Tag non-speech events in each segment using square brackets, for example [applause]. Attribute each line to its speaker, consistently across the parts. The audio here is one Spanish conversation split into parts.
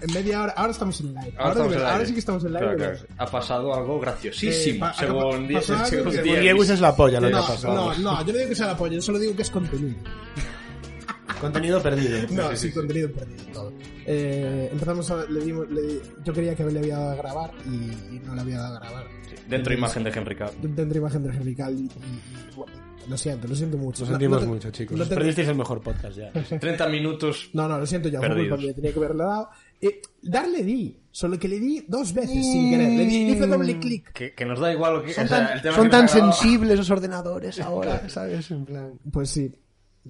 Speaker 1: en media hora, ahora estamos en live. Ahora, de
Speaker 2: estamos en
Speaker 1: verdad,
Speaker 2: live.
Speaker 1: ahora sí que estamos en live.
Speaker 2: Claro,
Speaker 1: de
Speaker 2: claro.
Speaker 1: verdad.
Speaker 2: Ha pasado algo
Speaker 1: Eh,
Speaker 2: graciosísimo.
Speaker 1: pa- acaba-
Speaker 2: según Die-
Speaker 1: pasado
Speaker 2: según
Speaker 1: que-
Speaker 2: Die-
Speaker 3: Diego es la polla lo que ha
Speaker 1: No,
Speaker 3: pasado.
Speaker 1: no, no, yo no digo que sea la polla, yo solo digo que es contenido.
Speaker 3: Contenido perdido.
Speaker 1: No, sí, contenido perdido. Todo. Eh, empezamos a. Le dimos, le di- yo quería que le había dado a grabar y, y no le había dado a grabar.
Speaker 2: Dentro imagen de Henry Cavill.
Speaker 1: Yo tendré imagen de Henry Cavill y, y- y, bueno, lo siento, lo siento mucho.
Speaker 3: Lo
Speaker 1: No-
Speaker 3: sentimos
Speaker 1: no te-
Speaker 3: mucho, chicos.
Speaker 1: no te-
Speaker 3: Perdisteis el mejor podcast ya.
Speaker 2: [laughs] 30 minutos.
Speaker 1: No, no, lo siento yo, fue
Speaker 2: Perdidos.
Speaker 1: culpa mía, tenía que haberle dado. Eh, darle di, solo que le di dos veces
Speaker 3: Mm.
Speaker 1: sin querer. Le di, le hice doble clic.
Speaker 2: Que, que nos da igual lo que.
Speaker 3: Son
Speaker 2: o sea,
Speaker 3: tan-
Speaker 2: el tema
Speaker 3: son
Speaker 2: que
Speaker 3: tan
Speaker 2: nos ha grabado.
Speaker 3: sensibles los ordenadores [laughs] ahora, ¿sabes? En plan.
Speaker 1: Pues sí.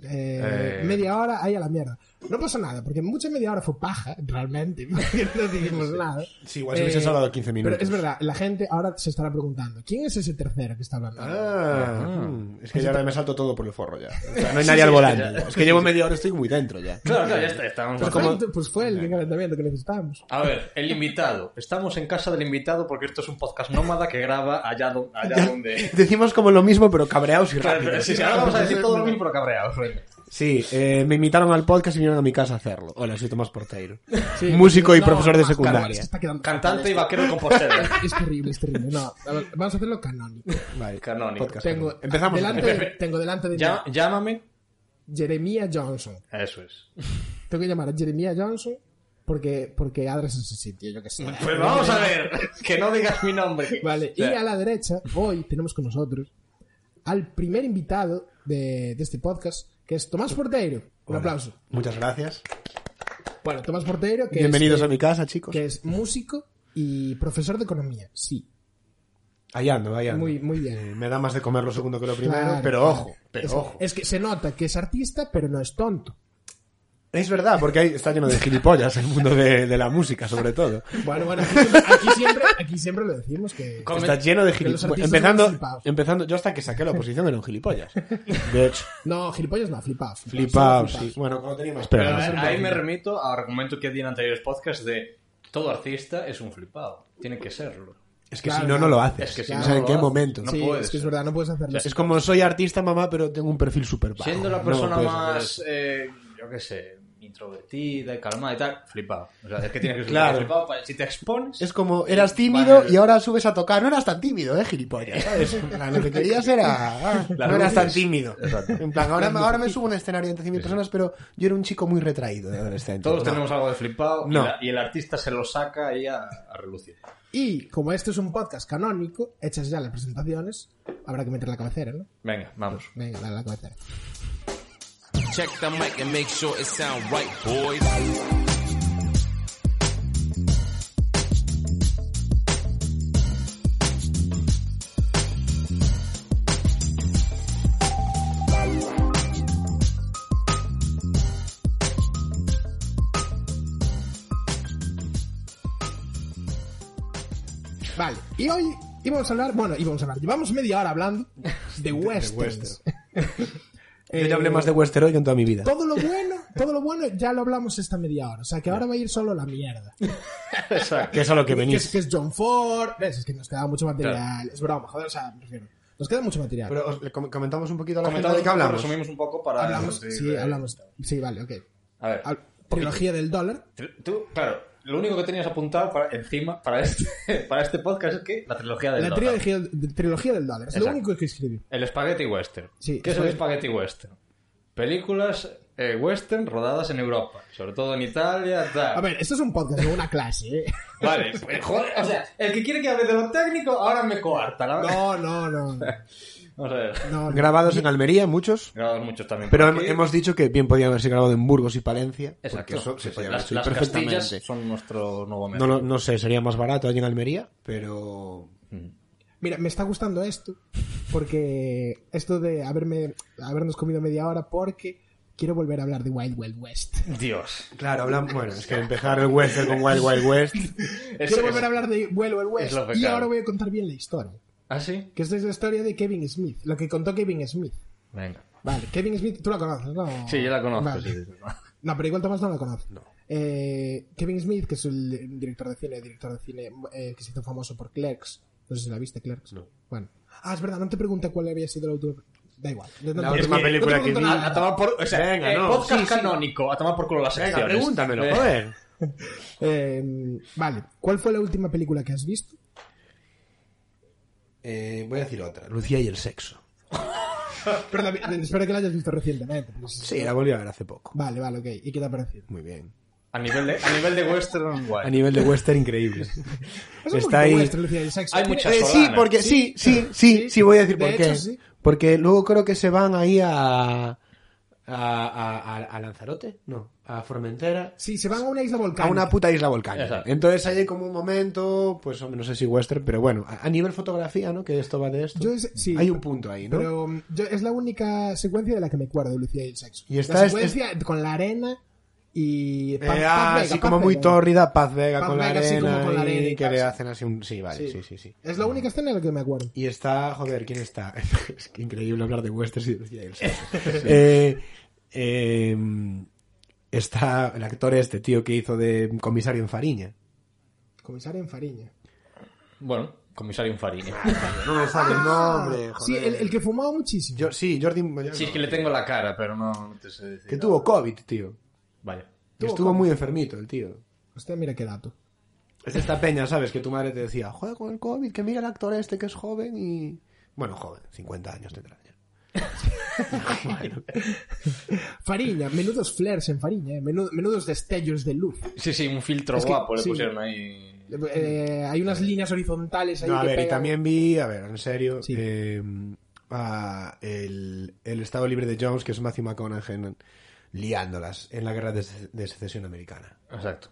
Speaker 1: Eh,
Speaker 2: Eh.
Speaker 1: Media hora, ahí a la mierda. No pasa nada, porque mucha media hora fue paja, [laughs] realmente. porque no dijimos nada. Eh,
Speaker 3: Sí, igual si hubieses hablado 15 minutos.
Speaker 1: Pero es verdad, la gente ahora se estará preguntando: ¿quién es ese tercero que está hablando?
Speaker 3: Ah, mm, es que ya ahora me salto todo por el forro ya. O sea, no hay nadie al volante. ya. Es que llevo media hora, estoy muy dentro ya.
Speaker 2: [laughs] Claro, claro, ya está. Estábamos
Speaker 1: Pues fue- Pues fue el calentamiento que necesitábamos.
Speaker 2: A ver, el invitado. Estamos en casa del invitado porque esto es un podcast nómada que graba allá, do- allá donde.
Speaker 3: [laughs] Decimos como lo mismo, pero cabreados y
Speaker 2: Claro,
Speaker 3: rápido.
Speaker 2: sí, sí, ahora vamos a decir todo lo mismo, pero cabreados. venga.
Speaker 3: Sí, eh, me invitaron al podcast y vinieron a mi casa a hacerlo. Hola, soy Tomás Porteiro. [laughs]
Speaker 1: Sí.
Speaker 3: Músico y
Speaker 1: No,
Speaker 3: profesor de
Speaker 1: más, claro, es
Speaker 3: secundaria.
Speaker 1: que está quedando
Speaker 2: Cantante y vaquero compostero.
Speaker 3: [laughs]
Speaker 1: [laughs] Es terrible, es terrible. No, a ver, vamos a hacerlo canónico.
Speaker 3: Vale,
Speaker 2: Canónico.
Speaker 3: podcast
Speaker 1: Tengo
Speaker 3: canónico. Empezamos.
Speaker 1: Delante
Speaker 3: [laughs]
Speaker 1: de- tengo delante de mí
Speaker 2: Ya- llámame.
Speaker 1: Jeremiah Johnson.
Speaker 2: Eso es.
Speaker 1: Tengo que llamar a Jeremiah Johnson porque, porque Adra es ese sitio, yo que sé.
Speaker 2: Pues vamos a ver. Que no digas mi nombre.
Speaker 1: Vale,
Speaker 2: O
Speaker 1: y
Speaker 2: sea,
Speaker 1: a la derecha, hoy tenemos con nosotros al primer invitado de, de este podcast, que es Tomás Porteiro. Un
Speaker 3: Hola.
Speaker 1: aplauso.
Speaker 3: Muchas gracias.
Speaker 1: Bueno, Tomás Porteiro, que,
Speaker 3: Bienvenidos
Speaker 1: es, eh,
Speaker 3: a mi casa, chicos.
Speaker 1: que es músico y profesor de economía. Sí,
Speaker 3: Allá ando, allá ando.
Speaker 1: muy, muy bien.
Speaker 3: Eh, me da más de comer lo segundo que lo primero,
Speaker 1: Claro,
Speaker 3: pero
Speaker 1: claro.
Speaker 3: ojo, pero
Speaker 1: es,
Speaker 3: ojo.
Speaker 1: es que se nota que es artista, pero no es tonto.
Speaker 3: Es verdad, porque ahí está lleno de gilipollas el mundo de, de la música, sobre todo.
Speaker 1: Bueno, bueno, aquí, siempre- aquí siempre, aquí siempre lo decimos que...
Speaker 2: Come-
Speaker 3: Está lleno de
Speaker 1: Que los
Speaker 3: gilipollas.
Speaker 1: artistas son
Speaker 3: Empezando,
Speaker 1: los flipaos.
Speaker 3: empezando, yo hasta que saqué la oposición era
Speaker 1: [laughs]
Speaker 3: un gilipollas. De hecho,
Speaker 1: No, gilipollas no, flipaos.
Speaker 3: flipado,
Speaker 1: somos
Speaker 3: sí.
Speaker 1: flipaos.
Speaker 3: Bueno, cuando tenía más
Speaker 2: Pero
Speaker 3: pegas.
Speaker 2: ahí- ahí me remito al argumento que di en anteriores podcasts de todo artista es un flipado. Tiene que serlo.
Speaker 3: Es que
Speaker 1: Claro,
Speaker 3: si no, no
Speaker 1: claro.
Speaker 3: lo haces.
Speaker 2: Es que si
Speaker 3: o
Speaker 2: no,
Speaker 3: sea,
Speaker 2: no
Speaker 3: ¿en
Speaker 2: lo
Speaker 3: qué
Speaker 2: haces.
Speaker 3: momento?
Speaker 2: No
Speaker 1: sí,
Speaker 2: puede
Speaker 1: es que es
Speaker 2: ser.
Speaker 1: verdad, no puedes hacerlo.
Speaker 3: Es como soy artista, mamá, pero tengo un perfil súper bajo.
Speaker 2: Siendo la
Speaker 3: No pues,
Speaker 2: persona
Speaker 3: puedes hacer
Speaker 2: más,
Speaker 3: eso.
Speaker 2: eh, yo qué sé, introvertida y calmada y tal, flipado. O sea, es que tienes que ser
Speaker 3: Claro.
Speaker 2: flipado. para- Si te expones,
Speaker 3: Es como, eras tímido
Speaker 2: Vale.
Speaker 3: y ahora subes a tocar. No eras tan tímido, eh, gilipollas, [laughs] ¿sabes? En plan, Lo que querías era... ah,
Speaker 2: Las
Speaker 3: no eras tan
Speaker 2: luces.
Speaker 3: tímido.
Speaker 2: Exacto.
Speaker 3: En plan, ahora, ahora me subo a un escenario entre 100.000 personas, pero yo era un chico muy retraído de adolescente.
Speaker 2: todos
Speaker 3: No.
Speaker 2: tenemos algo de flipado y
Speaker 3: No.
Speaker 2: la- y, el artista se lo saca ahí a, a relucir.
Speaker 1: Y como este es un podcast canónico, hechas ya las presentaciones, habrá que meter la cabecera, ¿no?
Speaker 2: Venga,
Speaker 1: [laughs]
Speaker 2: vamos.
Speaker 1: Venga, dale la cabecera.
Speaker 4: Check the mic and make sure it sound right, boys.
Speaker 1: Vale, y hoy íbamos a hablar, bueno, íbamos a hablar, llevamos media hora hablando de westerns.
Speaker 3: Yo ya
Speaker 2: Eh,
Speaker 3: hablé más de Western hoy que en toda mi vida.
Speaker 1: Todo lo bueno, todo lo bueno ya lo hablamos esta media hora, o sea que ahora va a ir solo la mierda.
Speaker 3: Que es a lo que
Speaker 1: Que es,
Speaker 3: venís.
Speaker 1: que es John Ford, ves, es que nos queda mucho material, es broma, joder, o sea, me refiero, nos queda mucho material.
Speaker 3: Pero os- le com- comentamos un poquito a la gente
Speaker 2: Comentamos
Speaker 3: de qué
Speaker 2: un poco,
Speaker 3: hablamos.
Speaker 2: Resumimos un poco para...
Speaker 1: hablamos,
Speaker 2: decir,
Speaker 1: sí,
Speaker 2: eh,
Speaker 1: hablamos, sí, vale, ok.
Speaker 2: A ver,
Speaker 1: Hab-
Speaker 2: poquito.
Speaker 1: Trilogía del dólar,
Speaker 2: Tri- Tú, claro, lo único que tenías apuntado para, encima para este, [laughs] para este podcast es que la trilogía del
Speaker 1: la
Speaker 2: dólar.
Speaker 1: trilogía, de- trilogía del dólar, es lo
Speaker 2: Exacto.
Speaker 1: único que escribí.
Speaker 2: El Spaghetti Western.
Speaker 1: Sí,
Speaker 2: ¿Qué es el
Speaker 1: Spaghetti-
Speaker 2: Spaghetti Western? Películas eh, western rodadas en Europa, sobre todo en Italia, tal.
Speaker 1: A ver, esto es un podcast, no una clase, ¿eh?
Speaker 2: Vale, pues, joder, o sea, el que quiere que hable de lo técnico ahora me coarta. la-
Speaker 1: No, no, no. no,
Speaker 2: Vamos a ver.
Speaker 1: no.
Speaker 3: Grabados en Almería, muchos.
Speaker 2: Grabados muchos también.
Speaker 3: Pero
Speaker 2: por
Speaker 3: hem-
Speaker 2: aquí.
Speaker 3: hemos dicho que bien podía haberse grabado en Burgos y Palencia. Porque
Speaker 2: Exacto.
Speaker 3: eso se
Speaker 2: Sí,
Speaker 3: podía haber
Speaker 2: las
Speaker 3: hecho
Speaker 2: las
Speaker 3: perfectamente.
Speaker 2: castillas son nuestro nuevo medio.
Speaker 3: No, lo- no sé, sería más barato allí en Almería, pero.
Speaker 1: Mira, me está gustando esto, porque esto de haberme, habernos comido media hora, porque quiero volver a hablar de Wild Wild West.
Speaker 2: Dios.
Speaker 3: Claro, hablamos. Bueno, es que empezar el western con Wild
Speaker 1: [laughs]
Speaker 3: Wild West.
Speaker 2: Es,
Speaker 1: Quiero
Speaker 2: es-
Speaker 1: volver a hablar de Wild Wild
Speaker 2: es
Speaker 1: West.
Speaker 2: lo
Speaker 1: Y
Speaker 2: pecado.
Speaker 1: ahora voy a contar bien la historia.
Speaker 2: ¿Ah, sí?
Speaker 1: Que esta es la historia de Kevin Smith, lo que contó Kevin Smith.
Speaker 2: Venga.
Speaker 1: Vale, Kevin Smith, tú la conoces, ¿no?
Speaker 2: Sí, yo la conozco.
Speaker 1: Vale.
Speaker 2: sí, sí, sí.
Speaker 1: No, pero igual Tomás no la conoce. Eh, Kevin Smith, que es el director de cine, director de cine eh, que se hizo famoso por Clerks. No sé si la viste, Clerks.
Speaker 3: No.
Speaker 1: Bueno. Ah, es verdad, no te pregunté cuál había sido la última. Da igual. No, no
Speaker 3: La
Speaker 1: te-
Speaker 3: última
Speaker 1: no te
Speaker 3: película
Speaker 1: pregunto
Speaker 3: que vi.
Speaker 1: nada.
Speaker 2: A, a tomar por... O sea,
Speaker 3: Venga,
Speaker 2: eh,
Speaker 3: no,
Speaker 2: podcast
Speaker 3: sí, sí.
Speaker 2: canónico. A tomar por culo las
Speaker 3: Venga,
Speaker 2: secciones.
Speaker 3: pregúntamelo,
Speaker 2: Eh,
Speaker 3: joder.
Speaker 1: Eh, vale, ¿cuál fue la última película que has visto?
Speaker 3: Eh, voy a decir otra. Lucía y el sexo.
Speaker 1: Perdón, espero que la hayas visto recientemente. pues-
Speaker 3: Sí, la volví a ver hace poco.
Speaker 1: Vale, vale, ok. ¿Y qué te ha parecido?
Speaker 3: Muy bien.
Speaker 2: A nivel de, a nivel de western, guay.
Speaker 3: A nivel de western,
Speaker 1: [laughs]
Speaker 3: increíble.
Speaker 1: Es un
Speaker 3: Está
Speaker 1: poquito
Speaker 3: ahí.
Speaker 1: western, Lucía, el sexo.
Speaker 2: Hay
Speaker 1: Tiene-
Speaker 2: muchas
Speaker 3: Eh, sí,
Speaker 2: solanas.
Speaker 3: porque sí, sí, sí, sí,
Speaker 1: sí.
Speaker 3: voy a decir
Speaker 1: De
Speaker 3: por
Speaker 1: hecho,
Speaker 3: qué.
Speaker 1: sí.
Speaker 3: Porque luego creo que se van ahí a a, a, a- a Lanzarote, no, a Formentera,
Speaker 1: Sí, se van a una isla
Speaker 3: a
Speaker 1: volcánica.
Speaker 3: una puta isla volcánica.
Speaker 2: Exacto.
Speaker 3: Entonces ahí hay como un momento, pues hombre, no sé si western, pero bueno, a, a nivel fotografía, ¿no? Que esto va de esto.
Speaker 1: Yo es- sí,
Speaker 3: hay un punto ahí, ¿no?
Speaker 1: Pero um, yo- es la única secuencia de la que me acuerdo de Lucía y el sexo.
Speaker 3: Y esta
Speaker 1: la
Speaker 3: es-
Speaker 1: secuencia con la arena y...
Speaker 3: Eh,
Speaker 1: Paz- Paz
Speaker 3: ah,
Speaker 1: Vega,
Speaker 3: así
Speaker 1: Paz
Speaker 3: como muy
Speaker 1: Vega.
Speaker 3: tórrida, Paz Vega,
Speaker 1: Paz
Speaker 3: con, la
Speaker 1: Vega, así como
Speaker 3: arena
Speaker 1: con la
Speaker 3: y
Speaker 1: arena y
Speaker 3: que
Speaker 1: tal,
Speaker 3: le
Speaker 1: sí.
Speaker 3: hacen así un... Sí, vale, sí, sí, sí.
Speaker 1: Es la única escena de la que me acuerdo.
Speaker 3: Y está, joder, ¿quién está? [laughs] es que increíble hablar de westerns y de
Speaker 1: [laughs]
Speaker 3: Lucía del Sexo. Eh, eh, está el actor este tío que hizo de comisario en Fariña.
Speaker 1: Comisario en Fariña.
Speaker 2: Bueno, comisario [laughs] Infariña.
Speaker 3: No me sale el nombre,
Speaker 1: Ah, Sí, el, el que fumaba muchísimo.
Speaker 3: Yo, sí, Jordi Moyano.
Speaker 2: Sí, es que le tengo la cara, pero no, no te sé decir.
Speaker 3: Que tuvo COVID, tío.
Speaker 2: Vaya.
Speaker 3: Que Estuvo muy enfermito el tío.
Speaker 1: Hostia, mira qué dato.
Speaker 3: Es esta peña, ¿sabes? Que tu madre te decía, juega con el COVID, que mira el actor este que es joven y... Bueno, joven, 50 años tendrá ya. Bueno.
Speaker 1: Fariña, menudos flares en Fariña, eh, menudo- menudos destellos de luz.
Speaker 2: Sí, sí, un filtro
Speaker 1: Es que-
Speaker 2: guapo
Speaker 1: sí.
Speaker 2: le pusieron ahí.
Speaker 1: Eh, hay unas líneas horizontales ahí
Speaker 3: No, a
Speaker 1: que
Speaker 3: ver, y
Speaker 1: pegan.
Speaker 3: también vi, a ver, en serio,
Speaker 1: Sí.
Speaker 3: eh, a el, el Estado Libre de Jones, que es Matthew McConaughey, liándolas en la guerra de, se- de secesión americana.
Speaker 2: Exacto.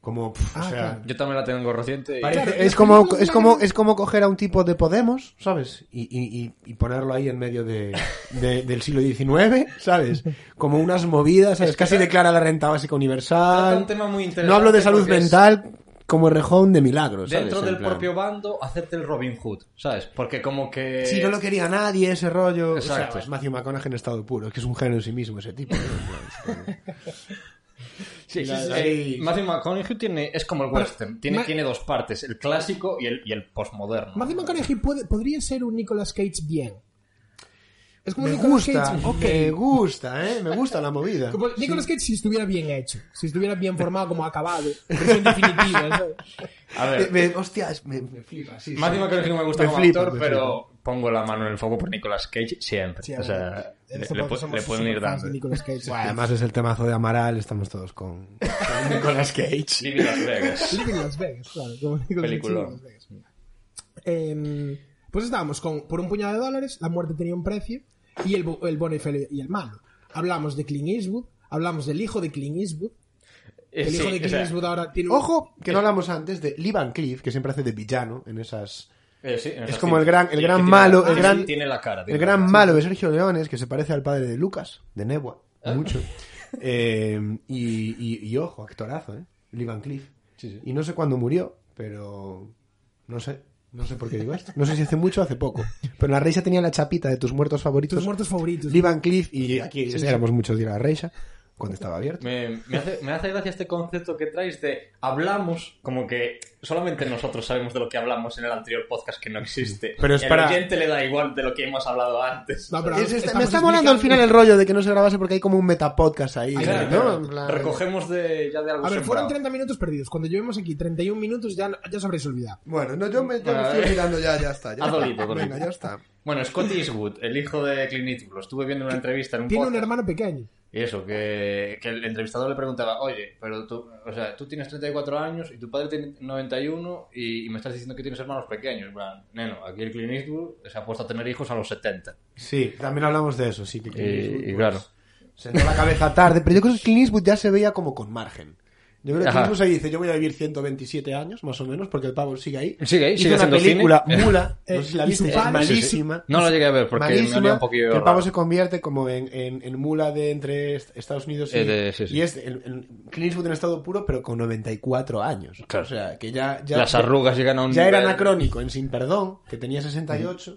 Speaker 3: Como, pf, o
Speaker 1: Ah,
Speaker 3: sea,
Speaker 1: claro.
Speaker 2: Yo también la tengo reciente. y-
Speaker 3: parece-
Speaker 1: Claro,
Speaker 3: es,
Speaker 1: las
Speaker 3: como,
Speaker 1: películas
Speaker 3: es, como,
Speaker 1: negras-
Speaker 3: es como coger a un tipo de Podemos, ¿sabes? Y, y- y- y ponerlo ahí en medio de, de- del siglo XIX, ¿sabes? Como unas movidas, ¿sabes? Casi declara la renta básica
Speaker 2: Trata
Speaker 3: universal.
Speaker 2: un tema muy interesante.
Speaker 3: No hablo de salud
Speaker 2: porque es
Speaker 3: mental como rejón de milagros. ¿sabes?
Speaker 2: Dentro
Speaker 3: En
Speaker 2: del
Speaker 3: plan.
Speaker 2: propio bando, hacerte el Robin Hood, ¿sabes? Porque como que.
Speaker 3: Sí, no lo quería nadie, ese rollo. O
Speaker 2: Exacto.
Speaker 3: sea, es Matthew McConaughey en estado puro, que es un género en sí mismo
Speaker 2: [laughs]
Speaker 3: ese tipo. ¿no?
Speaker 2: Sí,
Speaker 3: La-
Speaker 2: sí,
Speaker 3: la-
Speaker 2: eh,
Speaker 3: la-
Speaker 2: Matthew McConaughey tiene, es como el
Speaker 1: Pero-
Speaker 2: western, tiene,
Speaker 1: Ma-
Speaker 2: tiene dos partes, el clásico y el, y el postmoderno.
Speaker 1: Matthew McConaughey puede- podría ser un Nicolas Cage bien. Es como
Speaker 3: me
Speaker 1: Nicolas
Speaker 3: gusta,
Speaker 1: Cage, ok.
Speaker 3: me gusta, ¿eh? Me gusta la movida.
Speaker 1: Como Nicolas Cage si estuviera bien hecho, si estuviera bien formado, como acabado, versión definitiva, ¿sabes?
Speaker 2: A
Speaker 3: Eh,
Speaker 2: ver,
Speaker 3: me- hostia, es- me, me flipa, sí. sí.
Speaker 2: Matthew McConaughey no me gusta
Speaker 3: Me
Speaker 2: como
Speaker 3: flipa,
Speaker 2: actor,
Speaker 3: me
Speaker 2: pero pongo la mano en el fuego por Nicolas Cage siempre.
Speaker 1: Sí,
Speaker 2: o sea,
Speaker 1: en
Speaker 2: le,
Speaker 1: este
Speaker 2: le
Speaker 1: podcast
Speaker 2: pu-
Speaker 1: somos
Speaker 2: le pueden ir
Speaker 1: superfans
Speaker 2: dando.
Speaker 1: de Nicolas Cage.
Speaker 3: Bueno, además es el temazo de Amaral, estamos todos con, con Nicolas Cage.
Speaker 2: Living Las Vegas.
Speaker 1: Living Las Vegas, claro, como Nicolas Cage
Speaker 2: Peliculón.
Speaker 1: en Las Vegas, mira. Em, pues estábamos con, por un puñado de dólares, la muerte tenía un precio, y el, bo- el bueno y fel- y el malo. Hablamos de Clint Eastwood, hablamos del hijo de Clint Eastwood,
Speaker 2: Eh,
Speaker 1: el
Speaker 2: sí,
Speaker 1: hijo de
Speaker 2: o
Speaker 1: Clint
Speaker 2: sea,
Speaker 1: Eastwood ahora tiene un...
Speaker 3: Ojo, que no hablamos antes de Lee Van Cleef, que siempre hace de villano en esas...
Speaker 2: eh, sí, en
Speaker 3: Es
Speaker 2: esas
Speaker 3: como el
Speaker 2: cintas.
Speaker 3: gran- el
Speaker 2: Sí,
Speaker 3: gran
Speaker 2: que tiene-
Speaker 3: malo, el
Speaker 2: sí,
Speaker 3: gran-
Speaker 2: Tiene la cara.
Speaker 3: El
Speaker 2: tiene la
Speaker 3: gran
Speaker 2: cara.
Speaker 3: malo de Sergio Leones, que se parece al padre de Lucas, de Nebua,
Speaker 2: Ah.
Speaker 3: mucho. [laughs] Eh, y, y- y ojo, actorazo, ¿eh? Lee Van Cleef.
Speaker 2: Sí, sí.
Speaker 3: Y no sé cuándo murió, pero no sé. No sé por qué digo esto. No sé si hace mucho o hace poco. Pero en la Reisa tenía la chapita de tus muertos favoritos.
Speaker 1: Tus muertos favoritos.
Speaker 3: Lee Van Cleef, y aquí éramos muchos de ir a la Reisa cuando estaba abierto.
Speaker 2: Me, me hace, me hace gracia este concepto que traes de hablamos, como que solamente nosotros sabemos de lo que hablamos en el anterior podcast que no existe.
Speaker 3: Pero es
Speaker 2: el
Speaker 3: para-
Speaker 2: oyente le da igual de lo que hemos hablado antes.
Speaker 1: No, pero
Speaker 3: Es- es-
Speaker 1: estamos
Speaker 3: me está molando al final
Speaker 1: explicando-
Speaker 3: el rollo de que no se grabase porque hay como un metapodcast ahí.
Speaker 1: Ay,
Speaker 2: Ah, Claro,
Speaker 3: ¿no?
Speaker 2: claro.
Speaker 3: En plan-
Speaker 2: Recogemos de, ya de algo
Speaker 1: A ver, fueron
Speaker 2: sembrado.
Speaker 1: 30 minutos perdidos. Cuando llevemos aquí 31 minutos ya, ya os habréis olvidado.
Speaker 3: Bueno, no, yo me, yo me
Speaker 2: Vale.
Speaker 3: estoy mirando ya, ya está. Ya
Speaker 2: Ha
Speaker 3: está.
Speaker 2: dolido, dolido.
Speaker 3: Venga, ya está.
Speaker 2: Bueno, Scott Eastwood, el hijo de Clint Eastwood, lo estuve viendo en una entrevista en un
Speaker 1: Tiene un
Speaker 2: podcast.
Speaker 1: hermano pequeño.
Speaker 2: Y eso, que, que el entrevistador le preguntaba, oye, pero tú, o sea, tú tienes 34 años y tu padre tiene 91 y, y me estás diciendo que tienes hermanos pequeños. En plan, neno, aquí el Clint Eastwood se ha puesto a tener hijos a los 70.
Speaker 3: Sí, también hablamos de eso, sí. Que Clint
Speaker 2: Y-
Speaker 3: Eastwood,
Speaker 2: Eh, y claro.
Speaker 3: Sentó la cabeza tarde, pero yo creo que Clint Eastwood ya se veía como con margen. Yo creo que
Speaker 2: Ajá.
Speaker 3: Clint Eastwood ahí dice, yo voy a vivir 127 años, más o menos, porque el pavo sigue ahí.
Speaker 2: Sigue ahí,
Speaker 3: Hizo
Speaker 2: sigue
Speaker 3: una
Speaker 2: haciendo [laughs]
Speaker 3: película
Speaker 2: cine.
Speaker 3: mula,
Speaker 1: Eh,
Speaker 3: no sé si la
Speaker 1: y su
Speaker 3: viste, es
Speaker 1: padre-
Speaker 3: Ah, malísima.
Speaker 2: No lo llegué a ver porque me
Speaker 3: malísima,
Speaker 2: haría un poquillo
Speaker 3: que el
Speaker 2: raro.
Speaker 3: pavo se convierte como en, en- en mula de entre est- Estados Unidos y,
Speaker 2: Eh, de- sí, sí.
Speaker 3: y es el, el Clint Eastwood en estado puro pero con 94 años
Speaker 2: Claro.
Speaker 3: o sea que ya, ya
Speaker 2: Las arrugas llegan a un
Speaker 3: ya era
Speaker 2: nivel-
Speaker 3: anacrónico en Sin Perdón que tenía 68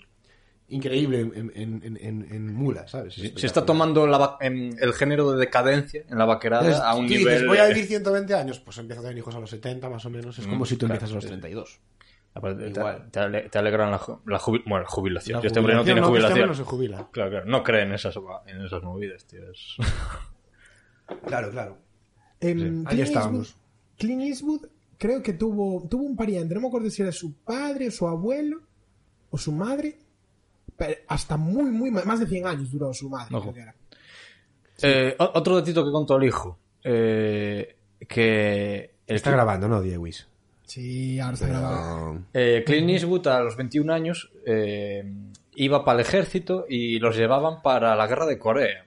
Speaker 3: increíble en, en, en- en- en mula ¿sabes?
Speaker 2: Se está tomando la va- en- el género de decadencia en la vaquerada
Speaker 3: Entonces,
Speaker 2: a un
Speaker 3: tú
Speaker 2: nivel...
Speaker 3: dices, voy a vivir 120 años, pues empieza a tener hijos a los 70 más o menos, es como
Speaker 2: Mm,
Speaker 3: si tú
Speaker 2: claro,
Speaker 3: empiezas a los
Speaker 2: sí, sí.
Speaker 3: 32.
Speaker 2: Aparte, Ah, pues, te-
Speaker 3: Igual.
Speaker 2: Te, ale- te alegran la, ju- la jubi- bueno, jubilación.
Speaker 3: La
Speaker 2: Este hombre no
Speaker 3: jubilación,
Speaker 2: tiene
Speaker 3: que este
Speaker 2: jubilación.
Speaker 3: hombre no se jubila.
Speaker 2: Claro, claro. No cree en esas, en esas movidas, tío. es-
Speaker 3: Claro, claro.
Speaker 1: Em,
Speaker 3: Ahí
Speaker 1: Clint
Speaker 3: estábamos.
Speaker 1: Eastwood Clint Eastwood creo que tuvo, tuvo un pariente, no me acuerdo si era su padre o su abuelo o su madre, pero hasta muy, muy, ma- más de 100 años duró su madre.
Speaker 2: Ojo.
Speaker 1: creo que era.
Speaker 2: Eh, o- otro datito que contó el hijo. eh, que el
Speaker 3: Está
Speaker 2: Cl-
Speaker 3: grabando, ¿no, Diewis?
Speaker 1: Sí, ahora está grabado.
Speaker 3: Pero...
Speaker 2: eh, Clint Eastwood a los 21 años eh, iba para el ejército y los llevaban para la guerra de Corea.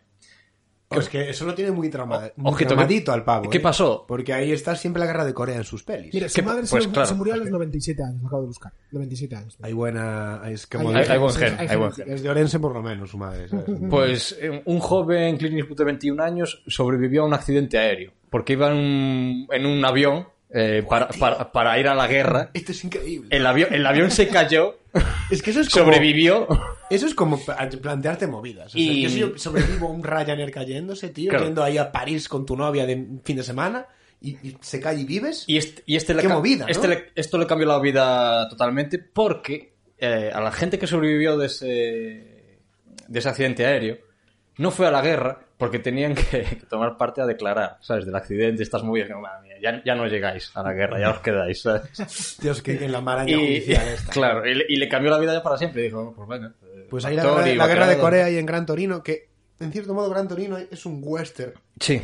Speaker 3: es que eso lo tiene muy, trauma...
Speaker 2: O-
Speaker 3: muy
Speaker 2: Oh, ojito, ¿qué-
Speaker 3: traumadito al pavo.
Speaker 2: qué
Speaker 3: ¿eh?
Speaker 2: pasó?
Speaker 3: Porque ahí está siempre la guerra de Corea en sus pelis.
Speaker 1: Mira, su
Speaker 2: que-
Speaker 1: madre se
Speaker 2: pues
Speaker 1: lo- se,
Speaker 2: claro.
Speaker 1: murió a los 97 años, lo acabo de buscar. 97 años.
Speaker 3: Hay buena. Es, que
Speaker 1: Hay-
Speaker 3: como-
Speaker 2: Hay, hay buen
Speaker 1: Sí,
Speaker 2: gen,
Speaker 1: hay
Speaker 2: hay buen
Speaker 1: gen.
Speaker 2: gen.
Speaker 3: es de Orense, por lo menos, su madre. ¿sabes?
Speaker 2: [laughs] Pues eh, un joven Clint Eastwood de 21 años sobrevivió a un accidente aéreo porque iba en un, en un avión eh, para, para- para ir a la guerra.
Speaker 3: Esto es increíble.
Speaker 2: El avión, el avión se cayó,
Speaker 3: [laughs] Es que eso es como.
Speaker 2: sobrevivió.
Speaker 3: Eso es como pa- plantearte movidas. O sea,
Speaker 2: Y-
Speaker 3: yo si yo sobrevivo a un Ryanair cayéndose, tío,
Speaker 2: Claro.
Speaker 3: yendo ahí a París con tu novia de fin de semana y, y se cae y vives.
Speaker 2: Y, este, y este le
Speaker 3: Qué
Speaker 2: ca-
Speaker 3: movida, ¿no?
Speaker 2: este le- esto le cambió la vida totalmente porque eh, a la gente que sobrevivió de ese, de ese accidente aéreo no fue a la guerra porque tenían que, [laughs] que tomar parte a declarar, ¿sabes? Del accidente, estas movidas. que, madre mía, ya, ya no llegáis a la guerra, ya os quedáis,
Speaker 3: [laughs]
Speaker 2: ¿sabes?
Speaker 3: Dios, que en la maraña
Speaker 2: Y,
Speaker 3: judicial
Speaker 2: [laughs]
Speaker 3: esta.
Speaker 2: claro, y le, y le cambió la vida ya para siempre. Dijo, pues venga. eh,
Speaker 3: Pues ahí la,
Speaker 2: actor
Speaker 3: guerra-
Speaker 2: y
Speaker 3: la guerra de
Speaker 2: vaquerado.
Speaker 3: Corea y en Gran Torino, que en cierto modo Gran Torino es un western
Speaker 2: Sí.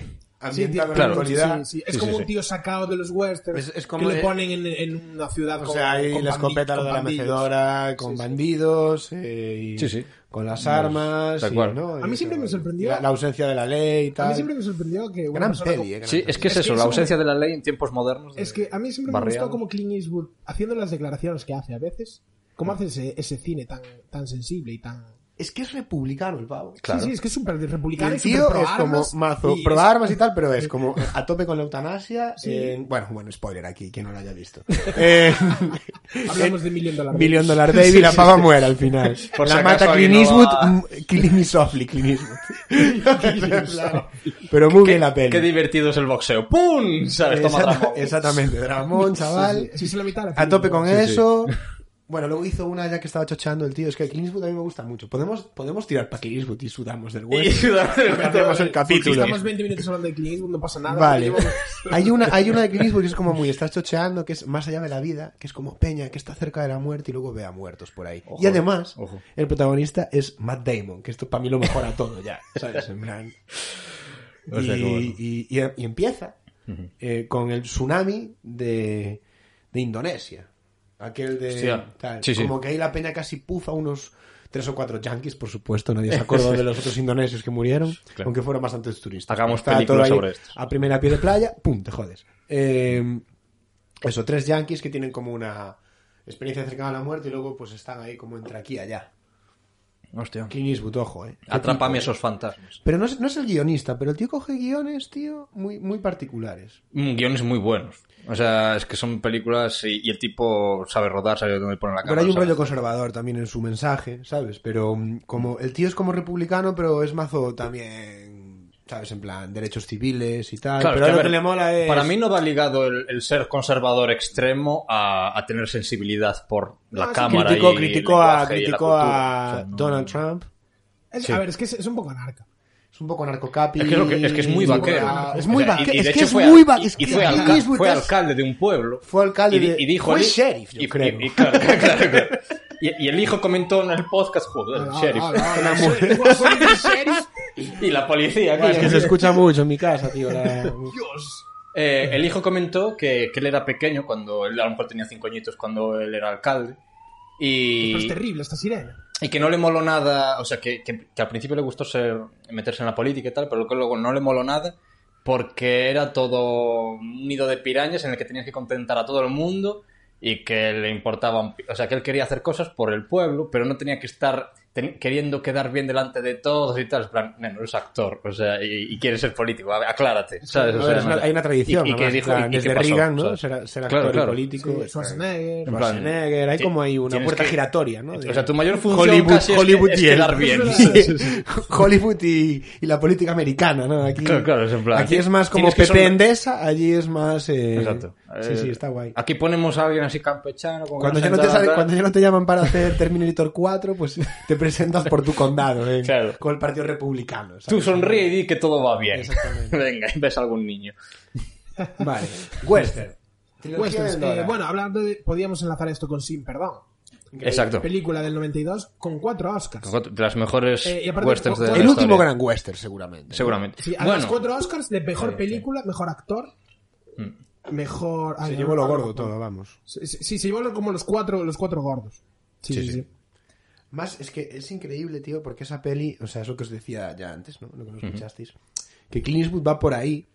Speaker 1: Sí, tío,
Speaker 3: ambientado en la
Speaker 2: claro.
Speaker 3: actualidad.
Speaker 1: sí, sí. Es
Speaker 2: Sí,
Speaker 1: como
Speaker 2: sí,
Speaker 1: un
Speaker 2: sí.
Speaker 1: tío sacado de los westerns
Speaker 3: Es- es como
Speaker 1: que le
Speaker 3: el-
Speaker 1: ponen en, en una ciudad
Speaker 3: O
Speaker 1: con,
Speaker 3: sea, ahí
Speaker 1: con
Speaker 3: la
Speaker 1: bandi-
Speaker 3: escopeta lo
Speaker 1: con
Speaker 3: de la
Speaker 1: bandidos.
Speaker 3: mecedora, con
Speaker 1: Sí, sí.
Speaker 3: bandidos, eh, y
Speaker 2: Sí, sí.
Speaker 3: con las armas.
Speaker 2: tal
Speaker 3: y,
Speaker 2: cual.
Speaker 3: ¿no?
Speaker 1: A mí
Speaker 3: Y
Speaker 1: siempre
Speaker 3: eso,
Speaker 1: me sorprendió-
Speaker 3: La, la ausencia de la ley y tal.
Speaker 1: A mí siempre me sorprendió que una
Speaker 3: Gran
Speaker 1: persona
Speaker 3: peli, eh,
Speaker 1: como-
Speaker 3: gran
Speaker 2: Sí, es que es,
Speaker 1: Es que
Speaker 2: eso,
Speaker 1: es
Speaker 2: la
Speaker 1: un-
Speaker 2: ausencia de la ley en tiempos modernos. de-
Speaker 1: Es que a mí siempre me
Speaker 2: barrial.
Speaker 1: gustó como Clint Eastwood, haciendo las declaraciones que hace a veces, cómo hace ese, ese cine tan, tan sensible y tan...
Speaker 3: Es que es republicano el pavo.
Speaker 2: Claro.
Speaker 1: Sí, sí, es que es súper
Speaker 3: Y
Speaker 1: republicano.
Speaker 3: el
Speaker 1: y súper
Speaker 3: tío
Speaker 1: pro
Speaker 3: es como
Speaker 1: armas,
Speaker 3: mazo,
Speaker 1: y
Speaker 3: pro
Speaker 1: es-
Speaker 3: armas y tal, pero es como a tope con la eutanasia. en- bueno, bueno, spoiler aquí, que no lo
Speaker 1: [laughs]
Speaker 3: haya visto. Eh,
Speaker 1: Hablamos de Million Dollar
Speaker 3: Million
Speaker 1: Baby.
Speaker 3: Dollar Baby, la pava muere al final.
Speaker 2: Por
Speaker 3: la
Speaker 2: si acaso
Speaker 3: mata Clint
Speaker 2: alguien no
Speaker 3: Eastwood,
Speaker 2: va-
Speaker 3: mm, Clint Eastwood softly, Clint Eastwood. pero muy
Speaker 2: Qué-
Speaker 3: bien la peli.
Speaker 2: Qué divertido es el boxeo. ¡Pum! ¿Sabes? Toma
Speaker 3: Exacta-
Speaker 2: Ramón.
Speaker 3: Exactamente, Dramón, chaval.
Speaker 1: Sí, sí, la mitad de la
Speaker 3: A tope
Speaker 1: película.
Speaker 3: con
Speaker 1: Sí, sí.
Speaker 3: eso. Bueno, luego hizo una ya que estaba chochando el tío. Es que Clint Eastwood a mí me gusta mucho. Podemos, podemos tirar para Clint Eastwood y sudamos
Speaker 2: [laughs]
Speaker 3: del
Speaker 2: Y [laughs]
Speaker 3: hueso.
Speaker 2: hacemos
Speaker 3: Hacemos el capítulo.
Speaker 1: Estamos 20 minutos hablando de Clint Eastwood, no pasa nada.
Speaker 3: [laughs] Vale.
Speaker 1: Llevamos-
Speaker 3: Hay una, hay una de Clint Eastwood que es como muy, estás chocheando, que es más allá de la vida, que es como Peña, que está cerca de la muerte y luego ve a muertos por ahí. y además,
Speaker 2: ojo.
Speaker 3: el protagonista es Matt Damon, que esto para mí lo mejora todo ya, ¿sabes? En plan.
Speaker 2: [laughs] O sea,
Speaker 3: y,
Speaker 2: que bueno.
Speaker 3: y- y- y empieza eh, con el tsunami de, de Indonesia. Aquel de.
Speaker 2: Hostia.
Speaker 3: tal.
Speaker 2: Sí, sí.
Speaker 3: Como que ahí la peña casi pufa unos tres o cuatro yanquis, por supuesto. Nadie se acordó de los otros indonesios que murieron,
Speaker 2: Claro.
Speaker 3: aunque fueron bastantes turistas.
Speaker 2: Hagamos
Speaker 3: Estaba
Speaker 2: películas
Speaker 3: todo ahí
Speaker 2: sobre esto.
Speaker 3: A primera pie de playa, pum, te jodes. Eh, eso, tres yanquis que tienen como una experiencia cercana a la muerte y luego pues están ahí como entre aquí y allá.
Speaker 2: Hostia.
Speaker 3: Clint Eastwood, ojo, eh. Qué
Speaker 2: Atrápame esos fantasmas.
Speaker 3: pero no es, no es el guionista, pero el tío coge guiones, tío, muy, muy particulares.
Speaker 2: Mm, Guiones muy buenos. O sea, es que son películas y, y el tipo sabe rodar, sabe dónde poner la
Speaker 3: Pero
Speaker 2: cámara.
Speaker 3: hay un
Speaker 2: sabe.
Speaker 3: rollo conservador también en su mensaje, ¿sabes? Pero mm, como el tío es como republicano, pero es mazo también, ¿sabes? En plan, derechos civiles y tal.
Speaker 2: Claro,
Speaker 3: pero
Speaker 2: es que,
Speaker 3: lo
Speaker 2: a
Speaker 3: que
Speaker 2: ver,
Speaker 3: le mola es...
Speaker 2: Para mí no va ligado el, el ser conservador extremo a, a tener sensibilidad por
Speaker 3: Ah,
Speaker 2: la
Speaker 1: sí,
Speaker 2: cámara.
Speaker 3: criticó,
Speaker 2: y
Speaker 3: criticó
Speaker 2: el
Speaker 3: a,
Speaker 2: lenguaje y la
Speaker 3: criticó
Speaker 2: cultura.
Speaker 3: a
Speaker 2: O sea, no-
Speaker 3: Donald Trump.
Speaker 1: Es-
Speaker 2: Sí.
Speaker 1: A ver, es que es, es un poco anarca.
Speaker 3: Es un poco narcocapi.
Speaker 2: Es que, es lo que- es que es muy vaquero.
Speaker 3: Ah, Es
Speaker 2: O
Speaker 3: muy
Speaker 2: sea, y-
Speaker 3: vaquero.
Speaker 2: y de
Speaker 3: Es que
Speaker 2: hecho
Speaker 3: es
Speaker 2: fue
Speaker 3: muy
Speaker 2: al-
Speaker 3: vaquero.
Speaker 2: y- Y fue, alca- fue alcalde de un pueblo.
Speaker 3: Fue alcalde
Speaker 2: y, di-
Speaker 3: de-
Speaker 2: y dijo
Speaker 3: fue
Speaker 2: el hi-
Speaker 3: sheriff, yo
Speaker 2: y,
Speaker 3: creo.
Speaker 2: y- y- claro, [laughs] claro, claro. Y- y el hijo comentó en el podcast, joder, el
Speaker 1: Ahora,
Speaker 2: sheriff.
Speaker 1: ahora, ahora, sheriff, soy el sheriff.
Speaker 2: Y la policía,
Speaker 3: Es
Speaker 2: coño.
Speaker 3: que se escucha mucho en mi casa, tío. la-
Speaker 1: Dios.
Speaker 2: Eh, el hijo comentó que, que él era pequeño, cuando él a lo mejor tenía cinco añitos cuando él era alcalde.
Speaker 1: Pero es
Speaker 2: Y,
Speaker 1: terrible esta sirena.
Speaker 2: y que no le moló nada, o sea, que, que- que al principio le gustó ser meterse en la política y tal, pero que luego no le moló nada porque era todo un nido de pirañas en el que tenías que contentar a todo el mundo y que le importaban, o sea, que él quería hacer cosas por el pueblo, pero no tenía que estar ten- queriendo quedar bien delante de todos y tal, en plan, no, eres actor, o sea, y, y quieres ser político, a ver, aclárate, ¿sabes? O
Speaker 3: A
Speaker 2: sea,
Speaker 3: ver, es
Speaker 2: no
Speaker 3: una-
Speaker 2: sé.
Speaker 3: hay una tradición,
Speaker 2: Y- y que
Speaker 3: además,
Speaker 2: dijo,
Speaker 3: en plan,
Speaker 2: ¿y- y
Speaker 3: desde
Speaker 2: qué pasó?
Speaker 3: Reagan, ¿no?
Speaker 2: ¿Sabes?
Speaker 3: Ser, ser
Speaker 2: Claro,
Speaker 3: actor y
Speaker 2: claro.
Speaker 3: político.
Speaker 1: Sí, Schwarzenegger.
Speaker 2: En plan,
Speaker 3: Schwarzenegger, hay
Speaker 2: ti-
Speaker 3: como ahí una
Speaker 2: tienes
Speaker 3: puerta
Speaker 2: que-
Speaker 3: giratoria, ¿no? De-
Speaker 2: O sea, tu mayor función casi es que-
Speaker 3: Hollywood
Speaker 2: es,
Speaker 3: y el-
Speaker 2: quedar bien.
Speaker 1: Sí.
Speaker 3: Hollywood y, y la política americana, ¿no? Aquí,
Speaker 2: Claro, claro, es en plan,
Speaker 3: aquí es más como
Speaker 2: tienes que
Speaker 3: PP
Speaker 2: son-
Speaker 3: Endesa, allí es más... eh,
Speaker 2: Exacto.
Speaker 3: Sí,
Speaker 2: Eh,
Speaker 3: sí, está guay.
Speaker 2: Aquí ponemos a alguien así campechano. como
Speaker 3: Cuando
Speaker 2: que
Speaker 3: ya, no te
Speaker 2: sentaba,
Speaker 3: sale-
Speaker 2: tal.
Speaker 3: cuando ya no te llaman para hacer Terminator 4, pues [laughs] te presentas por tu condado, eh,
Speaker 2: Claro.
Speaker 3: con el Partido Republicano. ¿sabes?
Speaker 2: Tú sonríe y di que todo va bien. [laughs]
Speaker 3: Exactamente.
Speaker 2: Venga, y ves a algún niño.
Speaker 3: Vale. Western. Trilogía
Speaker 1: Westerns,
Speaker 3: del
Speaker 1: eh,
Speaker 3: dólar.
Speaker 1: bueno, hablando de. Podíamos enlazar esto con Sin Perdón.
Speaker 2: Exacto.
Speaker 1: Película del 92 con cuatro Oscars.
Speaker 2: De las mejores
Speaker 1: Eh, y aparte,
Speaker 2: westerns de
Speaker 1: el
Speaker 2: la
Speaker 3: el último
Speaker 2: historia.
Speaker 3: gran western, seguramente.
Speaker 2: Seguramente.
Speaker 1: Sí, a
Speaker 2: bueno,
Speaker 1: los cuatro Oscars de mejor película, mejor actor, mejor. ay,
Speaker 3: Se
Speaker 1: no,
Speaker 3: llevó lo
Speaker 1: no, no,
Speaker 3: gordo
Speaker 1: no.
Speaker 3: todo, vamos.
Speaker 1: Sí, sí, sí, se llevó lo- como los cuatro, los cuatro gordos. Sí,
Speaker 3: Sí,
Speaker 1: sí,
Speaker 3: sí.
Speaker 1: sí.
Speaker 3: Más, es que es increíble, tío, porque esa peli, o sea, es lo que os decía ya antes, ¿no? Lo que nos escuchasteis. Que Clint Eastwood va por ahí,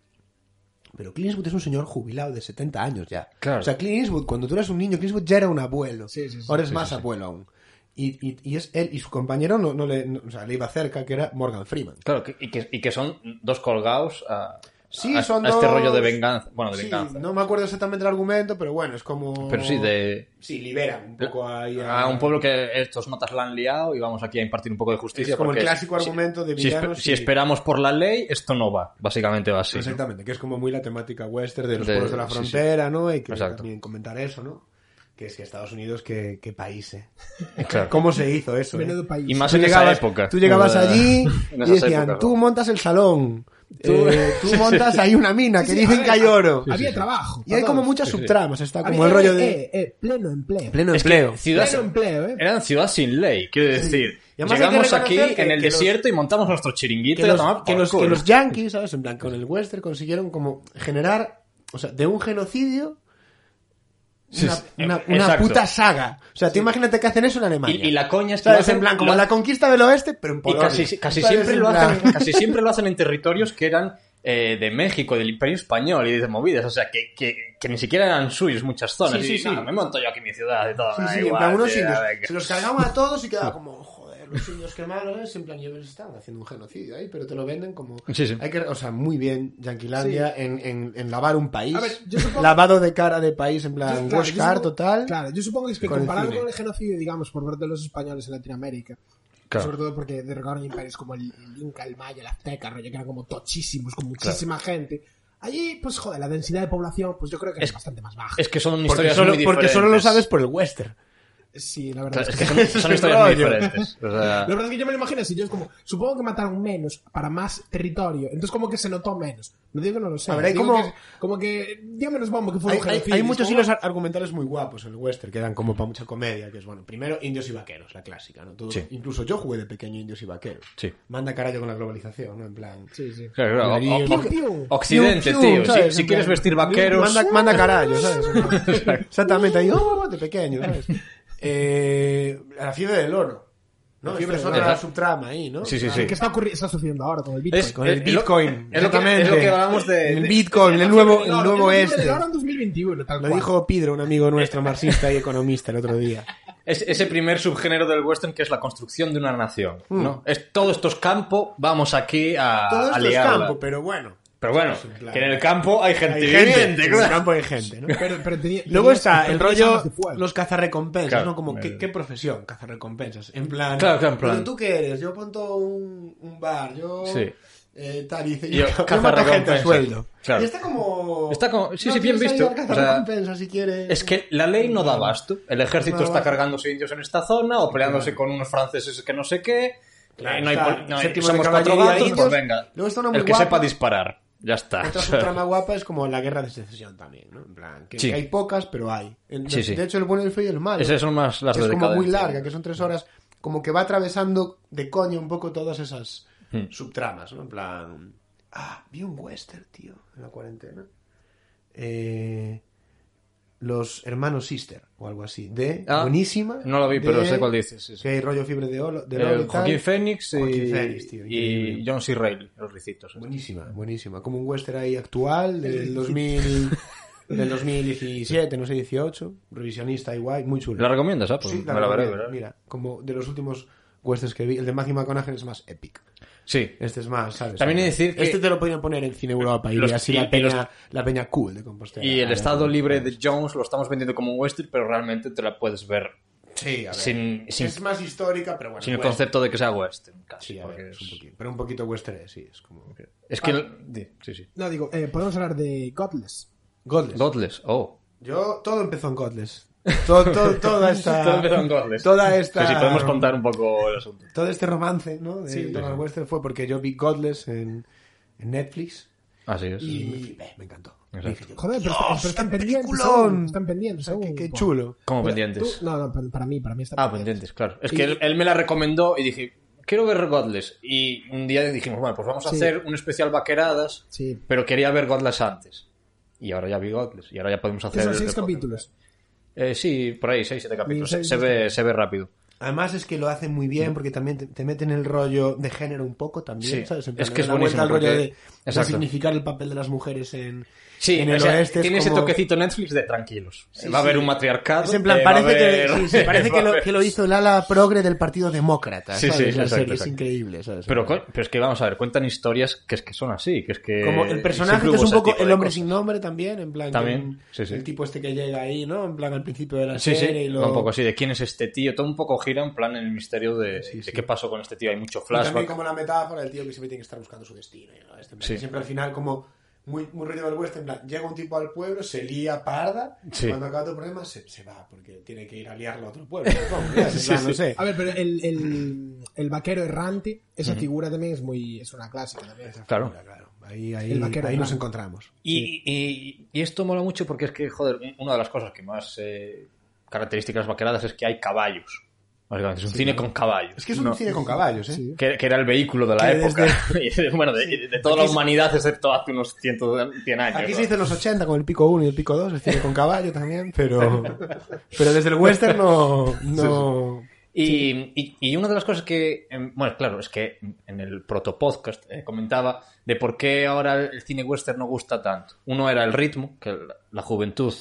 Speaker 3: pero Clint Eastwood es un señor jubilado de 70 años ya.
Speaker 2: Claro.
Speaker 3: O sea, Clint Eastwood, cuando tú eras un niño, Clint Eastwood ya era un abuelo.
Speaker 1: Sí, sí, sí.
Speaker 3: Ahora es más abuelo aún. Y, y- y es él y su compañero, no, no le, no- o sea, le iba cerca, que era Morgan Freeman.
Speaker 2: Claro, que- y que, y que son dos colgados a,
Speaker 3: Sí,
Speaker 2: a-
Speaker 3: son
Speaker 2: a este
Speaker 3: dos-
Speaker 2: rollo de venganza. Bueno, de
Speaker 3: Sí,
Speaker 2: venganza.
Speaker 3: no me acuerdo exactamente el argumento, pero bueno, es como...
Speaker 2: Pero sí, de.
Speaker 3: Sí, liberan un poco ahí a...
Speaker 2: A un pueblo que estos notas la han liado y vamos aquí a impartir un poco de justicia.
Speaker 3: Es como el
Speaker 2: porque
Speaker 3: clásico argumento de
Speaker 2: si, espe-
Speaker 3: villanos Pues
Speaker 2: si
Speaker 3: y-
Speaker 2: esperamos por la ley, esto no va. Básicamente va así. ¿no?
Speaker 3: Exactamente, que es como muy la temática western de los
Speaker 2: De-
Speaker 3: pueblos de la
Speaker 2: sí,
Speaker 3: frontera, ¿no? Hay que
Speaker 2: Exacto.
Speaker 3: también comentar eso, ¿no? Que es que Estados Unidos, qué, qué país, ¿eh?
Speaker 2: [laughs] Claro.
Speaker 3: ¿Cómo se hizo eso? eh?
Speaker 1: Menudo país.
Speaker 2: Y más
Speaker 3: Tú
Speaker 2: en
Speaker 3: llegabas,
Speaker 2: esa época.
Speaker 3: tú llegabas
Speaker 2: Eh,
Speaker 3: allí
Speaker 2: [laughs] en
Speaker 3: y
Speaker 2: esas
Speaker 3: decían,
Speaker 2: épocas,
Speaker 3: tú
Speaker 2: ¿no?
Speaker 3: montas el salón, eh,
Speaker 2: [laughs]
Speaker 3: tú montas ahí una mina que
Speaker 1: Sí, sí,
Speaker 3: dicen
Speaker 1: a ver,
Speaker 3: que hay
Speaker 1: a-
Speaker 3: oro.
Speaker 1: había trabajo.
Speaker 3: Y hay
Speaker 1: para
Speaker 3: como
Speaker 1: todos.
Speaker 3: muchas subtramas, está
Speaker 1: Había-
Speaker 3: como el rollo
Speaker 1: eh,
Speaker 3: de...
Speaker 1: eh, eh, pleno empleo.
Speaker 3: pleno
Speaker 2: Es que
Speaker 3: empleo.
Speaker 2: ciudad-
Speaker 1: Pleno empleo, ¿eh?
Speaker 2: Eran ciudad sin ley, quiero decir.
Speaker 3: Y además hay que
Speaker 2: Llegamos aquí
Speaker 3: reconocer que-
Speaker 2: en el
Speaker 3: que los-
Speaker 2: desierto y montamos nuestro chiringuito
Speaker 3: que
Speaker 2: y a
Speaker 3: los,
Speaker 2: tomar
Speaker 3: que
Speaker 2: por
Speaker 3: los- que
Speaker 2: culo.
Speaker 3: los yankees, ¿sabes? En plan, con el western consiguieron como generar, o sea, de un genocidio,
Speaker 2: Sí,
Speaker 3: una,
Speaker 2: sí.
Speaker 3: una-
Speaker 2: Eh,
Speaker 3: una
Speaker 2: exacto.
Speaker 3: puta saga. O sea, tú imagínate que hacen eso en Alemania.
Speaker 2: Y- y la coña es que lo
Speaker 3: ¿Sabes?
Speaker 2: hacen-
Speaker 3: En plan, como
Speaker 2: lo-
Speaker 3: la conquista del oeste, pero en
Speaker 2: Y
Speaker 3: Polonia.
Speaker 2: casi, casi
Speaker 3: ¿Sabes?
Speaker 2: siempre
Speaker 3: En
Speaker 2: lo
Speaker 3: plan- [laughs]
Speaker 2: hacen, casi siempre lo hacen en territorios que eran eh, de México, del Imperio Español y de movidas. O sea, que, que, que ni siquiera eran suyos muchas zonas.
Speaker 3: Sí, sí,
Speaker 2: Y,
Speaker 3: sí.
Speaker 2: "Nah, me monto yo aquí mi ciudad y todo.
Speaker 3: Sí,
Speaker 2: da
Speaker 3: sí, en
Speaker 2: igual,
Speaker 3: plan, unos
Speaker 2: sí,
Speaker 3: indios.
Speaker 2: a ver qué".
Speaker 3: Se los cargaban a todos y quedaba como, joder, los indios qué malos, ¿eh? en plan, ellos están haciendo un genocidio ahí, pero te lo venden como...
Speaker 2: Sí, sí.
Speaker 3: Hay que, o sea, muy bien, Yanquilandia, en, en, en lavar un país.
Speaker 1: A ver, yo supongo-
Speaker 3: Lavado de cara de país, en
Speaker 1: Yo-
Speaker 3: plan,
Speaker 1: claro,
Speaker 3: wash
Speaker 1: yo
Speaker 3: car
Speaker 1: supongo-
Speaker 3: total.
Speaker 1: Claro, yo supongo que es que
Speaker 3: con el
Speaker 1: comparado
Speaker 3: cine.
Speaker 1: con el genocidio, digamos, por ver de los españoles en Latinoamérica,
Speaker 2: Claro.
Speaker 1: sobre todo porque derrocaron imperios como el, el Inca, el Maya, el Azteca, rollo, que eran como tochísimos, con muchísima gente. Allí, pues joder, la densidad de población, pues yo creo que es,
Speaker 2: Es-
Speaker 1: bastante más baja.
Speaker 2: Es que son
Speaker 3: Porque
Speaker 2: historias
Speaker 3: solo,
Speaker 2: muy
Speaker 3: porque
Speaker 2: diferentes.
Speaker 3: solo lo sabes por el western.
Speaker 1: Sí, la verdad.
Speaker 2: Claro, Es
Speaker 1: es
Speaker 2: que
Speaker 1: que...
Speaker 3: [laughs]
Speaker 2: son, son historias muy
Speaker 3: Rollo.
Speaker 2: diferentes. O sea,
Speaker 1: La verdad es que yo me lo imagino así, yo es como, supongo que mataron menos para más territorio, entonces como que se notó menos. No digo que no lo sé.
Speaker 3: A ver, hay
Speaker 1: digo
Speaker 3: como-
Speaker 1: que- como que dio menos bombo que fue
Speaker 3: Hay,
Speaker 1: un
Speaker 3: hay-
Speaker 1: genocidio.
Speaker 3: hay
Speaker 1: es
Speaker 3: muchos
Speaker 1: como-
Speaker 3: hilos ar- argumentales muy guapos en el western, que dan como para mucha comedia, que es bueno. Primero, indios y vaqueros, la clásica, ¿no? Todo-
Speaker 2: Sí.
Speaker 3: Incluso yo jugué de pequeño indios y vaqueros.
Speaker 2: Sí.
Speaker 3: Manda carallo con la globalización, ¿no? En plan...
Speaker 1: Sí, sí.
Speaker 2: claro, claro, o-
Speaker 3: Piu,
Speaker 2: o-
Speaker 1: piu.
Speaker 2: Occidente,
Speaker 3: Pium, pium,
Speaker 2: tío. Si,
Speaker 3: ¿sabes?
Speaker 2: si
Speaker 3: En
Speaker 2: quieres
Speaker 3: plan,
Speaker 2: vestir vaqueros.
Speaker 3: Manda, manda carallo, [laughs] ¿sabes? Exactamente, ahí, oh, de pequeño, ¿sabes? Eh, la fiebre del oro. ¿no?
Speaker 1: La
Speaker 3: Esto
Speaker 1: fiebre
Speaker 3: es
Speaker 1: del
Speaker 3: otra
Speaker 2: oro.
Speaker 3: subtrama ahí, ¿no?
Speaker 2: Sí, sí, sí. Eh,
Speaker 1: ¿Qué está, ocurri- está sucediendo ahora con el Bitcoin?
Speaker 2: Es-
Speaker 3: Con el
Speaker 2: lo-
Speaker 3: Bitcoin,
Speaker 2: es lo que-
Speaker 3: exactamente.
Speaker 2: es lo que hablábamos de-
Speaker 3: El
Speaker 2: de-
Speaker 3: Bitcoin, el nuevo, el nuevo este.
Speaker 1: Ahora en 2021, tal
Speaker 3: Lo
Speaker 1: cual.
Speaker 3: dijo Pedro, un amigo nuestro marxista y economista el otro
Speaker 2: [laughs]
Speaker 3: día.
Speaker 2: Es ese primer subgénero del western que es la construcción de una nación. ¿no? Es, todo esto es campo, vamos aquí a,
Speaker 3: Mm. Todo
Speaker 2: a
Speaker 3: esto es
Speaker 2: liarla.
Speaker 3: campo, pero bueno.
Speaker 2: Pero bueno,
Speaker 3: claro.
Speaker 2: que en el campo hay gente
Speaker 3: Hay gente,
Speaker 2: viviente,
Speaker 3: en el
Speaker 2: claro.
Speaker 3: campo hay
Speaker 2: [laughs]
Speaker 3: gente, ¿no?
Speaker 1: Pero, pero tenía-
Speaker 3: Luego
Speaker 1: tenía-
Speaker 3: está el
Speaker 1: tenía
Speaker 3: rollo
Speaker 1: armas de fuego.
Speaker 3: los cazarrecompensas,
Speaker 2: Claro.
Speaker 3: ¿no? Como, ¿qué, qué profesión cazarrecompensas? En plan,
Speaker 2: Claro, claro, en plan.
Speaker 3: ¿pero tú qué eres? Yo pongo un, un bar, yo...
Speaker 2: Sí.
Speaker 3: eh, tal, y dice,
Speaker 2: Yo
Speaker 3: yo, yo mato
Speaker 2: cazarrecompensas.
Speaker 3: gente a sueldo.
Speaker 2: Claro.
Speaker 3: Y está como...
Speaker 2: Está como- sí,
Speaker 3: no
Speaker 2: sí, bien
Speaker 3: quieres
Speaker 2: visto.
Speaker 3: ayudar a cazarrecompensas si quieres.
Speaker 2: Es que la ley no da abasto. El ejército
Speaker 3: No da
Speaker 2: está
Speaker 3: abasto.
Speaker 2: cargándose indios en esta zona o peleándose con unos franceses que no sé qué.
Speaker 3: Claro,
Speaker 2: Eh, no hay
Speaker 3: está
Speaker 2: pol- no hay-
Speaker 3: séptimo de
Speaker 2: somos cuatro
Speaker 3: caballería,
Speaker 2: gatos,
Speaker 3: indios.
Speaker 2: pues venga.
Speaker 3: Luego está una muy
Speaker 2: el que
Speaker 3: guapa.
Speaker 2: sepa disparar. Ya está. [laughs]
Speaker 3: Otra subtrama guapa es como la guerra de secesión también, ¿no? En plan, que,
Speaker 2: Sí.
Speaker 3: que hay pocas, pero hay. En-
Speaker 2: Sí, sí.
Speaker 3: De hecho, el bueno, el feo y el malo.
Speaker 2: Esas son más las
Speaker 3: que
Speaker 2: de
Speaker 3: es como muy
Speaker 2: decadencia.
Speaker 3: larga, que son tres horas, como que va atravesando de coña un poco todas esas
Speaker 2: Hmm.
Speaker 3: subtramas, ¿no? En plan, ah, vi un western, tío, en la cuarentena. Eh, los hermanos Sister, o algo así, de
Speaker 2: Ah,
Speaker 3: buenísima.
Speaker 2: No lo vi, pero
Speaker 3: de-
Speaker 2: sé cuál dices. sí, sí.
Speaker 3: Que hay rollo fiebre de oro. De
Speaker 2: Eh,
Speaker 3: oro y tal.
Speaker 2: Joaquín Fénix y,
Speaker 3: Joaquín Phoenix, tío,
Speaker 2: y
Speaker 3: increíble.
Speaker 2: John C. Reilly, los ricitos.
Speaker 3: Buenísima, buenísima. Como un western ahí actual del
Speaker 2: [laughs]
Speaker 3: 2000, del 2017, no sé, 18. Revisionista igual, muy chulo.
Speaker 2: ¿La recomiendas? Ah, pues
Speaker 3: Sí, la
Speaker 2: me la veré,
Speaker 3: recomiendo.
Speaker 2: veré.
Speaker 3: Mira, como de los últimos westerns que vi, el de Matthew McConaughey es más épico.
Speaker 2: Sí.
Speaker 3: Este es más, ¿sabes?
Speaker 2: También he de decir que-
Speaker 3: Este te lo podrían poner en Cine Europa y
Speaker 2: Los-
Speaker 3: así
Speaker 2: y-
Speaker 3: la,
Speaker 2: y
Speaker 3: peña,
Speaker 2: los-
Speaker 3: la peña cool de Compostela. ¿eh?
Speaker 2: Y el
Speaker 3: ¿sabes?
Speaker 2: estado libre de Jones lo estamos vendiendo como un western, pero realmente te la puedes ver
Speaker 3: Sí, a ver.
Speaker 2: sin, sin,
Speaker 3: Es más histórica, pero bueno.
Speaker 2: sin el
Speaker 3: western.
Speaker 2: concepto de que sea western. Casi,
Speaker 3: Sí, a
Speaker 2: porque
Speaker 3: ver, es
Speaker 2: es-
Speaker 3: un poquito- pero un poquito western, es, sí. Es como...
Speaker 2: es que... di, Sí, sí.
Speaker 1: No, digo, eh, podemos hablar de Godless.
Speaker 3: Godless.
Speaker 2: Godless, oh.
Speaker 3: Yo, todo empezó en Godless. Todo,
Speaker 2: [laughs]
Speaker 3: todo- toda esta...
Speaker 2: Todo empezó en Godless.
Speaker 3: Toda esta...
Speaker 2: Pero si podemos contar un poco el asunto.
Speaker 3: Todo este romance, ¿no? De Donald Western fue porque yo vi Godless en, en Netflix
Speaker 2: Así es.
Speaker 3: y me flipé, me encantó.
Speaker 2: exacto.
Speaker 1: Joder, pero, está-
Speaker 3: Dios,
Speaker 1: pero están
Speaker 3: qué
Speaker 1: pendientes.
Speaker 3: ¡Oh, peliculón.
Speaker 1: aún, Están pendientes.
Speaker 3: Qué,
Speaker 1: aún,
Speaker 3: qué
Speaker 1: po.
Speaker 3: chulo.
Speaker 2: Como
Speaker 1: Mira,
Speaker 2: pendientes.
Speaker 1: tú- no, no, pa- para mí, para mí está
Speaker 2: Ah, pendientes, claro. Es que él, él me la recomendó y dije, quiero ver Godless. Y un día dijimos, bueno, pues vamos a
Speaker 1: Sí.
Speaker 2: hacer un especial vaqueradas,
Speaker 1: Sí.
Speaker 2: pero quería ver Godless antes. Y ahora ya vi Godless, y ahora ya podemos hacer...
Speaker 1: Esos
Speaker 2: el-
Speaker 1: seis
Speaker 2: el-
Speaker 1: capítulos.
Speaker 2: Eh, sí, por ahí, seis, siete capítulos.
Speaker 1: seis,
Speaker 2: se,
Speaker 1: seis,
Speaker 2: ve, se ve rápido.
Speaker 3: Además es que lo hacen muy bien porque también te, te meten el rollo de género un poco también,
Speaker 2: Sí.
Speaker 3: ¿sabes? En
Speaker 2: Es
Speaker 3: plan,
Speaker 2: que es
Speaker 3: le dan la vuelta al
Speaker 2: buenísimo,
Speaker 3: rollo
Speaker 2: porque-
Speaker 3: de- de,
Speaker 2: Exacto.
Speaker 3: significar el papel de las mujeres en,
Speaker 2: Sí,
Speaker 3: en el
Speaker 2: o sea,
Speaker 3: oeste. es
Speaker 2: tiene ese
Speaker 3: como-
Speaker 2: toquecito Netflix de tranquilos.
Speaker 3: Sí,
Speaker 2: va a haber
Speaker 3: sí.
Speaker 2: un matriarcado.
Speaker 3: Es en plan,
Speaker 2: eh, va a
Speaker 3: parece,
Speaker 2: haber-
Speaker 3: [laughs] que, sí, sí,
Speaker 2: [laughs]
Speaker 3: parece
Speaker 2: va a
Speaker 3: que, lo,
Speaker 2: haber-
Speaker 3: que lo hizo el ala progre del Partido Demócrata.
Speaker 2: Sí,
Speaker 3: ¿sabes?
Speaker 2: sí,
Speaker 3: La
Speaker 2: exacto,
Speaker 3: serie es
Speaker 2: exacto.
Speaker 3: increíble, ¿sabes? Eh,
Speaker 2: Pero, co- pero es que vamos a ver, cuentan historias que es que son así, que es que...
Speaker 3: como el personaje
Speaker 2: siempre
Speaker 3: que es
Speaker 2: hubo
Speaker 3: un
Speaker 2: ese
Speaker 3: poco
Speaker 2: tipo
Speaker 3: el
Speaker 2: de
Speaker 3: hombre
Speaker 2: cosas.
Speaker 3: sin nombre también, en plan.
Speaker 2: También,
Speaker 3: que
Speaker 2: sí, sí.
Speaker 3: El tipo este que llega ahí, ¿no? En plan al principio de la
Speaker 2: Sí,
Speaker 3: serie
Speaker 2: sí,
Speaker 3: y lo...
Speaker 2: va un poco así, de quién es este tío, todo un poco gira en plan en el misterio de, de
Speaker 3: sí.
Speaker 2: qué pasó con este tío, hay mucho
Speaker 3: Y también
Speaker 2: flashback.
Speaker 3: como la metáfora del tío que siempre tiene que estar buscando su destino. ¿no? Este, en plan,
Speaker 2: Sí.
Speaker 3: que Siempre al final, como muy, muy rollo del western, en plan, llega un tipo al pueblo, se lía parda,
Speaker 2: Sí.
Speaker 3: y cuando acaba todo el problema se, se va, porque tiene que ir a liarlo a otro pueblo. supongo, ¿no? [laughs] En plan, no sé.
Speaker 1: A ver, pero el, el, el vaquero errante, esa figura también es muy. Es una clásica también.
Speaker 2: Claro.
Speaker 3: Ahí, ahí,
Speaker 1: El vaquero
Speaker 3: ahí nos
Speaker 1: blanco.
Speaker 3: encontramos.
Speaker 2: Y, y- y esto mola mucho porque es que, joder, un- una de las cosas que más eh, características vaqueradas es que hay caballos. Básicamente, es un cine con caballos.
Speaker 3: Es que es un
Speaker 2: No.
Speaker 3: cine con caballos, ¿eh?
Speaker 1: Sí.
Speaker 2: que, que era el vehículo de la
Speaker 3: Que
Speaker 2: época. [laughs] Y de- bueno, de, de toda la
Speaker 3: Aquí se-
Speaker 2: humanidad, excepto hace unos 100, 100 años.
Speaker 3: Aquí
Speaker 2: ¿no?
Speaker 3: se dice los 80 con el pico 1 y el pico 2, el cine con caballo también,
Speaker 2: [laughs]
Speaker 3: pero, pero desde el western no... no...
Speaker 2: Y, y- y una de las cosas que, em, bueno, claro, es que en el protopodcast eh, comentaba de por qué ahora el cine western no gusta tanto. Uno era el ritmo, que la- la juventud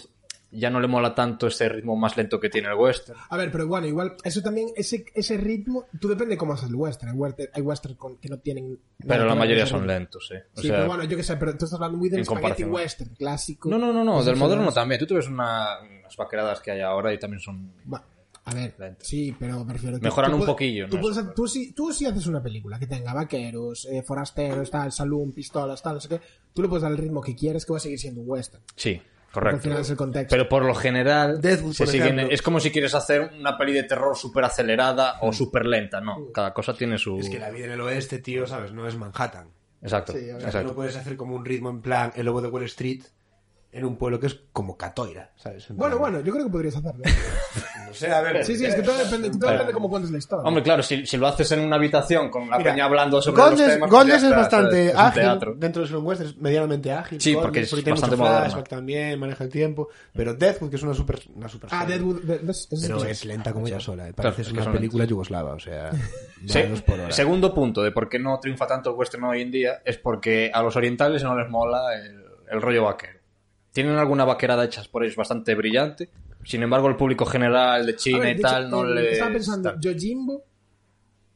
Speaker 2: ya no le mola tanto ese ritmo más lento que tiene el western.
Speaker 1: A ver, pero bueno, igual, eso también, ese, ese ritmo, tú depende cómo haces el western. Hay western, hay western con- que no tienen. nada
Speaker 2: Pero
Speaker 1: que
Speaker 2: la
Speaker 1: ver
Speaker 2: mayoría
Speaker 1: con ese
Speaker 2: son
Speaker 1: ritmo.
Speaker 2: lentos, eh. O
Speaker 1: Sí,
Speaker 2: sea,
Speaker 1: pero bueno, yo qué sé, pero tú estás hablando muy del
Speaker 2: en
Speaker 1: spaghetti
Speaker 2: comparación.
Speaker 1: western, clásico. Pues
Speaker 2: no, no, no, no,
Speaker 1: Esas
Speaker 2: del moderno
Speaker 1: cosas.
Speaker 2: también. Tú te ves una- unas vaqueradas que hay ahora y también son
Speaker 1: Va, a ver,
Speaker 2: Lento.
Speaker 1: sí, pero prefiero.
Speaker 2: Mejoran un
Speaker 1: puedes-
Speaker 2: poquillo,
Speaker 1: Tú,
Speaker 2: ¿no?
Speaker 1: puedes- tú, sí, tú sí haces una película que tenga vaqueros, eh, forasteros, tal, salón, pistolas, tal, no sé qué. Tú le puedes dar el ritmo que quieres, que va a seguir siendo un western.
Speaker 2: Sí,
Speaker 1: Porque
Speaker 2: correcto.
Speaker 1: al final es el contexto.
Speaker 2: Pero por lo general,
Speaker 3: Deathwood,
Speaker 2: se
Speaker 3: por
Speaker 2: siguen-
Speaker 3: ejemplo.
Speaker 2: es como si quieres hacer una peli de terror súper acelerada o súper lenta, ¿no? Cada cosa tiene su...
Speaker 3: Mm. Es que la vida en el oeste, tío, ¿sabes? No es Manhattan.
Speaker 2: Exacto,
Speaker 1: Sí, a ver,
Speaker 3: O sea, que no
Speaker 2: exacto.
Speaker 3: puedes hacer como un ritmo en plan el lobo de Wall Street en un pueblo que es como Catoira, ¿sabes? En
Speaker 1: Bueno,
Speaker 3: plan,
Speaker 1: bueno, yo creo que podrías hacerlo.
Speaker 2: [laughs]
Speaker 3: No sé, a ver.
Speaker 1: Sí, sí, es que todo depende, todo depende de cómo cuentes la historia.
Speaker 2: Hombre, claro, si, si lo haces en una habitación con la
Speaker 3: Mira,
Speaker 2: peña hablando sobre los
Speaker 3: Gondes,
Speaker 2: temas... pues
Speaker 3: Gondes
Speaker 2: ya
Speaker 3: es
Speaker 2: está,
Speaker 3: bastante
Speaker 2: ¿sabes? Es un
Speaker 3: ágil
Speaker 2: teatro.
Speaker 3: dentro de los westerns, es medianamente ágil.
Speaker 2: Sí, porque es
Speaker 3: tiene
Speaker 2: bastante
Speaker 3: mucho flashback
Speaker 2: moderno.
Speaker 3: también, maneja el tiempo. Pero Deathwood, que es una super. Una super
Speaker 1: Ah,
Speaker 3: serie,
Speaker 1: Deadwood. de- ves, eso sí
Speaker 3: Pero
Speaker 1: que-
Speaker 3: es lenta como ella sola. eh,
Speaker 2: Claro,
Speaker 3: Parece
Speaker 2: es que
Speaker 3: una
Speaker 2: son
Speaker 3: película yugoslava, o sea.
Speaker 2: Se-
Speaker 3: dos por hora.
Speaker 2: segundo punto de por qué no triunfa tanto el western hoy en día es porque a los orientales no les mola el, el rollo vaquero. Tienen alguna vaquerada hechas por ellos bastante brillante, sin embargo el público general de
Speaker 1: A
Speaker 2: China
Speaker 1: ver,
Speaker 2: y
Speaker 1: de hecho,
Speaker 2: tal no
Speaker 1: eh,
Speaker 2: le...
Speaker 1: Estaba pensando, Yojimbo.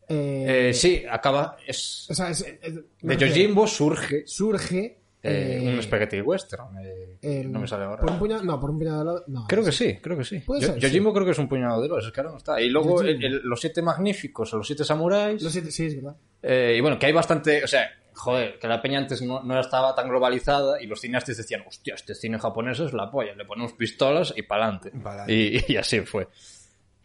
Speaker 1: Eh,
Speaker 2: Eh, sí, acaba. Es,
Speaker 1: o sea, es- es- me
Speaker 2: de
Speaker 1: refiero,
Speaker 2: Yojimbo surge
Speaker 1: Surge.
Speaker 2: eh,
Speaker 1: eh,
Speaker 2: un spaghetti western. eh,
Speaker 1: el-
Speaker 2: no me sale ahora.
Speaker 1: Por un puñado, no, por un puñado de lado. No,
Speaker 2: Creo que sí, creo que sí.
Speaker 1: Puede
Speaker 2: Yo-
Speaker 1: ser,
Speaker 2: Yojimbo creo que es un puñado de los, es que ahora no está. Y luego
Speaker 1: Yojimbo.
Speaker 2: el- el- los siete magníficos, o los siete samuráis.
Speaker 1: Los siete, sí, es verdad.
Speaker 2: eh, y bueno, que hay bastante. O sea, joder, que la peña antes no, no estaba tan globalizada y los cineastas decían, hostia, este cine japonés es la polla, le ponemos pistolas y pa'lante.
Speaker 3: Pa'lante.
Speaker 2: Y, y así fue.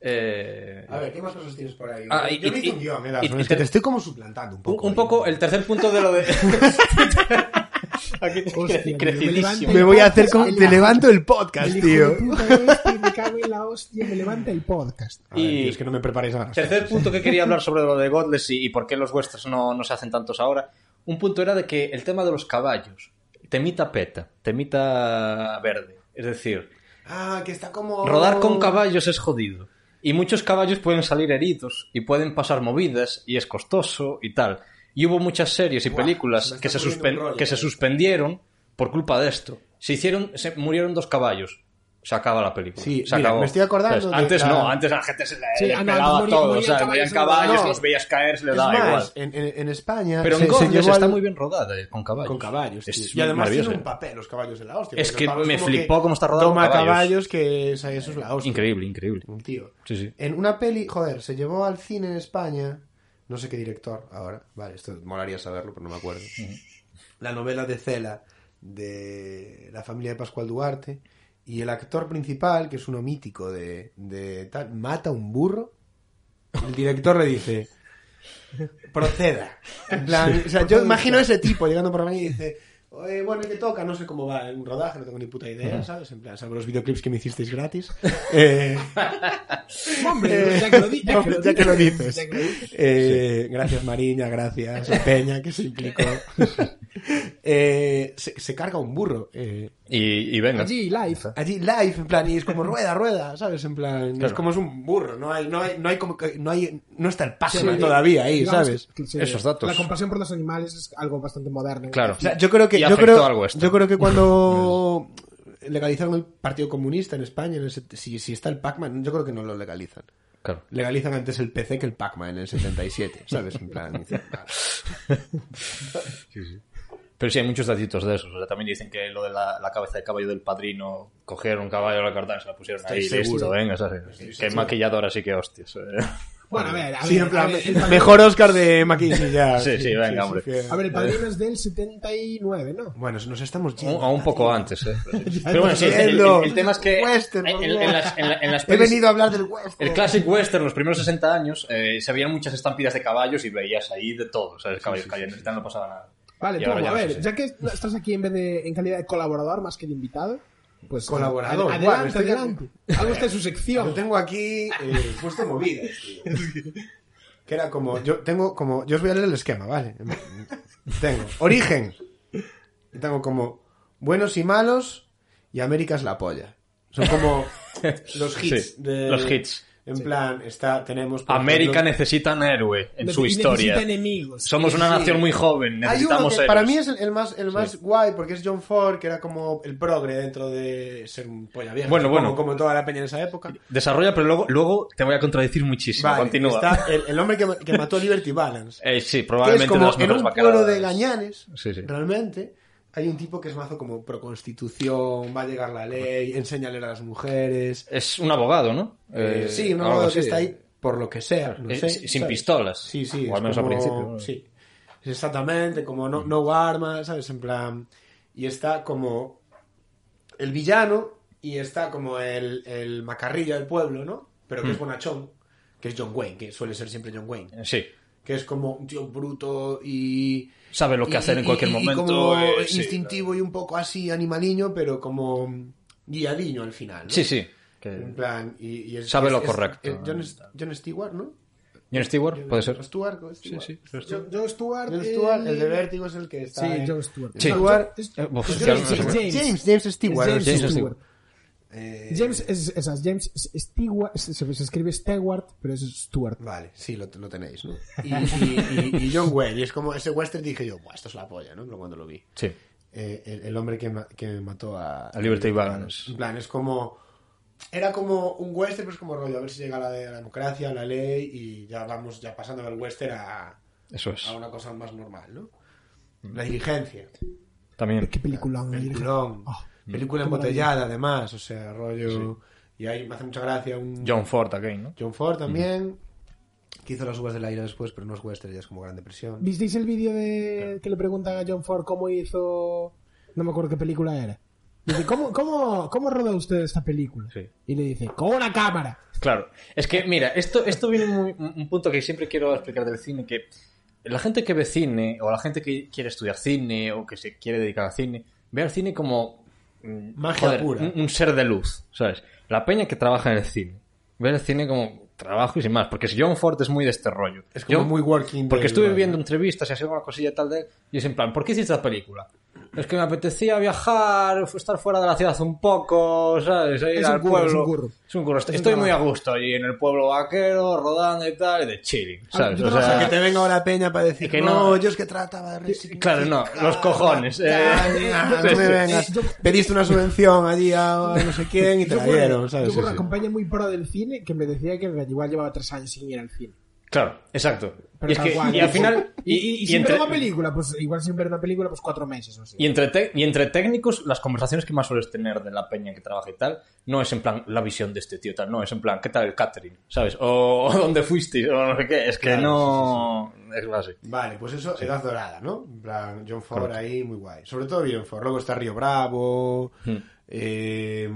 Speaker 2: Eh,
Speaker 3: A ver, ¿qué más cosas tienes por ahí?
Speaker 2: Ah, y-
Speaker 3: Yo me
Speaker 2: y-
Speaker 3: hice
Speaker 2: y-
Speaker 3: un guión, eh,
Speaker 2: y-
Speaker 3: Dawson,
Speaker 2: y
Speaker 3: es que
Speaker 2: te-
Speaker 3: te estoy como suplantando un
Speaker 2: un,
Speaker 3: poco. eh.
Speaker 2: un
Speaker 3: ahí.
Speaker 2: poco
Speaker 3: [laughs]
Speaker 2: el tercer punto de lo de. [laughs] Aquí
Speaker 1: Hostia,
Speaker 2: crecidísimo.
Speaker 1: me
Speaker 3: Me voy a hacer
Speaker 1: podcast,
Speaker 3: como.
Speaker 1: el
Speaker 3: Te
Speaker 1: bajo-
Speaker 3: levanto el
Speaker 1: El
Speaker 3: podcast,
Speaker 1: hijo
Speaker 3: tío.
Speaker 1: de puta este, me cago en la hostia, me levanta el podcast.
Speaker 3: A ver,
Speaker 2: Y-
Speaker 3: tío, es que no me preparéis ahora.
Speaker 2: Tercer punto que quería hablar sobre lo de Godless y, y por qué los westerns no, no se hacen tantos ahora. Un punto era de que el tema de los caballos. Temita peta, temita verde. Es decir,
Speaker 3: Ah, que está como.
Speaker 2: rodar con caballos es jodido. Y muchos caballos pueden salir heridos y pueden pasar movidas y es costoso y tal. Y hubo muchas series y
Speaker 3: Buah,
Speaker 2: películas
Speaker 3: se me
Speaker 2: que, se,
Speaker 3: está ocurriendo
Speaker 2: suspen-
Speaker 3: un rollo,
Speaker 2: que se
Speaker 3: eh.
Speaker 2: suspendieron por culpa de esto. Se hicieron, se murieron dos caballos. Se acaba la película.
Speaker 3: Sí,
Speaker 2: se
Speaker 3: mira,
Speaker 2: acabó.
Speaker 3: me estoy acordando
Speaker 2: ¿Sabes?
Speaker 3: de
Speaker 2: Antes
Speaker 3: la-
Speaker 2: no, antes la gente se le,
Speaker 1: Sí,
Speaker 2: le
Speaker 1: ah, no,
Speaker 2: pelaba
Speaker 1: antes morían-
Speaker 2: todo.
Speaker 1: morían
Speaker 2: o sea, morían
Speaker 1: caballos,
Speaker 2: caballos,
Speaker 3: no.
Speaker 2: los veías caer, se le
Speaker 3: Es
Speaker 2: daba igual.
Speaker 3: más, eh, en, en- en España.
Speaker 2: Pero
Speaker 3: se-
Speaker 2: en
Speaker 3: se
Speaker 2: Godless
Speaker 3: llevó
Speaker 2: está
Speaker 3: al-
Speaker 2: muy bien rodada, eh, con caballos.
Speaker 3: Con caballos. tío.
Speaker 2: Es
Speaker 3: y además
Speaker 2: maravilloso.
Speaker 3: tiene un papel los caballos de la hostia.
Speaker 2: Es
Speaker 3: porque
Speaker 2: que
Speaker 3: los caballos
Speaker 2: me
Speaker 3: como
Speaker 2: flipó cómo está rodado
Speaker 3: Toma
Speaker 2: con caballos.
Speaker 3: caballos, que esa- eso es la hostia.
Speaker 2: Increíble, increíble.
Speaker 3: Un tío.
Speaker 2: Sí, sí.
Speaker 3: En una peli, joder, se llevó al cine en España. No sé qué director ahora. Vale, esto molaría saberlo, pero no me acuerdo. La novela de Cela de la familia de Pascual Duarte. Y el actor principal, que es uno mítico de, de tal, mata un burro. El director le dice: Proceda. En plan, o sea, yo imagino a ese tipo llegando por la mañana y dice. "Oye, bueno, ¿y qué toca? No sé cómo va en un rodaje, no tengo ni puta idea, ¿sabes? En plan, salvo los videoclips que me hicisteis gratis. Eh,
Speaker 1: Hombre, ya que lo, di-
Speaker 3: [laughs] Hombre, ya que lo dices.
Speaker 1: ya que lo dices.
Speaker 3: Eh, Gracias, Mariña, gracias a Peña, que se implicó. [laughs] Eh, se, se carga un burro. eh,
Speaker 2: Y, y venga.
Speaker 1: Allí, live.
Speaker 3: allí live, en plan, y
Speaker 2: [laughs]
Speaker 3: es como rueda, rueda, ¿sabes? En plan, es
Speaker 2: Claro.
Speaker 3: como es un burro, no hay, no hay, no hay como que, no hay, no está el
Speaker 1: Sí,
Speaker 3: paso
Speaker 1: sí.
Speaker 3: todavía ahí,
Speaker 1: Digamos
Speaker 3: ¿sabes?
Speaker 1: que- que sí,
Speaker 2: Esos datos.
Speaker 1: La compasión por los animales es algo bastante moderno.
Speaker 2: Claro.
Speaker 3: O sea, yo creo que,
Speaker 2: Y
Speaker 3: yo
Speaker 2: afectó
Speaker 3: creo,
Speaker 2: algo esto.
Speaker 3: yo creo
Speaker 2: [laughs]
Speaker 3: que cuando legalizaron el Partido Comunista en España, en el set- si, si está el Pac-Man, yo creo que no lo legalizan.
Speaker 2: Claro.
Speaker 3: Legalizan antes el PC que el Pac-Man en el 77, ¿sabes? En plan, dicen, "Ah,
Speaker 2: Pero sí, hay muchos datitos de esos. O sea, también dicen que lo de la, la cabeza de caballo del padrino, cogieron un caballo de la cartana, se la pusieron
Speaker 3: Estoy
Speaker 2: ahí, ¿eh?
Speaker 3: seguro.
Speaker 2: listo, venga, ¿sabes? que maquilladora sí que hostias. eh.
Speaker 3: [laughs]
Speaker 1: Bueno, a ver, a ver.
Speaker 3: Sí, en plan,
Speaker 1: a ver, el padrino-
Speaker 3: [laughs] mejor Oscar de Maquis ya.
Speaker 2: Sí, sí, venga, hombre.
Speaker 3: que- [laughs]
Speaker 1: A ver, el padrino es del 79, ¿no?
Speaker 3: Bueno, nos estamos
Speaker 2: Un-
Speaker 3: yendo.
Speaker 2: a un poco antes,
Speaker 3: [laughs]
Speaker 2: eh. Pero
Speaker 3: estamos
Speaker 2: bueno, sí, el, el-
Speaker 3: viendo.
Speaker 2: el tema es que
Speaker 3: Western,
Speaker 2: en,
Speaker 3: por
Speaker 2: en-
Speaker 3: Dios.
Speaker 2: en las, en la- en las
Speaker 3: He
Speaker 2: pelis-
Speaker 3: venido a hablar del eh, western.
Speaker 2: oh, El classic western, los primeros 60 años, eh, se veían muchas estampidas de caballos y veías ahí de todo, ¿sabes? Caballos cayendo, y tal, no pasaba nada.
Speaker 1: Vale,
Speaker 2: Y
Speaker 1: tú,
Speaker 2: ahora ya
Speaker 1: a
Speaker 2: no
Speaker 1: ver,
Speaker 2: sé.
Speaker 1: ya que estás aquí en vez de en calidad de colaborador más que de invitado, pues
Speaker 3: Colaborador,
Speaker 1: ad-
Speaker 3: bueno,
Speaker 1: adelante,
Speaker 3: estoy-
Speaker 1: adelante. Hago usted su
Speaker 3: Lo
Speaker 1: sección.
Speaker 3: tengo aquí eh, puesto movidas, tío. Que era como. Yo tengo como. Yo os voy a leer el esquema, ¿vale? Tengo. Origen. Y tengo como. Buenos y malos. Y América es la polla.
Speaker 2: [laughs]
Speaker 3: Son como. Los
Speaker 2: Sí,
Speaker 3: hits. de-
Speaker 2: los hits.
Speaker 3: En plan, está, tenemos. por
Speaker 2: América
Speaker 3: ejemplo-
Speaker 2: necesita un héroe en
Speaker 1: Nece-
Speaker 2: su historia.
Speaker 1: Necesita enemigos.
Speaker 2: Somos una
Speaker 3: Sí.
Speaker 2: nación muy joven,
Speaker 3: Hay uno
Speaker 2: necesitamos
Speaker 3: que para
Speaker 2: héroes.
Speaker 3: mí es el, el más, el más guay porque es John Ford, que era como el progre dentro de ser un polla vieja.
Speaker 2: Bueno,
Speaker 3: supongo,
Speaker 2: bueno.
Speaker 3: Como toda la peña en esa época.
Speaker 2: Desarrolla, pero luego, luego te voy a contradecir muchísimo.
Speaker 3: Vale,
Speaker 2: Continúa.
Speaker 3: Está el, el hombre que, ma- que mató a Liberty Balance.
Speaker 2: [laughs] Eh, sí,
Speaker 3: Que es
Speaker 2: probablemente de
Speaker 3: como
Speaker 2: las
Speaker 3: en
Speaker 2: mejores
Speaker 3: un pueblo de
Speaker 2: bacaladas.
Speaker 3: gañanes,
Speaker 2: Sí, sí.
Speaker 3: realmente, hay un tipo que es mazo como pro constitución, va a llegar la ley, enseña a leer a las mujeres.
Speaker 2: Es un abogado, ¿no? Eh,
Speaker 3: Eh, sí, no,
Speaker 2: algo
Speaker 3: que
Speaker 2: así.
Speaker 3: está ahí por lo que sea. no
Speaker 2: Eh,
Speaker 3: sé,
Speaker 2: sin
Speaker 3: ¿sabes?
Speaker 2: pistolas.
Speaker 3: Sí, sí.
Speaker 2: O al
Speaker 3: es
Speaker 2: menos
Speaker 3: como-
Speaker 2: al principio. ¿no?
Speaker 3: Sí. Es Exactamente, como no, no armas, ¿sabes? En plan. Y está como el villano y está como el, el macarrilla del pueblo, ¿no? Pero que
Speaker 2: Hmm.
Speaker 3: es bonachón, que es John Wayne, que suele ser siempre John Wayne.
Speaker 2: Eh, Sí.
Speaker 3: Que es como un tío bruto y.
Speaker 2: Sabe lo que
Speaker 3: y-
Speaker 2: hacer en
Speaker 3: y-
Speaker 2: cualquier
Speaker 3: y- y
Speaker 2: momento.
Speaker 3: como
Speaker 2: eh, sí,
Speaker 3: instintivo y un poco así animaliño, pero como guiadiño al final. ¿no?
Speaker 2: Sí, sí. Que-
Speaker 3: En plan, y, y es-
Speaker 2: Eh, Sabe
Speaker 3: es- eh,
Speaker 2: lo
Speaker 3: es-
Speaker 2: correcto.
Speaker 3: es John, John Stewart, ¿no?
Speaker 2: John Stewart, puede ser.
Speaker 3: Stuart, ¿no? Stewart.
Speaker 2: sí,
Speaker 1: John, John Stewart.
Speaker 3: John
Speaker 1: eh,
Speaker 3: Stewart, el de Vértigo es el que está.
Speaker 1: Sí,
Speaker 3: en-
Speaker 1: John Stewart.
Speaker 2: Sí.
Speaker 3: Stewart.
Speaker 1: Es-
Speaker 2: Eh, uf,
Speaker 1: es
Speaker 2: ya no
Speaker 1: James,
Speaker 2: sé.
Speaker 1: James,
Speaker 3: James, James Stewart.
Speaker 1: James,
Speaker 2: James
Speaker 1: Stewart.
Speaker 2: Stewart.
Speaker 3: Eh,
Speaker 1: James es, esas, James es Stewart, se, se- se escribe Stewart, pero es Stewart.
Speaker 3: Vale, sí, lo, lo tenéis, ¿no? [laughs] Y, y- y- y John Wayne, y es como ese western dije yo, "Buah, esto es la polla, ¿no? Pero Cuando lo vi.
Speaker 2: Sí.
Speaker 3: Eh, el, el hombre que, ma- que mató a,
Speaker 2: A Liberty Valance.
Speaker 3: En plan, es como. Era como un western, pero es como rollo, a ver si llega la, de la democracia, la ley, y ya vamos ya pasando del western a,
Speaker 2: Eso es.
Speaker 3: a una cosa más normal, ¿no?
Speaker 2: Mm.
Speaker 3: La dirigencia.
Speaker 2: También.
Speaker 1: Qué peliculón. ¿eh?
Speaker 3: Peliculón.
Speaker 1: Oh,
Speaker 3: película embotellada, además. O sea, rollo. Y ahí me hace mucha gracia un.
Speaker 2: John Mm. Ford again, ¿no?
Speaker 3: John Ford también. Que hizo las uvas de la ira después, pero no es western, ya es como Gran Depresión.
Speaker 1: ¿Visteis el vídeo de que le preguntan a John Ford cómo hizo... No me acuerdo qué película era. Dice, ¿cómo, cómo, cómo rodó usted esta película?
Speaker 2: Sí.
Speaker 1: Y le dice, con una cámara.
Speaker 2: Claro. Es que, mira, esto, esto viene muy- un, un punto que siempre quiero explicar del cine, que la gente que ve cine, o la gente que quiere estudiar cine, o que se quiere dedicar al cine, ve al cine como... mm,
Speaker 3: Magia pura.
Speaker 2: Un, un ser de luz, ¿sabes? La peña que trabaja en el cine. Ve el cine como trabajo y sin más, porque si John Ford es muy de este rollo.
Speaker 3: Es como
Speaker 2: John-
Speaker 3: muy working.
Speaker 2: Porque
Speaker 3: day,
Speaker 2: estuve
Speaker 3: ¿no?
Speaker 2: viendo entrevistas y hacía una cosilla y tal de... Y es en plan, ¿por qué hiciste esta película? Es que me apetecía viajar, fu- estar fuera de la ciudad un poco, ¿sabes? Ir
Speaker 1: Es un
Speaker 2: al
Speaker 1: curro,
Speaker 2: pueblo.
Speaker 1: es un curro.
Speaker 2: Es un curro. Estoy,
Speaker 1: un
Speaker 2: estoy muy a
Speaker 1: trabajo.
Speaker 2: gusto allí en el pueblo vaquero, rodando y tal, y de chilling, ¿sabes?
Speaker 1: yo
Speaker 2: O
Speaker 1: trabajo
Speaker 2: sea,
Speaker 1: en
Speaker 3: Que te venga ahora Peña para decir
Speaker 2: Que
Speaker 3: no,
Speaker 2: no. eh,
Speaker 3: yo es que trataba de resignificar".
Speaker 2: Claro, no, los cojones. eh.
Speaker 3: Ah,
Speaker 2: [laughs]
Speaker 3: no me vengas.
Speaker 1: Yo-
Speaker 3: Pediste una subvención allí a no sé
Speaker 1: [laughs]
Speaker 3: quién y te
Speaker 1: Yo
Speaker 3: la
Speaker 1: fui-
Speaker 3: dieron, ¿sabes?
Speaker 1: yo fui
Speaker 3: Sí,
Speaker 1: una
Speaker 3: sí.
Speaker 1: compañía muy pro del cine que me decía que igual llevaba tres años sin ir al cine.
Speaker 2: Claro, exacto.
Speaker 1: Pero
Speaker 2: Y, es
Speaker 1: tal
Speaker 2: que,
Speaker 1: cual.
Speaker 2: y al final...
Speaker 1: Y, y- y sin
Speaker 2: entre-
Speaker 1: ver una película, pues igual sin ver una película, pues cuatro meses o así.
Speaker 2: Y entre, tec- y entre técnicos, las conversaciones que más sueles tener de la peña que trabaja y tal, no es en plan la visión de este tío, tal, no, es en plan, ¿qué tal el catering? ¿Sabes? O, [laughs] o dónde fuiste, o no sé qué, es que
Speaker 3: Claro,
Speaker 2: no. Es así.
Speaker 3: Vale, pues eso, Edad Dorada, ¿no? En plan, John Ford ahí, muy guay. Sobre todo John Ford. Luego está Río Bravo.
Speaker 2: Hmm.
Speaker 3: eh,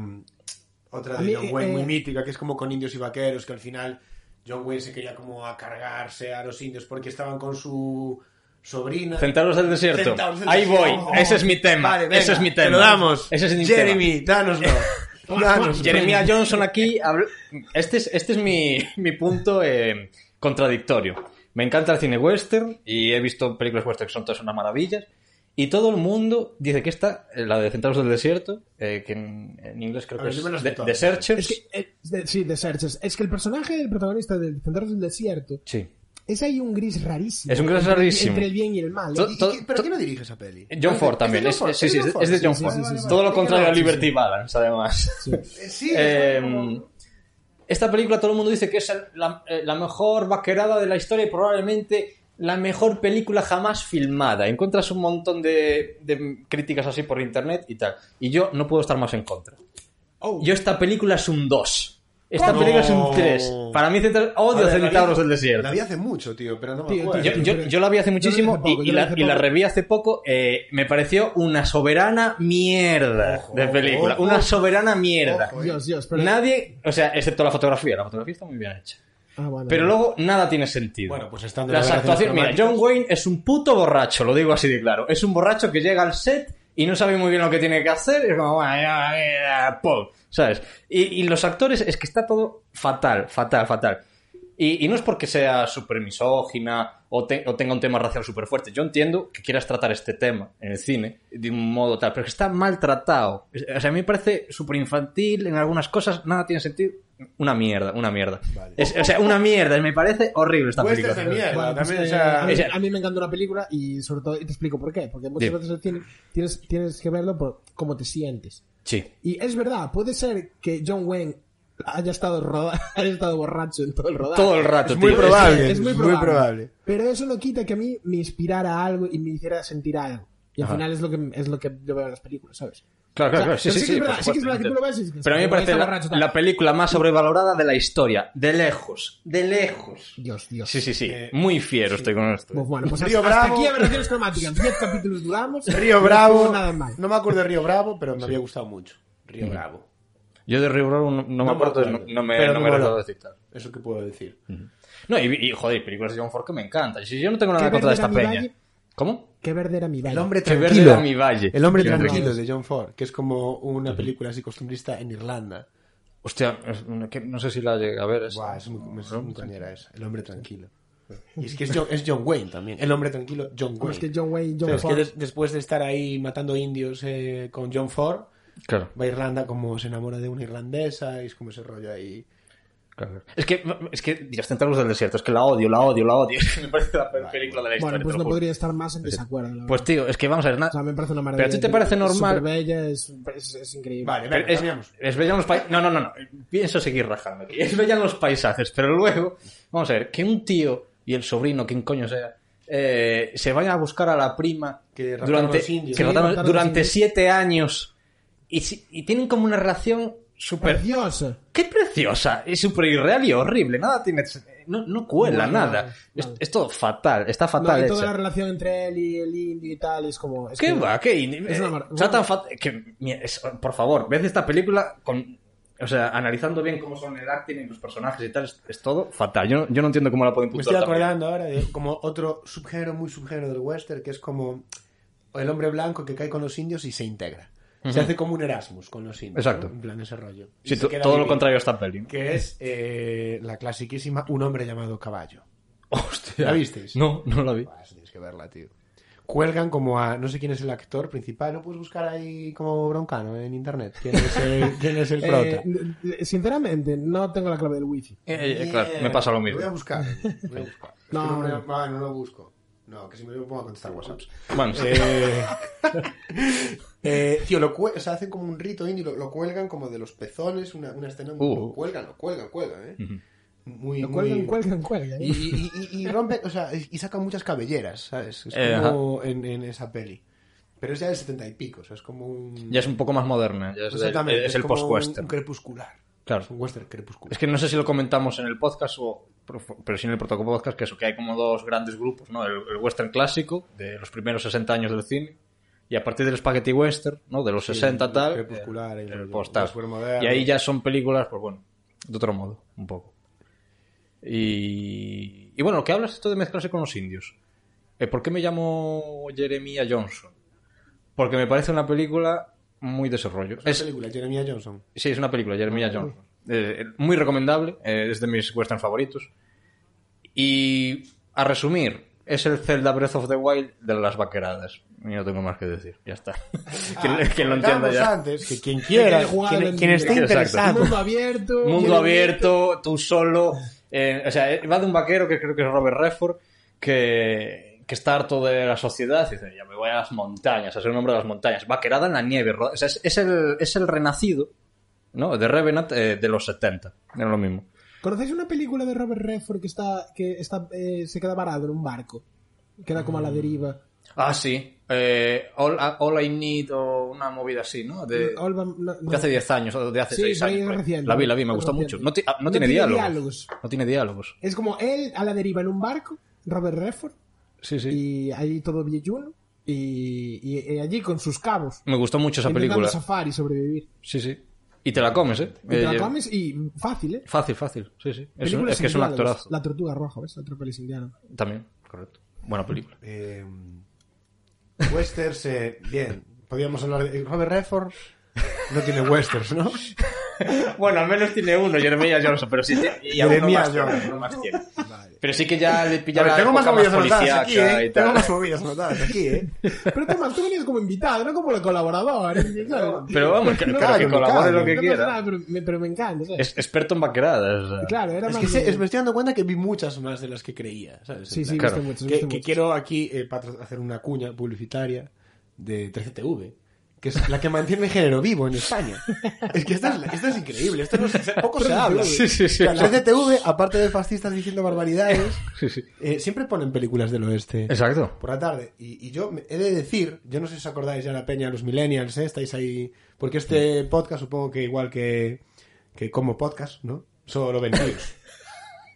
Speaker 3: otra
Speaker 1: A
Speaker 3: de
Speaker 1: mí,
Speaker 3: John Wayne
Speaker 1: eh,
Speaker 3: muy
Speaker 1: eh,
Speaker 3: mítica, que es como con indios y vaqueros, que al final John Wayne se quería como a cargarse a los indios porque estaban con su, sobrina.
Speaker 2: Centauros del desierto.
Speaker 3: Centauros del
Speaker 2: Ahí voy.
Speaker 3: desierto.
Speaker 2: Ese es mi tema.
Speaker 3: Vale, venga,
Speaker 2: Ese es mi
Speaker 3: Te
Speaker 2: tema.
Speaker 3: lo damos.
Speaker 2: Ese es mi tema.
Speaker 3: Jeremy,
Speaker 2: [laughs]
Speaker 3: dánoslo. Danos.
Speaker 2: Jeremiah Johnson aquí. habl- Este es, este es mi, [laughs] mi punto eh, contradictorio. Me encanta el cine western y he visto películas western que son todas unas maravillas. Y todo el mundo dice que esta, eh, la de Centauros del Desierto, eh, que en, en inglés creo
Speaker 3: A
Speaker 2: que
Speaker 3: ver,
Speaker 2: es
Speaker 3: dímelas
Speaker 2: The,
Speaker 3: tú.
Speaker 2: The Searchers.
Speaker 1: Es que, eh, de- sí, de Searchers. Es que el personaje del protagonista del Centauros del Desierto
Speaker 2: Sí.
Speaker 1: es ahí un gris rarísimo.
Speaker 2: Es un gris
Speaker 1: Entre el-
Speaker 2: rarísimo.
Speaker 1: Entre el bien y el mal.
Speaker 2: To-
Speaker 3: ¿Y- y
Speaker 2: to-
Speaker 3: qué- ¿Pero
Speaker 2: to- Eh,
Speaker 3: quién lo dirige esa peli?
Speaker 2: John Ford también.
Speaker 3: John
Speaker 2: Es-
Speaker 3: Ford,
Speaker 2: es- sí, sí,
Speaker 3: John
Speaker 2: es de John
Speaker 3: Ford.
Speaker 1: Sí, sí,
Speaker 2: Ford.
Speaker 1: sí, sí, sí.
Speaker 2: Todo lo
Speaker 1: Sí,
Speaker 2: contrario a
Speaker 1: claro, sí,
Speaker 2: Liberty Balance, además.
Speaker 3: Eh, Sí,
Speaker 2: Eh,
Speaker 3: es como-
Speaker 2: esta película todo el mundo dice que es el- la, eh, la mejor vaquerada de la historia y probablemente la mejor película jamás filmada. Encuentras un montón de, de críticas así por internet y tal. Y yo no puedo estar más en contra.
Speaker 1: Oh.
Speaker 2: Yo esta película es un 2. Esta
Speaker 3: No.
Speaker 2: película es un 3. Para mí Centauros-
Speaker 3: Joder,
Speaker 2: odio
Speaker 3: la vi-
Speaker 2: Centauros del Desierto.
Speaker 3: La vi hace mucho, tío, pero no me
Speaker 1: Tío,
Speaker 3: acuerdo.
Speaker 1: tío,
Speaker 2: Yo, yo- yo la vi hace muchísimo
Speaker 1: Yo la vi hace poco,
Speaker 2: y, y
Speaker 1: yo la
Speaker 2: la,
Speaker 1: vi hace
Speaker 2: y la
Speaker 1: poco.
Speaker 2: reví hace poco. eh, me pareció una soberana mierda
Speaker 3: Ojo,
Speaker 2: de película.
Speaker 3: ojo.
Speaker 2: una soberana mierda.
Speaker 3: Ojo,
Speaker 1: Dios, Dios. Pero...
Speaker 2: Nadie, o sea, excepto la fotografía. La fotografía está muy bien hecha.
Speaker 1: Ah, bueno.
Speaker 2: Pero luego nada tiene sentido.
Speaker 3: Bueno, pues estando
Speaker 2: Las
Speaker 3: las
Speaker 2: actuaciones. Mira,
Speaker 3: relaciones
Speaker 2: John Wayne es un puto borracho, lo digo así de claro. Es un borracho que llega al set y no sabe muy bien lo que tiene que hacer. Y es como, "Bueno, ya, ya, pum", ¿sabes? Y, y los actores es que está todo fatal, fatal, fatal. Y, y no es porque sea súper misógina o, te- o tenga un tema racial súper fuerte. Yo entiendo que quieras tratar este tema en el cine de un modo tal, pero que está maltratado. O sea, a mí me parece súper infantil en algunas cosas, nada tiene sentido. Una mierda, una mierda. Es- o sea, una mierda, me parece horrible esta
Speaker 3: Westerns
Speaker 2: película.
Speaker 3: de mierda,
Speaker 1: Bueno, pues,
Speaker 3: también,
Speaker 1: eh,
Speaker 3: o sea,
Speaker 1: a, mí,
Speaker 2: esa-
Speaker 1: a mí me encanta una película y sobre todo y te explico por qué. Porque muchas
Speaker 2: Dime.
Speaker 1: veces tienes, tienes, tienes que verlo por cómo te sientes.
Speaker 2: Sí.
Speaker 1: Y es verdad, puede ser que John Wayne haya estado, roda- [laughs] haya estado borracho en todo el rodaje.
Speaker 2: Todo el rato,
Speaker 3: Es muy
Speaker 2: tío.
Speaker 3: probable.
Speaker 1: es muy
Speaker 3: muy
Speaker 1: probable.
Speaker 3: probable.
Speaker 1: Pero eso no quita que a mí me inspirara algo y me hiciera sentir algo. Y al
Speaker 2: Ajá.
Speaker 1: final es lo que es lo que yo veo en las películas, ¿sabes?
Speaker 2: Claro, claro,
Speaker 1: O
Speaker 2: claro.
Speaker 1: sea,
Speaker 2: Sí, sí,
Speaker 1: sí que
Speaker 2: sí.
Speaker 1: es verdad,
Speaker 2: por
Speaker 1: sí que es verdad que tú lo ves
Speaker 2: supuesto.
Speaker 1: y dices,
Speaker 2: Pero a mí me
Speaker 1: "Está
Speaker 2: parece la,
Speaker 1: borracho, tal".
Speaker 2: la película más sobrevalorada de la historia. De lejos. De lejos.
Speaker 1: Dios, Dios.
Speaker 2: Sí, sí, sí.
Speaker 3: Eh,
Speaker 2: Muy fiero estoy con esto. eh.
Speaker 1: Pues bueno, pues
Speaker 3: Río
Speaker 1: hasta, hasta
Speaker 3: Bravo.
Speaker 1: aquí aberraciones cromáticas. Diez capítulos duramos.
Speaker 3: Río
Speaker 1: No
Speaker 3: Bravo.
Speaker 1: estuvo nada mal.
Speaker 3: No me acuerdo de Río Bravo, pero me había gustado mucho.
Speaker 2: Mm.
Speaker 3: Río Bravo.
Speaker 2: Yo de Río Bravo no, no me acuerdo, no, no me,
Speaker 3: Pero
Speaker 2: no
Speaker 3: me
Speaker 2: me
Speaker 3: moló.
Speaker 2: recuerdo decir tal.
Speaker 3: Eso que puedo decir.
Speaker 2: No, y, y, joder, películas de John Ford que me encantan. Si yo no tengo nada
Speaker 1: ¿Qué
Speaker 2: contra de
Speaker 1: verde
Speaker 2: esta
Speaker 1: era mi
Speaker 2: peña.
Speaker 1: valle?
Speaker 2: ¿Cómo?
Speaker 1: Qué verde era mi valle.
Speaker 3: El hombre
Speaker 2: Que verde
Speaker 3: tranquilo.
Speaker 2: era mi valle.
Speaker 3: El hombre
Speaker 2: Qué verde.
Speaker 3: tranquilo de John Ford, que es como una película así costumbrista en Irlanda.
Speaker 2: Hostia, es una que- no sé si la llegué a ver. es-
Speaker 3: Buah, es muy, es muy cañera esa. El hombre tranquilo. Y es que es John, es John Wayne también. El hombre tranquilo, John Wayne.
Speaker 1: Hombre, es que John Wayne,
Speaker 3: O
Speaker 1: John
Speaker 3: sea, es que
Speaker 1: Ford.
Speaker 3: des- después de estar ahí matando indios eh, con John Ford,
Speaker 2: Claro.
Speaker 3: va a Irlanda como se enamora de una irlandesa y es como ese rollo ahí.
Speaker 2: Claro. Es que, es que dirás Tentáculos del Desierto, es que la odio, la odio,
Speaker 1: [laughs]
Speaker 2: la odio. Me parece la peor
Speaker 3: Vale,
Speaker 2: película de la historia.
Speaker 1: Bueno, pues no
Speaker 2: te lo juro.
Speaker 1: podría estar más en desacuerdo. la
Speaker 2: Pues
Speaker 1: verdad.
Speaker 2: tío, es que vamos a ver, na-
Speaker 1: o sea, me parece una maravilla.
Speaker 2: pero ¿a ti te parece
Speaker 1: Es
Speaker 2: normal?
Speaker 1: superbella, es, es, es increíble.
Speaker 3: Vale,
Speaker 2: Pero
Speaker 3: venga,
Speaker 2: es,
Speaker 3: cambiamos.
Speaker 2: es bella en los paisajes. No, no, no, no. Pienso seguir rajando aquí. Es bella en los paisajes, pero luego, vamos a ver, que un tío y el sobrino, quien coño sea, eh, se vayan a buscar a la prima
Speaker 3: Que raptaron
Speaker 2: durante,
Speaker 3: los indios.
Speaker 2: que
Speaker 3: Sí,
Speaker 2: raptaron-
Speaker 1: raptaron los
Speaker 2: durante
Speaker 1: indios.
Speaker 2: siete años y, si- y tienen como una relación súper.
Speaker 1: Preciosa.
Speaker 2: ¡Qué preciosa! Es súper irreal y horrible. Nada tiene. No, no cuela
Speaker 1: No, no,
Speaker 2: nada.
Speaker 1: no,
Speaker 2: Es,
Speaker 1: no.
Speaker 2: es todo fatal. Está
Speaker 1: No,
Speaker 2: fatal
Speaker 1: y
Speaker 2: hecha.
Speaker 1: toda la relación entre él y el indio y tal es como. Es
Speaker 2: ¿Qué
Speaker 1: que-
Speaker 2: va? ¿Qué?
Speaker 1: Es una mar-
Speaker 2: Tratan fat- que, mira, es- por favor, ved esta película con... O sea, analizando bien cómo son el acting y los personajes y tal, es, es todo fatal. Yo, no- yo no entiendo cómo la pueden
Speaker 3: Me
Speaker 2: puntuar.
Speaker 3: estoy
Speaker 2: tan bien.
Speaker 3: acordando ahora de como otro subgénero, muy subgénero del western, que es como el hombre blanco que cae con los indios y se integra. Se hace como un Erasmus con los indios.
Speaker 2: Exacto.
Speaker 3: ¿no? En plan ese rollo. Y
Speaker 2: Sí,
Speaker 3: se
Speaker 2: to-
Speaker 3: queda
Speaker 2: todo lo
Speaker 3: vivir.
Speaker 2: contrario a esta peli. ¿no?
Speaker 3: Que es eh, la clasiquísima Un hombre llamado caballo.
Speaker 2: [laughs] Hostia.
Speaker 3: ¿La visteis?
Speaker 2: No, no la vi.
Speaker 3: Buah, eso tienes que verla, tío. Cuelgan como a. No sé quién es el actor principal. ¿No puedes buscar ahí como broncano en internet? ¿Quién
Speaker 2: [laughs]
Speaker 3: es el, quién es el prota?
Speaker 1: Eh, n- sinceramente, no tengo la clave del wifi.
Speaker 2: Eh, eh, claro, me pasa lo mismo.
Speaker 3: Lo voy a buscar. lo voy a buscar. Es que
Speaker 1: No,
Speaker 3: no, me-
Speaker 1: no.
Speaker 3: bueno, no lo busco. No, que si me lo pongo a contestar WhatsApps.
Speaker 2: Bueno, sí.
Speaker 3: Eh, eh, tío, lo cue- o sea, hacen como un rito indio, lo, lo cuelgan como de los pezones, una, una escena muy...
Speaker 2: Uh.
Speaker 3: Lo cuelgan, lo cuelgan, cuelgan, ¿eh? Muy,
Speaker 1: Lo cuelgan, ¿eh?
Speaker 3: muy-
Speaker 1: cuelgan, cuelgan.
Speaker 3: Y, y, y- y rompen, o sea, y sacan muchas cabelleras, ¿sabes? Es
Speaker 2: Eh,
Speaker 3: como en, en esa peli. Pero es ya del setenta y pico, o sea, es como un...
Speaker 2: ya es un poco más moderna. ya es, del-
Speaker 3: Exactamente,
Speaker 2: es el
Speaker 3: como un-
Speaker 2: post-western.
Speaker 3: Un crepuscular.
Speaker 2: Claro.
Speaker 3: Es un western crepuscular.
Speaker 2: Es que no sé si lo comentamos en el podcast o pero fu- pero sí en el protocolo podcast que eso que hay como dos grandes grupos, ¿no? El, el western clásico de los primeros 60 años del cine y a partir del spaghetti western, ¿no? De los
Speaker 3: Sí, pues,
Speaker 2: 60
Speaker 3: el
Speaker 2: tal,
Speaker 3: crepuscular,
Speaker 2: eh, el,
Speaker 3: el
Speaker 2: post
Speaker 3: western pues, moderno.
Speaker 2: Y ahí ya son películas pues bueno, de otro modo, un poco. Y, y bueno, lo que hablas esto de mezclarse con los indios. eh, ¿por qué me llamo Jeremiah Johnson? Porque me parece una película muy de esos rollos.
Speaker 3: Es
Speaker 2: Es,
Speaker 3: una película, Jeremiah Johnson.
Speaker 2: sí, es una película, Jeremiah Johnson. Eh, eh, muy recomendable, eh, es de mis western favoritos. Y a resumir, es el Zelda Breath of the Wild de las vaqueradas. Y no tengo más que decir, ya está. [laughs] quien, quien lo entienda
Speaker 3: Comentábamos
Speaker 2: ya.
Speaker 3: antes que quien quiera,
Speaker 1: Que jugar
Speaker 3: quien,
Speaker 1: en-
Speaker 3: quien esté
Speaker 2: Exacto.
Speaker 3: interesado.
Speaker 1: Mundo abierto.
Speaker 2: Mundo abierto, tú solo. eh, o sea, eh, va de un vaquero que creo que es Robert Redford, que, que está harto de la sociedad y dice, ya me voy a las montañas, a ser un hombre de las montañas. Vaquerada en la nieve. ro- o sea, es, es el, es el renacido, ¿no? De Revenant eh, de los 70. Era lo mismo.
Speaker 1: ¿Conocéis una película de Robert Redford que está que está eh, se queda varado en un barco? Queda como a
Speaker 2: Mm.
Speaker 1: la deriva.
Speaker 2: Ah, sí. eh, all, All I Need o una movida así, ¿no? De,
Speaker 1: Olva- no- no.
Speaker 2: de hace 10 años o de hace
Speaker 1: Sí,
Speaker 2: 6
Speaker 1: por ahí
Speaker 2: años.
Speaker 1: es
Speaker 2: por ahí.
Speaker 1: reciente,
Speaker 2: la vi, la vi, me
Speaker 1: es
Speaker 2: gustó
Speaker 1: reciente.
Speaker 2: mucho. No, ti- ah, no
Speaker 1: No
Speaker 2: tiene,
Speaker 1: tiene
Speaker 2: diálogos.
Speaker 1: diálogos.
Speaker 2: No tiene diálogos.
Speaker 1: Es como él a la deriva en un barco, Robert Redford,
Speaker 2: Sí, sí.
Speaker 1: y ahí todo viejuno y, y- y allí con sus cabos.
Speaker 2: Me gustó mucho esa
Speaker 1: intentando
Speaker 2: película.
Speaker 1: zafar y sobrevivir.
Speaker 2: Sí, sí. Y te la comes, ¿eh?
Speaker 1: Y te la
Speaker 2: Eh,
Speaker 1: comes y fácil, ¿eh?
Speaker 2: Fácil, fácil. Sí, sí. Es, un-
Speaker 1: Películas
Speaker 2: es que es
Speaker 1: sin
Speaker 2: un
Speaker 1: diálogos.
Speaker 2: actorazo.
Speaker 1: La tortuga roja, ¿ves? Otra peli sin diálogo.
Speaker 2: También, correcto. Buena película.
Speaker 3: Eh, westerns, eh, bien. Podríamos hablar de Robert Redford. No tiene westerns, [laughs] ¿no?
Speaker 2: Bueno, al menos tiene uno, Jeremiah Johnson, pero sí tiene. Y aún no
Speaker 3: Jeremiah
Speaker 2: más, tiene,
Speaker 3: Johnson.
Speaker 2: no más tiene. Pero sí que ya le
Speaker 3: A
Speaker 2: pilla
Speaker 3: ver,
Speaker 2: la
Speaker 3: tengo más
Speaker 2: época
Speaker 3: movidas anotadas
Speaker 2: policíaca
Speaker 3: aquí, ¿eh?
Speaker 2: y tal.
Speaker 3: Tengo más movidas anotadas aquí, [laughs] ¿eh?
Speaker 1: Pero Tomás, tú venías como invitado, no como colaborador. ¿eh? Claro.
Speaker 2: Pero vamos, que,
Speaker 1: No,
Speaker 2: pero que
Speaker 3: claro,
Speaker 2: colabore
Speaker 3: claro,
Speaker 2: lo que
Speaker 1: no pasa
Speaker 2: quiera.
Speaker 1: nada, pero, me, pero me encanta. ¿sabes?
Speaker 2: Es experto en vaqueradas. o sea.
Speaker 1: claro, era
Speaker 3: Es
Speaker 1: más
Speaker 3: que sé-
Speaker 1: de-
Speaker 3: es- me estoy dando cuenta que vi muchas más de las que creía, ¿sabes?
Speaker 1: Sí,
Speaker 3: En
Speaker 1: sí,
Speaker 3: plan,
Speaker 1: viste muchos,
Speaker 3: que,
Speaker 1: viste
Speaker 3: que
Speaker 1: muchos.
Speaker 3: quiero aquí eh, patro- hacer una cuña publicitaria de 13TV, que es la que mantiene el género vivo en España. es que esta es, la- esta es increíble, esto no se- poco se [laughs] habla.
Speaker 2: Sí, sí, sí.
Speaker 3: O sea, La 13TV, aparte de fascistas diciendo barbaridades,
Speaker 2: Sí, sí.
Speaker 3: eh, siempre ponen películas del oeste.
Speaker 2: Exacto.
Speaker 3: Por la tarde. Y, y yo me- he de decir, yo no sé si os acordáis ya la peña, los millennials, ¿eh? estáis ahí. Porque este podcast, supongo que igual que, que como podcast, ¿no? Solo vendidos.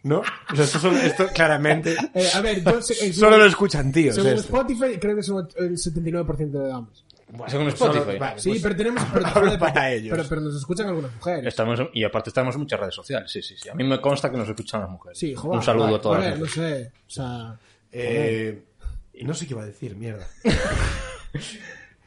Speaker 3: ¿No? O sea, esto, son- esto claramente.
Speaker 1: Eh, a ver, yo sé- eh,
Speaker 3: Solo lo escuchan tíos.
Speaker 1: Según
Speaker 3: esto.
Speaker 2: este.
Speaker 1: Spotify, creo que son el 79% de hombres.
Speaker 2: Eh,
Speaker 3: Bueno,
Speaker 2: Según
Speaker 3: solo-
Speaker 2: Spotify.
Speaker 3: vale,
Speaker 1: Sí,
Speaker 3: pues-
Speaker 1: pero
Speaker 2: [laughs]
Speaker 1: tenemos. Pero,
Speaker 3: hablo
Speaker 1: joder,
Speaker 3: para
Speaker 1: pero-
Speaker 3: ellos.
Speaker 1: Pero, pero nos escuchan algunas mujeres.
Speaker 2: Estamos, en- y aparte estamos en muchas redes sociales. Sí, sí, sí. A mí me consta que nos escuchan las mujeres.
Speaker 1: Sí, joder.
Speaker 2: Un saludo
Speaker 1: vale,
Speaker 2: a todas.
Speaker 1: ver,
Speaker 2: las
Speaker 1: no
Speaker 3: pues,
Speaker 2: mujeres.
Speaker 1: sé. O sea.
Speaker 3: Eh, no sé qué iba a decir, mierda.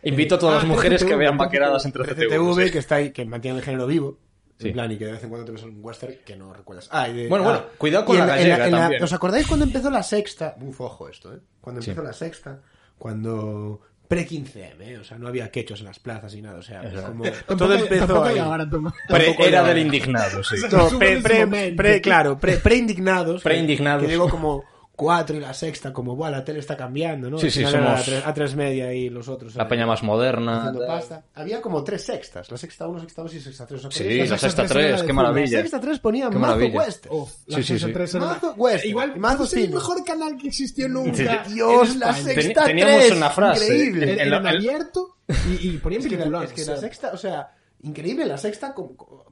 Speaker 2: Invito a todas
Speaker 1: Ah,
Speaker 2: las mujeres que
Speaker 1: 13TV,
Speaker 2: vean vaqueradas entre 13TV.
Speaker 3: CTV, que está ahí, que mantiene el género vivo.
Speaker 2: Sí.
Speaker 3: En plan, y que de vez en cuando te ves un western que no recuerdas. Ah, y de-
Speaker 2: Bueno, bueno,
Speaker 3: ah,
Speaker 2: cuidado con
Speaker 3: y en
Speaker 2: la
Speaker 3: en
Speaker 2: gallega
Speaker 3: en
Speaker 2: también.
Speaker 3: ¿Os acordáis cuando empezó la sexta? Uf, ojo esto, ¿eh? Cuando empezó la sexta, cuando. Pre-15M, ¿eh? O sea, no había quechos en las plazas y nada. O sea,
Speaker 2: Exacto.
Speaker 3: como.
Speaker 1: tampoco-
Speaker 3: Todo empezó
Speaker 1: tampoco hay
Speaker 3: ahí.
Speaker 1: ahora,
Speaker 2: [laughs]
Speaker 1: Tomás.
Speaker 2: Pre-
Speaker 3: Tampoco
Speaker 2: era
Speaker 3: era-
Speaker 2: del indignado, sí.
Speaker 3: No,
Speaker 1: Súper
Speaker 3: pre,
Speaker 1: en su
Speaker 3: pre-
Speaker 1: momento.
Speaker 3: pre- claro, pre, pre-indignados.
Speaker 2: Pre-indignados. ¿eh?
Speaker 3: Que llegó como [laughs] cuatro y la sexta, como, buah, la tele está cambiando, ¿no?
Speaker 2: Sí,
Speaker 3: Al
Speaker 2: sí,
Speaker 3: final era
Speaker 2: somos-
Speaker 3: A tres, a tres media y los otros.
Speaker 2: La
Speaker 3: ahí.
Speaker 2: peña más moderna.
Speaker 3: haciendo pasta. Había como tres sextas. La sexta 1, sexta 2 y sexta 3.
Speaker 2: Sí, la
Speaker 1: Las
Speaker 2: sexta
Speaker 1: sextas tres era
Speaker 2: 3,
Speaker 1: de
Speaker 2: qué
Speaker 1: fútbol.
Speaker 3: La
Speaker 2: maravilla.
Speaker 3: sexta 3 ponía
Speaker 2: Qué
Speaker 3: Mazo
Speaker 2: maravilla.
Speaker 3: West.
Speaker 1: Uf,
Speaker 2: Sí,
Speaker 1: la
Speaker 2: sí, sí.
Speaker 3: Mazo Western.
Speaker 1: Igual,
Speaker 3: Mazo
Speaker 1: pues, es el
Speaker 3: cine.
Speaker 1: mejor canal que existió
Speaker 2: Sí.
Speaker 1: nunca.
Speaker 3: Dios,
Speaker 1: en
Speaker 3: la
Speaker 1: España.
Speaker 2: Teni-
Speaker 3: sexta
Speaker 2: teníamos
Speaker 3: 3.
Speaker 2: una frase.
Speaker 3: Increíble.
Speaker 1: Era-
Speaker 2: en la-
Speaker 1: Eran
Speaker 2: en-
Speaker 1: abierto y, y ponían
Speaker 3: Es que, la,
Speaker 1: películas.
Speaker 3: es que la
Speaker 1: o sea.
Speaker 3: sexta, o sea, increíble la sexta como. como-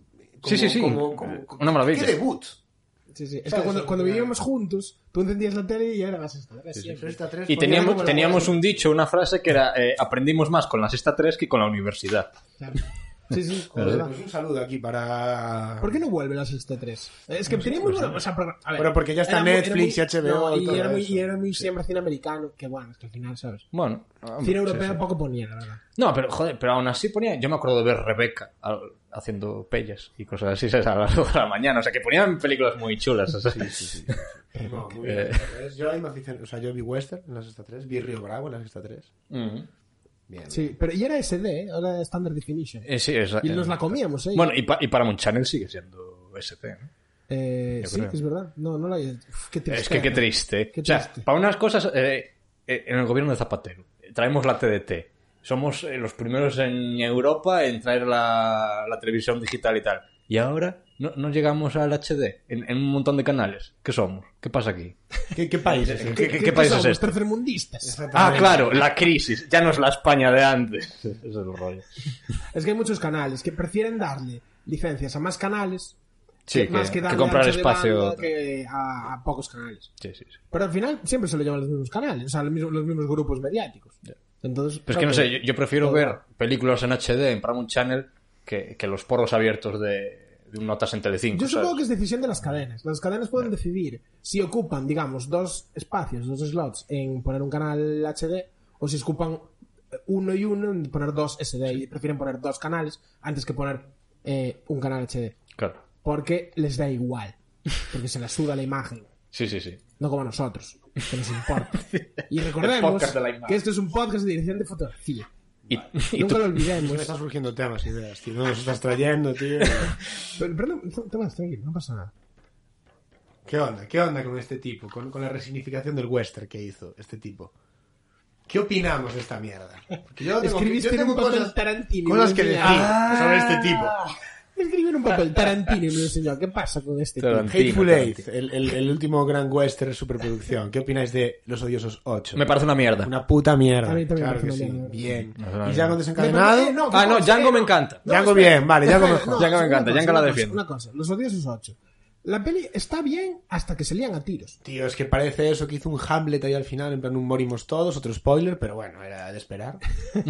Speaker 2: Sí, sí, sí.
Speaker 3: como- como- como-
Speaker 2: Una maravilla.
Speaker 3: Qué debut.
Speaker 1: Sí, sí. Es que
Speaker 3: ¿Sabes?
Speaker 1: cuando, cuando
Speaker 3: Claro.
Speaker 1: vivíamos juntos, tú encendías la tele y era la sexta. Era siempre.
Speaker 3: Sexta tres
Speaker 2: Y
Speaker 3: ponía
Speaker 2: teníamos,
Speaker 3: como la-
Speaker 2: teníamos un dicho, una frase que era eh, aprendimos más con la sexta 3 que con la universidad.
Speaker 1: Claro. Sí,
Speaker 2: [laughs]
Speaker 1: sí.
Speaker 3: Joder,
Speaker 1: joder.
Speaker 3: pues un saludo aquí para.
Speaker 1: ¿Por qué no vuelve la sexta 3? Es que tenía muy buena- o sea, programa- a ver,
Speaker 3: pues, Bueno, porque ya está
Speaker 1: era muy- era
Speaker 3: Netflix,
Speaker 1: muy-
Speaker 3: HBO
Speaker 1: no,
Speaker 3: y todo
Speaker 1: era muy,
Speaker 3: eso.
Speaker 1: y era muy siempre cine americano, que bueno, es que al final, ¿sabes?
Speaker 2: Bueno.
Speaker 1: Cine europeo poco ponía, la verdad.
Speaker 2: No, pero joder, pero aún así ponía. Yo me acuerdo de ver Rebeca al- haciendo pellas y cosas así [laughs] ¿sabes? a las 2 de la mañana. O sea, que ponían películas muy chulas. o sea.
Speaker 3: No, muy bien. Yo ahí me aficioné. O sea, yo vi Western en la sexta 3, vi Río Bravo en la sexta 3.
Speaker 2: Ujú.
Speaker 3: Bien.
Speaker 1: Sí, pero y era SD, ¿eh? ahora Standard Definition.
Speaker 2: Eh, sí, esa-
Speaker 1: y nos
Speaker 2: eh,
Speaker 1: la comíamos, ¿eh?
Speaker 2: Bueno, y, para y Paramount Channel sigue siendo ST. ¿no?
Speaker 1: Eh,
Speaker 2: yo
Speaker 1: sí,
Speaker 2: creo.
Speaker 1: es verdad. No, no la Uf, qué triste. ¿eh?
Speaker 2: Es que qué triste.
Speaker 1: Qué
Speaker 2: o sea,
Speaker 1: triste.
Speaker 2: para unas cosas, eh, eh, en el gobierno de Zapatero, eh, traemos la TDT. Somos eh, los primeros en Europa en traer la, la televisión digital y tal. Y ahora no, no llegamos al HD en, en un montón de canales. ¿Qué somos? ¿Qué pasa aquí?
Speaker 3: ¿Qué, qué país es
Speaker 2: ¿Qué,
Speaker 3: ese?
Speaker 2: qué- qué país es
Speaker 1: somos,
Speaker 2: este?
Speaker 1: tercermundistas.
Speaker 2: Ah, claro, la crisis. Ya no es la España de [laughs] antes. Eso es el rollo.
Speaker 1: Es que hay muchos canales que prefieren darle licencias a más canales
Speaker 2: Sí,
Speaker 1: que-
Speaker 2: que-
Speaker 1: más que,
Speaker 2: que
Speaker 1: darle
Speaker 2: comprar
Speaker 1: ancho de banda
Speaker 2: espacio.
Speaker 1: que a, a pocos canales.
Speaker 2: Sí, sí, sí.
Speaker 1: Pero al final siempre se lo llevan los mismos canales, o sea, los mismos, los mismos grupos mediáticos. Entonces,
Speaker 2: Pero
Speaker 1: creo
Speaker 2: es que no sé, yo, yo prefiero
Speaker 1: Joder.
Speaker 2: ver películas en HD en Paramount Channel que, que los poros abiertos de, notas en Telecinco.
Speaker 1: Yo
Speaker 2: ¿sabes?
Speaker 1: supongo que es decisión de las cadenas. Las cadenas pueden decidir si ocupan, digamos, dos espacios, dos slots en poner un canal HD o si ocupan eh, uno y uno en poner dos SD y prefieren poner dos canales antes que poner eh, un canal HD.
Speaker 2: Claro.
Speaker 1: Porque les da igual. Porque se les suda la imagen.
Speaker 2: Sí, sí, sí.
Speaker 1: No como a nosotros, que nos importa.
Speaker 2: [laughs]
Speaker 1: Y
Speaker 2: El
Speaker 1: recordemos
Speaker 2: podcast de la imagen.
Speaker 1: que esto es un podcast de dirección de fotografía.
Speaker 2: [laughs] Y, y
Speaker 1: Nunca lo
Speaker 2: tú, [laughs]
Speaker 3: Pues Me
Speaker 1: olvidemos.
Speaker 3: están surgiendo temas, ideas, tío. No nos estás trayendo, tío. [laughs]
Speaker 1: Pero, pero no, te vas, tranquilo, no pasa nada.
Speaker 3: ¿Qué onda? ¿Qué onda con este tipo? Con, con la resignificación del western que hizo este tipo. ¿Qué opinamos de esta mierda? Porque yo tengo,
Speaker 1: Escribiste
Speaker 3: yo
Speaker 1: en
Speaker 3: tengo
Speaker 1: un papel
Speaker 3: cosas,
Speaker 1: Tarantino. Ah.
Speaker 3: cosas que
Speaker 1: madre
Speaker 3: decir
Speaker 1: mía.
Speaker 3: sobre este tipo.
Speaker 1: Escribir un
Speaker 2: [laughs]
Speaker 1: papel Tarantino y me lo enseñó. ¿Qué pasa con este tío?
Speaker 2: Tarantino.
Speaker 3: Hateful Eight, el, el- el último gran western superproducción. ¿Qué opináis de Los Odiosos 8?
Speaker 2: me parece una mierda.
Speaker 3: Una puta mierda.
Speaker 1: A mí también me
Speaker 3: claro que
Speaker 1: parece
Speaker 3: sí.
Speaker 1: una mierda.
Speaker 3: Bien.
Speaker 2: Ajá.
Speaker 3: ¿Y Django
Speaker 1: Me
Speaker 3: desencadenado?
Speaker 1: parece- no,
Speaker 2: Ah, no, Django me encanta.
Speaker 3: Django
Speaker 1: espera,
Speaker 3: bien, vale, Django
Speaker 1: espera,
Speaker 3: mejor.
Speaker 2: Django me
Speaker 1: una
Speaker 2: encanta,
Speaker 1: cosa,
Speaker 2: Django la
Speaker 1: una
Speaker 2: defiende.
Speaker 1: cosa, Una cosa, los odiosos 8. La peli está bien hasta que se lían a tiros.
Speaker 3: Tío, es que parece eso que hizo un Hamlet ahí al final, en plan un morimos todos, otro spoiler, pero bueno, era de esperar. [laughs]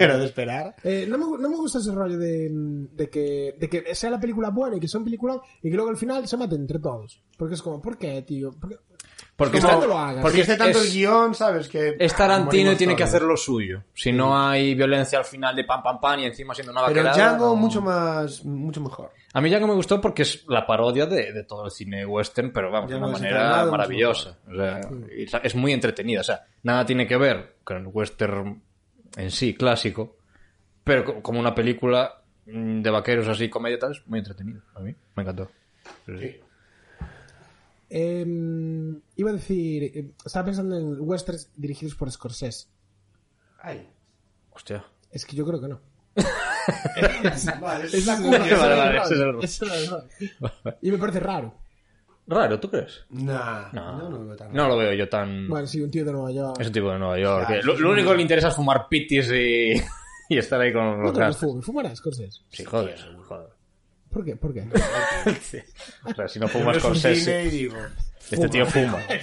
Speaker 3: era de esperar.
Speaker 1: Eh, no, me, gu- no me gusta ese rollo de, de, que, de que sea la película buena y que sea un peliculón y que luego al final se maten entre todos. Porque es como, ¿por qué, tío? ¿Por qué?
Speaker 2: Porque,
Speaker 1: Como-
Speaker 2: está-
Speaker 1: no lo hagas.
Speaker 3: Porque
Speaker 2: porque
Speaker 3: este tanto el
Speaker 2: es,
Speaker 3: guión, ¿sabes? Que,
Speaker 2: es Tarantino y
Speaker 3: morimos
Speaker 2: tiene que
Speaker 3: todos.
Speaker 2: hacer lo suyo. Si no hay violencia al final de pam, pam, pam y encima siendo una
Speaker 3: Pero
Speaker 2: vaquerada...
Speaker 3: Django
Speaker 2: no.
Speaker 3: mucho más mucho mejor.
Speaker 2: A mí Django me gustó porque es la parodia de, de todo el cine western, pero vamos,
Speaker 3: Django
Speaker 2: de una manera
Speaker 3: desencadenado,
Speaker 2: maravillosa. O sea, y es- es muy entretenida. O sea, nada tiene que ver con el western en sí, clásico, pero co- como una película mm, de vaqueros así, comedia y tal, es muy entretenido. A mí me encantó. Sí.
Speaker 1: Eh, iba a decir, eh, estaba pensando en westerns dirigidos por Scorsese.
Speaker 3: Ay.
Speaker 2: Hostia.
Speaker 1: Es que yo creo que no.
Speaker 3: Vale,
Speaker 1: Es la
Speaker 2: Vale,
Speaker 1: cuña, ese era
Speaker 2: vale,
Speaker 1: el
Speaker 2: ese
Speaker 1: rollo,
Speaker 2: es
Speaker 1: ese era el rollo. Y me parece raro.
Speaker 2: Raro, ¿tú crees?
Speaker 3: Nah,
Speaker 2: No,
Speaker 3: no, no, tan
Speaker 2: No lo veo yo tan...
Speaker 1: Bueno, sí, un tío de Nueva York.
Speaker 2: Mm. Es un tipo de Nueva York.
Speaker 3: Claro,
Speaker 2: que lo,
Speaker 3: es
Speaker 2: lo
Speaker 3: un-
Speaker 2: único que le interesa es fumar pitis y, [laughs] y estar ahí con
Speaker 1: No
Speaker 2: los
Speaker 1: creo que
Speaker 2: gastos.
Speaker 1: fume. ¿Fumará Scorsese?
Speaker 2: Sí, joder, joder.
Speaker 1: ¿Por qué? ¿Por
Speaker 3: [laughs]
Speaker 1: qué?
Speaker 2: O sea, si no
Speaker 3: Yo veo
Speaker 2: fumas
Speaker 3: su
Speaker 2: con
Speaker 3: cine y digo,
Speaker 2: este tío fuma.
Speaker 3: claro,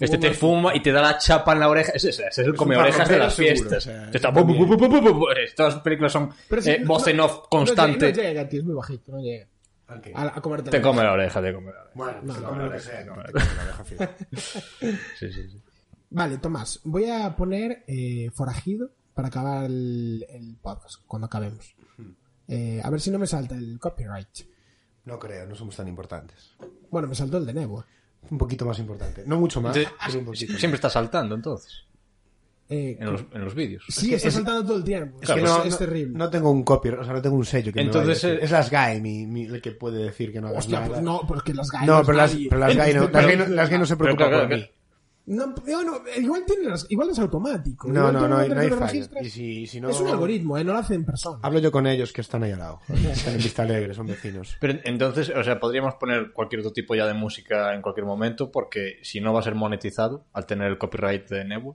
Speaker 2: Este te fuma y te da la chapa en la oreja. Ese, ese, ese es el come orejas de
Speaker 3: parrotero
Speaker 2: las
Speaker 3: seguro,
Speaker 2: fiestas.
Speaker 3: o sea,
Speaker 2: Te está-
Speaker 3: está bien.
Speaker 2: bu- bu- bu- bu- bu- bu- eh, Todas las películas son
Speaker 1: Pero si
Speaker 2: eh,
Speaker 1: no-
Speaker 2: voz en
Speaker 1: no-
Speaker 2: off constante.
Speaker 1: No llega, no llega, tío, es muy bajito, no llega.
Speaker 3: ok.
Speaker 1: A, a comerte
Speaker 2: Te
Speaker 1: la-
Speaker 2: come la oreja, te come la oreja.
Speaker 3: Bueno, pues
Speaker 1: No,
Speaker 3: come
Speaker 2: no,
Speaker 3: lo que
Speaker 2: no,
Speaker 3: sea,
Speaker 2: no,
Speaker 3: no,
Speaker 2: no.
Speaker 3: te come la oreja fija.
Speaker 2: Sí, sí, sí.
Speaker 1: Vale, Tomás, voy a poner eh, forajido para acabar el, el podcast, cuando acabemos.
Speaker 3: Hmm.
Speaker 1: Eh, a ver si no me salta el copyright.
Speaker 3: No creo, no somos tan importantes.
Speaker 1: Bueno, me saltó el de Nebo.
Speaker 3: Un poquito más importante. No mucho más,
Speaker 2: Entonces,
Speaker 3: pero un poquito.
Speaker 2: Siempre está saltando, entonces.
Speaker 1: Eh,
Speaker 2: En los, en los vídeos.
Speaker 1: sí, está saltando todo el tiempo.
Speaker 3: Es que
Speaker 1: es, este
Speaker 3: no,
Speaker 1: es
Speaker 3: no-
Speaker 1: terrible.
Speaker 3: no tengo un copyright, o sea, no tengo un sello que me
Speaker 2: Entonces,
Speaker 3: vaya a decir.
Speaker 2: eh,
Speaker 3: es las GAE mi, mi- el que puede decir que no hagas
Speaker 1: Hostia,
Speaker 3: nada.
Speaker 1: pues no, porque las gainas.
Speaker 3: no, pero las,
Speaker 1: nadie-
Speaker 3: pero las GAE no, las GAE no, las GAE no se
Speaker 2: Pero
Speaker 3: preocupan
Speaker 2: claro,
Speaker 3: por
Speaker 2: claro,
Speaker 3: mí.
Speaker 1: No, no, no, igual, tiene las- igual es automático.
Speaker 3: No,
Speaker 1: Igual
Speaker 3: no,
Speaker 1: tiene
Speaker 3: no,
Speaker 1: una
Speaker 3: hay- no hay
Speaker 1: que lo
Speaker 3: fallo.
Speaker 1: registra.
Speaker 3: Y si, si no,
Speaker 1: Es un algoritmo, eh, no lo hace en persona.
Speaker 3: Hablo yo con ellos que están ahí al lado. Están en Vista Alegre, son vecinos.
Speaker 2: Pero entonces, o sea, podríamos poner cualquier otro tipo ya de música en cualquier momento, porque si no va a ser monetizado al tener el copyright de Nebu,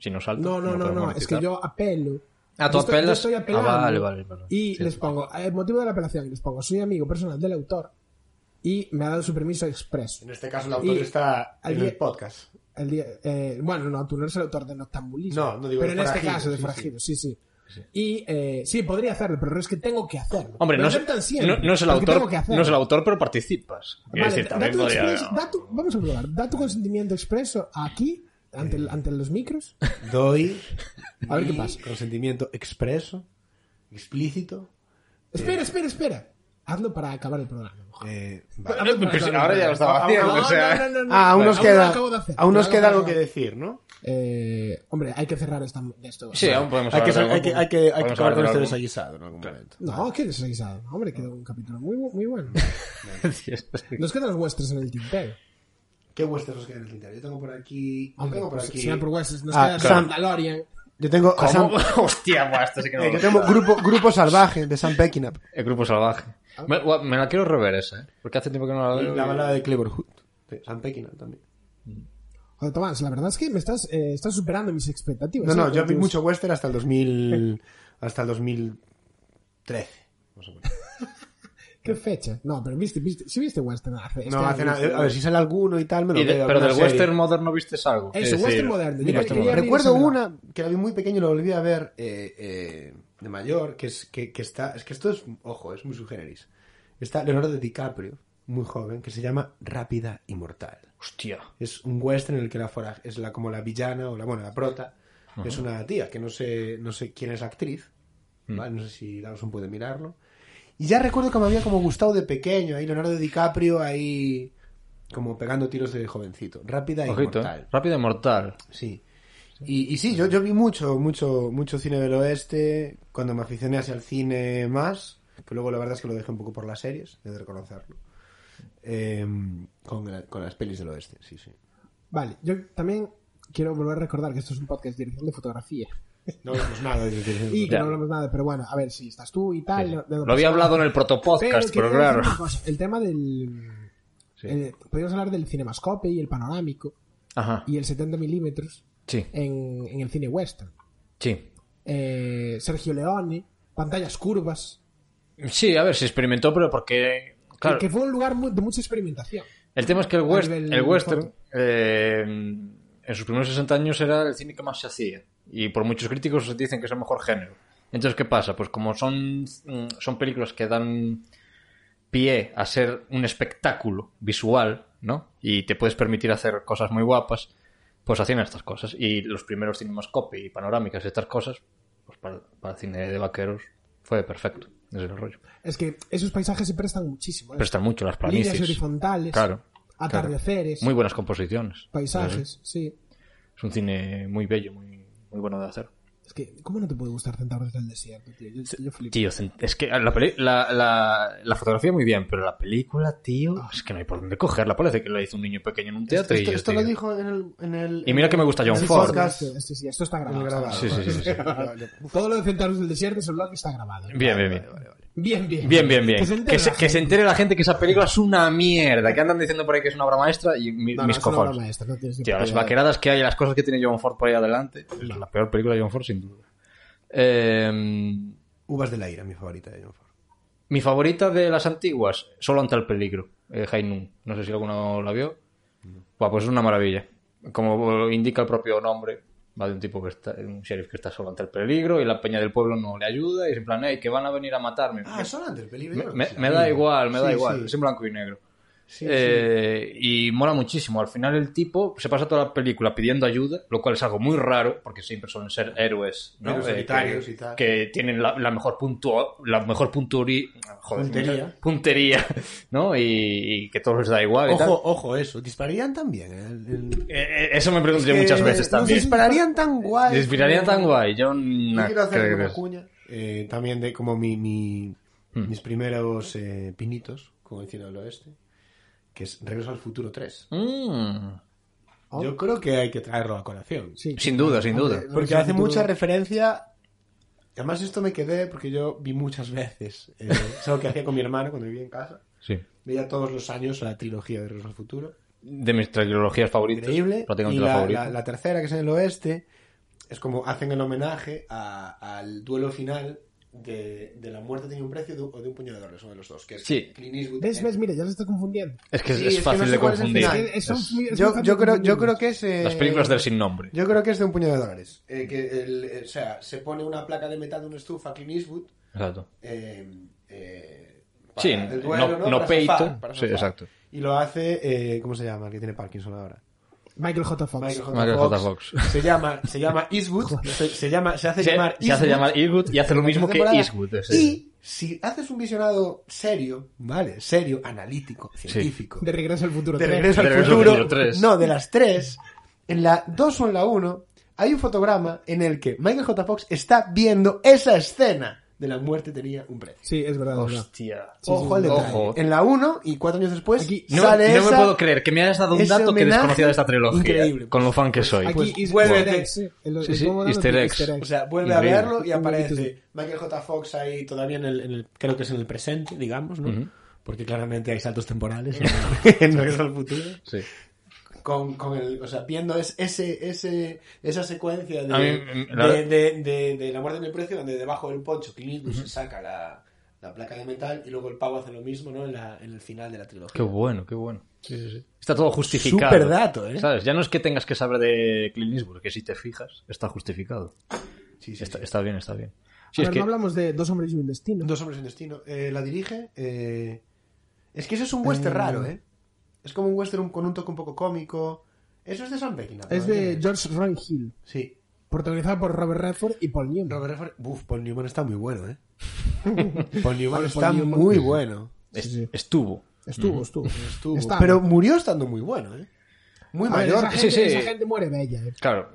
Speaker 2: si no salta.
Speaker 1: No, no, no,
Speaker 2: podemos
Speaker 1: no, es que
Speaker 2: monetizar.
Speaker 1: yo apelo.
Speaker 2: Ah, tú
Speaker 1: Yo estoy- yo
Speaker 2: apelas.
Speaker 1: estoy
Speaker 2: Ah,
Speaker 1: apelando.
Speaker 2: vale, vale, vale.
Speaker 1: Y
Speaker 2: Sí.
Speaker 1: les pongo, eh, el motivo de la apelación, les pongo, soy amigo personal del autor y me ha dado su permiso expreso.
Speaker 3: En este caso, el
Speaker 1: autor
Speaker 3: autor
Speaker 1: Y-
Speaker 3: está
Speaker 1: al
Speaker 3: en
Speaker 1: en día-
Speaker 3: el
Speaker 1: el
Speaker 3: podcast.
Speaker 1: El día, eh, bueno, no, tú no eres el autor de Noctambulismo.
Speaker 3: No, no digo
Speaker 1: Pero
Speaker 3: de
Speaker 1: en este
Speaker 3: Forajido,
Speaker 1: caso de
Speaker 3: sí,
Speaker 1: Forajido, sí, sí. Y eh, sí, podría hacerlo, pero es que tengo que hacerlo.
Speaker 2: Hombre,
Speaker 1: Me
Speaker 2: no,
Speaker 1: aceptan
Speaker 2: es,
Speaker 1: siempre,
Speaker 2: no- no es el
Speaker 1: porque
Speaker 2: autor,
Speaker 1: tengo que hacerlo.
Speaker 2: no es el autor, pero participas. Quiero
Speaker 1: Vale,
Speaker 2: decir,
Speaker 1: da
Speaker 2: también
Speaker 1: tu
Speaker 2: podría-
Speaker 1: expreso- da tu- vamos a probar, da tu consentimiento expreso aquí, ante, el- ante los micros.
Speaker 3: Doy.
Speaker 1: A ver qué
Speaker 3: mi
Speaker 1: pasa.
Speaker 3: Consentimiento expreso, explícito.
Speaker 1: Espera, espera, espera. Hazlo para acabar el programa.
Speaker 3: eh,
Speaker 1: Hazlo
Speaker 3: vale.
Speaker 1: para
Speaker 2: Pues
Speaker 1: acabar el
Speaker 2: ahora ya lo estaba
Speaker 1: programa.
Speaker 2: haciendo,
Speaker 1: No,
Speaker 2: o sea.
Speaker 1: Ah, no, no, no, no.
Speaker 3: Ah, aún nos
Speaker 1: Aún lo
Speaker 3: queda,
Speaker 1: acabo de hacer.
Speaker 3: aún nos
Speaker 1: Lo
Speaker 3: queda
Speaker 1: acabo
Speaker 3: algo
Speaker 1: de
Speaker 3: que
Speaker 1: hacer.
Speaker 3: decir, ¿no?
Speaker 1: Eh, hombre, hay que cerrar esta, esto.
Speaker 2: Sí, aún podemos
Speaker 3: Hay que,
Speaker 2: hablar de
Speaker 3: hay
Speaker 2: algo.
Speaker 3: que, hay que, hay que
Speaker 2: Podemos
Speaker 3: acabar con
Speaker 2: hablar
Speaker 3: este
Speaker 2: de
Speaker 3: desaguisado en algún momento.
Speaker 1: No, qué desaguisado. Hombre, quedó un capítulo muy, bu- muy bueno.
Speaker 2: algo. Sí, [laughs] es-
Speaker 1: Nos quedan los westerns en el tintero.
Speaker 3: ¿Qué vuestros queda en el tintero? Yo tengo por aquí. Yo
Speaker 1: Hombre,
Speaker 3: tengo por
Speaker 1: pues,
Speaker 3: aquí.
Speaker 1: si no por westerns, nos
Speaker 3: Ah,
Speaker 1: queda
Speaker 3: claro.
Speaker 1: Mandalorian.
Speaker 3: Yo tengo. a Sam- [laughs]
Speaker 2: ¿Cómo? Pues Hostia, guau, esto sí que no
Speaker 3: eh,
Speaker 2: lo-
Speaker 3: yo tengo grupo, grupo Salvaje de Sam Peckinap.
Speaker 2: El grupo salvaje. Me, guau, me la quiero rever esa, ¿eh? Porque hace tiempo que no la
Speaker 3: Y
Speaker 2: veo.
Speaker 3: la
Speaker 2: y-
Speaker 3: balada de Clever Hood. de Sam Peckinap también.
Speaker 1: Joder, Tomás, la verdad es que me estás, eh, estás superando mis expectativas.
Speaker 3: No,
Speaker 1: ¿eh?
Speaker 3: no, yo vi
Speaker 1: Tus-
Speaker 3: mucho western hasta el 2000. hasta el 2013. más o menos.
Speaker 1: ¿Qué fecha? No, pero viste, viste. Si viste western hace. este
Speaker 3: No,
Speaker 1: año,
Speaker 3: hace nada.
Speaker 1: viste.
Speaker 3: A ver si sale alguno y tal, me lo
Speaker 2: y de-
Speaker 3: veo,
Speaker 2: pero
Speaker 3: alguna
Speaker 2: del
Speaker 3: serie.
Speaker 2: western moderno viste algo.
Speaker 1: Eso,
Speaker 2: Es
Speaker 1: Eh, western moderno. Yo
Speaker 2: mira, este
Speaker 1: creo que
Speaker 2: western
Speaker 1: ya-
Speaker 3: Recuerdo
Speaker 1: Mira,
Speaker 3: una que la vi muy pequeño y la volví a ver eh, eh, de mayor, que es que, que está. Es que esto es. Ojo, es muy subgéneris. Está Leonardo DiCaprio, muy joven, que se llama Rápida y Mortal.
Speaker 2: Hostia.
Speaker 3: Es un western en el que la foraj- es la, como la villana o la, bueno, la prota. Es una tía que no sé, no sé quién es la actriz.
Speaker 2: Mm.
Speaker 3: ¿vale? No sé si Dawson puede mirarlo. Y ya recuerdo que me había como gustado de pequeño. Ahí Leonardo DiCaprio, ahí como pegando tiros de jovencito. Rápida y
Speaker 2: Ojito,
Speaker 3: mortal.
Speaker 2: ¿eh? Rápido y mortal.
Speaker 3: Sí. Y, y sí, yo, yo vi mucho, mucho, mucho cine del oeste cuando me aficioné hacia el cine más, que luego la verdad es que lo dejé un poco por las series, he de reconocerlo. Eh, con, la- con las pelis del oeste, sí, sí.
Speaker 1: Vale, yo también quiero volver a recordar que esto es un podcast de dirección de fotografía.
Speaker 3: No vemos nada de de-
Speaker 1: Y que
Speaker 2: Ya.
Speaker 1: no hablamos nada, pero bueno, a ver si estás tú y tal. no- no
Speaker 2: Lo
Speaker 1: pasa
Speaker 2: había
Speaker 1: nada.
Speaker 2: hablado en el protopodcast,
Speaker 1: que
Speaker 2: pero,
Speaker 1: te voy a
Speaker 2: claro.
Speaker 1: decir una cosa, El tema del. el- podríamos hablar del cinemascope y el panorámico
Speaker 2: Ajá.
Speaker 1: y el 70 milímetros
Speaker 2: Sí,
Speaker 1: en, en el cine western.
Speaker 2: sí.
Speaker 1: Eh, Sergio Leone, pantallas curvas.
Speaker 2: Sí, a ver, se experimentó, pero porque. Claro,
Speaker 1: Que, que fue un lugar mu- de mucha experimentación.
Speaker 2: el tema es que el, west-
Speaker 1: nivel
Speaker 2: el western
Speaker 1: foto.
Speaker 2: eh, en sus primeros 60 años era el cine que más se hacía. Y por muchos críticos dicen que es el mejor género. Entonces, ¿qué pasa? Pues como son, mm, son películas que dan pie a ser un espectáculo visual, ¿no? Y te puedes permitir hacer cosas muy guapas, pues hacían estas cosas. Y los primeros cinemascope y panorámicas y estas cosas, pues para, para el cine de vaqueros fue perfecto. Ese es el rollo.
Speaker 1: Es que esos paisajes se prestan muchísimo. ¿eh?
Speaker 2: Prestan mucho las planicies.
Speaker 1: Líneas horizontales,
Speaker 2: Claro.
Speaker 1: atardeceres,
Speaker 2: Muy buenas composiciones.
Speaker 1: paisajes. Sí.
Speaker 2: Es un cine muy bello, muy, muy bueno de hacer.
Speaker 1: Es que, ¿cómo no te puede gustar Centauros del Desierto, tío? Yo, yo flipo.
Speaker 2: Tío, cen- es que la, peli- la, la, la fotografía muy bien, pero la película, tío, Ah, es que no hay por dónde cogerla. Parece que la hizo un niño pequeño en un
Speaker 3: Esto,
Speaker 2: teatro. y
Speaker 3: esto-
Speaker 2: yo,
Speaker 3: esto lo
Speaker 2: tío,
Speaker 3: dijo en el... en el-
Speaker 2: Y mira que me gusta John
Speaker 3: en el
Speaker 2: Ford.
Speaker 3: podcast,
Speaker 1: Sí, este sí, sí, esto está
Speaker 3: en el
Speaker 1: grabado.
Speaker 3: grabado.
Speaker 2: Sí, sí, sí,
Speaker 3: [laughs]
Speaker 2: sí, sí.
Speaker 1: Todo lo de Centauros del Desierto es un blog que está grabado.
Speaker 2: Bien, bien, bien.
Speaker 1: Bien, bien.
Speaker 2: Bien, bien, bien.
Speaker 1: Que se entere la
Speaker 2: que se
Speaker 1: gente.
Speaker 2: entere la gente que esa película es una mierda. Que andan diciendo por ahí que es una obra maestra y mi-
Speaker 1: No, no,
Speaker 2: mis
Speaker 1: es una
Speaker 2: cojones.
Speaker 1: obra maestra, no tienes ni
Speaker 2: Tío,
Speaker 1: puta
Speaker 2: las
Speaker 1: idea.
Speaker 2: vaqueradas que hay, las cosas que tiene John Ford por ahí adelante. Es la peor película de John Ford, sin duda. Eh,
Speaker 3: Uvas del aire, mi favorita de John Ford.
Speaker 2: Mi favorita de las antiguas, solo ante el peligro, eh, Hainun. No sé si alguno la vio. Buah, pues es una maravilla. Como indica el propio nombre, va de un tipo que está, un sheriff que está solo ante el peligro y la peña del pueblo no le ayuda y es en plan, "Ey, que van a venir a matarme.
Speaker 3: Ah, son antes, peligro.
Speaker 2: me, me- me da igual, me da
Speaker 3: Sí,
Speaker 2: igual,
Speaker 3: sí.
Speaker 2: es en blanco y negro.
Speaker 3: Sí,
Speaker 2: Eh, Y mola muchísimo. Al final el tipo se pasa toda la película pidiendo ayuda, lo cual es algo muy raro, porque siempre suelen ser héroes, ¿no? Eh,
Speaker 3: Héroes solitarios
Speaker 2: que,
Speaker 3: y tal.
Speaker 2: que tienen la, la mejor punto, la mejor punturi- joder,
Speaker 3: Puntería.
Speaker 2: puntería, [laughs] ¿no? Y, y que todos les da igual. y tal.
Speaker 3: Ojo, ojo, eso. Dispararían también. eh, el- el-
Speaker 2: Eh, eh, eso me pregunto yo muchas
Speaker 3: Eh,
Speaker 2: veces
Speaker 3: no
Speaker 2: también.
Speaker 3: dispararían tan guay.
Speaker 2: ¿Les inspiraría tan guay? Yo no
Speaker 3: Yo quiero hacer
Speaker 2: creo que
Speaker 3: una
Speaker 2: es. Hmm.
Speaker 3: cuña. Eh, también de como mi, mi- mis primeros eh, pinitos con el cine del oeste, que es Regreso al Futuro 3.
Speaker 2: Mm,
Speaker 3: Yo creo que hay que traerlo a colación.
Speaker 1: Sí.
Speaker 2: sin duda, sin duda.
Speaker 3: Porque
Speaker 1: Regreso al
Speaker 3: hace
Speaker 1: Futuro.
Speaker 3: mucha referencia. Además, esto me quedé porque yo vi muchas veces. eh, es algo que hacía con mi hermano cuando vivía en casa.
Speaker 2: Sí.
Speaker 3: Veía todos los años la trilogía de Regreso al Futuro.
Speaker 2: De mis trilogías favoritas.
Speaker 3: increíble. Y
Speaker 2: Prácticamente la
Speaker 3: la,
Speaker 2: favorita.
Speaker 3: la- la tercera, que es en el oeste, es como hacen el homenaje a- al duelo final de, de la muerte tiene un precio de, o de un puño de dólares, uno de los dos, que es
Speaker 2: Sí.
Speaker 3: Clint Eastwood.
Speaker 1: ¿Ves? ¿Ves? Mira, ya se está confundiendo.
Speaker 2: Es que es,
Speaker 3: Sí,
Speaker 2: es
Speaker 3: es que
Speaker 2: fácil
Speaker 3: no sé
Speaker 2: de
Speaker 3: cuál es el
Speaker 2: confundir.
Speaker 3: final.
Speaker 1: Es que es un-
Speaker 2: Es-
Speaker 1: es un
Speaker 3: Eh, Yo,
Speaker 1: fan
Speaker 3: yo, creo, yo
Speaker 1: confundido.
Speaker 3: creo que es... eh,
Speaker 2: Las películas del sin nombre.
Speaker 3: Yo creo que es de un puño de dólares. Eh, que el- eh, o sea, se pone una placa de metal de una estufa a Clint Eastwood
Speaker 2: Exacto.
Speaker 3: eh, eh, para
Speaker 2: Sí,
Speaker 3: el duelo,
Speaker 2: no-
Speaker 3: ¿no?
Speaker 2: no
Speaker 3: Para
Speaker 2: peito.
Speaker 3: zafar, para
Speaker 2: Sí,
Speaker 3: zafar.
Speaker 2: exacto.
Speaker 3: Y lo hace... eh, ¿Cómo se llama? El que tiene Parkinson ahora.
Speaker 1: Michael J. Fox.
Speaker 3: Michael J.
Speaker 2: Michael J.
Speaker 3: Fox.
Speaker 2: Fox.
Speaker 3: Se llama, se llama
Speaker 2: [laughs]
Speaker 3: Eastwood. se, se llama, se hace
Speaker 2: Se,
Speaker 3: llamar
Speaker 2: se hace
Speaker 3: Eastwood
Speaker 2: llamar Eastwood y hace lo
Speaker 3: en
Speaker 2: mismo
Speaker 3: esta
Speaker 2: que
Speaker 3: temporada.
Speaker 2: Eastwood. es-
Speaker 3: Y si haces un visionado serio, ¿vale? Serio, analítico, científico.
Speaker 1: De regreso al futuro.
Speaker 3: De
Speaker 1: tres.
Speaker 3: regreso
Speaker 2: De
Speaker 3: al
Speaker 2: Regreso al
Speaker 3: futuro.
Speaker 2: Futuro tres.
Speaker 3: No, de las tres. En la 2 o en la 1 hay un fotograma en el que Michael J. Fox está viendo esa escena de la muerte tenía un precio.
Speaker 1: Sí, es verdad. es verdad.
Speaker 2: Hostia.
Speaker 3: Ojo al detalle.
Speaker 2: Ojo.
Speaker 3: En la 1 y cuatro años después
Speaker 1: Aquí-
Speaker 2: No,
Speaker 3: sale
Speaker 2: no me
Speaker 3: esa-
Speaker 2: puedo creer que me hayas dado un
Speaker 3: ese
Speaker 2: dato que
Speaker 3: homenaje
Speaker 2: desconocía de esta trilogía.
Speaker 3: increíble.
Speaker 2: Con lo fan que soy.
Speaker 1: Aquí
Speaker 3: Pues,
Speaker 1: Easter
Speaker 3: vuélvete.
Speaker 1: eggs, sí. El-
Speaker 2: Sí,
Speaker 1: el
Speaker 2: sí,
Speaker 1: cómo no,
Speaker 2: Easter
Speaker 1: el
Speaker 2: eggs.
Speaker 1: egg.
Speaker 3: O sea, vuelve
Speaker 2: Increíble.
Speaker 3: a verlo y aparece Michael J. Fox ahí todavía en el, en el- creo que es en el presente, digamos, ¿no? Porque claramente hay
Speaker 2: [laughs]
Speaker 3: saltos temporales ¿no? [laughs] en Regreso al Futuro.
Speaker 2: Sí.
Speaker 3: Con, con el, o sea, viendo es- ese, ese, esa secuencia de,
Speaker 2: A mí, mm, la
Speaker 3: de,
Speaker 2: verdad-
Speaker 3: de- de- de la muerte en el precio, donde debajo del poncho Clint Eastwood se saca la, la placa de metal y luego el pavo hace lo mismo, ¿no? En, la- en el final de la trilogía.
Speaker 2: Qué bueno, qué bueno. Está todo justificado.
Speaker 3: Súper dato, ¿eh?
Speaker 2: ¿Sabes? Ya no es que tengas que saber de Clint Eastwood, que si te fijas, está justificado.
Speaker 3: Sí, sí,
Speaker 2: Está,
Speaker 3: sí.
Speaker 2: está bien, está bien. Sí,
Speaker 1: A
Speaker 2: es
Speaker 1: ver,
Speaker 2: que-
Speaker 1: no hablamos de Dos hombres y un destino.
Speaker 3: Dos hombres en destino. Eh, la dirige eh, Es que eso es un western raro, ¿eh? Es como un western con un toque un poco cómico. Eso es de Sam Peckinpah.
Speaker 1: Es
Speaker 3: ¿no?
Speaker 1: de George Roy Hill,
Speaker 3: Sí.
Speaker 1: protagonizada por Robert Redford y Paul Newman.
Speaker 3: Robert Redford... Uf, Paul Newman está
Speaker 1: [laughs]
Speaker 3: muy bueno, ¿eh? Paul Newman
Speaker 1: Paul
Speaker 3: está
Speaker 1: Newman.
Speaker 3: muy bueno.
Speaker 2: Es- Mm.
Speaker 1: Sí, sí.
Speaker 2: Estuvo.
Speaker 1: Estuvo, estuvo.
Speaker 3: Estuvo.
Speaker 1: Está-
Speaker 3: Pero murió estando muy bueno, ¿eh? Muy
Speaker 1: A ver,
Speaker 3: mayor.
Speaker 1: esa,
Speaker 2: Sí,
Speaker 1: gente,
Speaker 2: sí.
Speaker 1: esa gente muere bella. eh.
Speaker 2: Claro.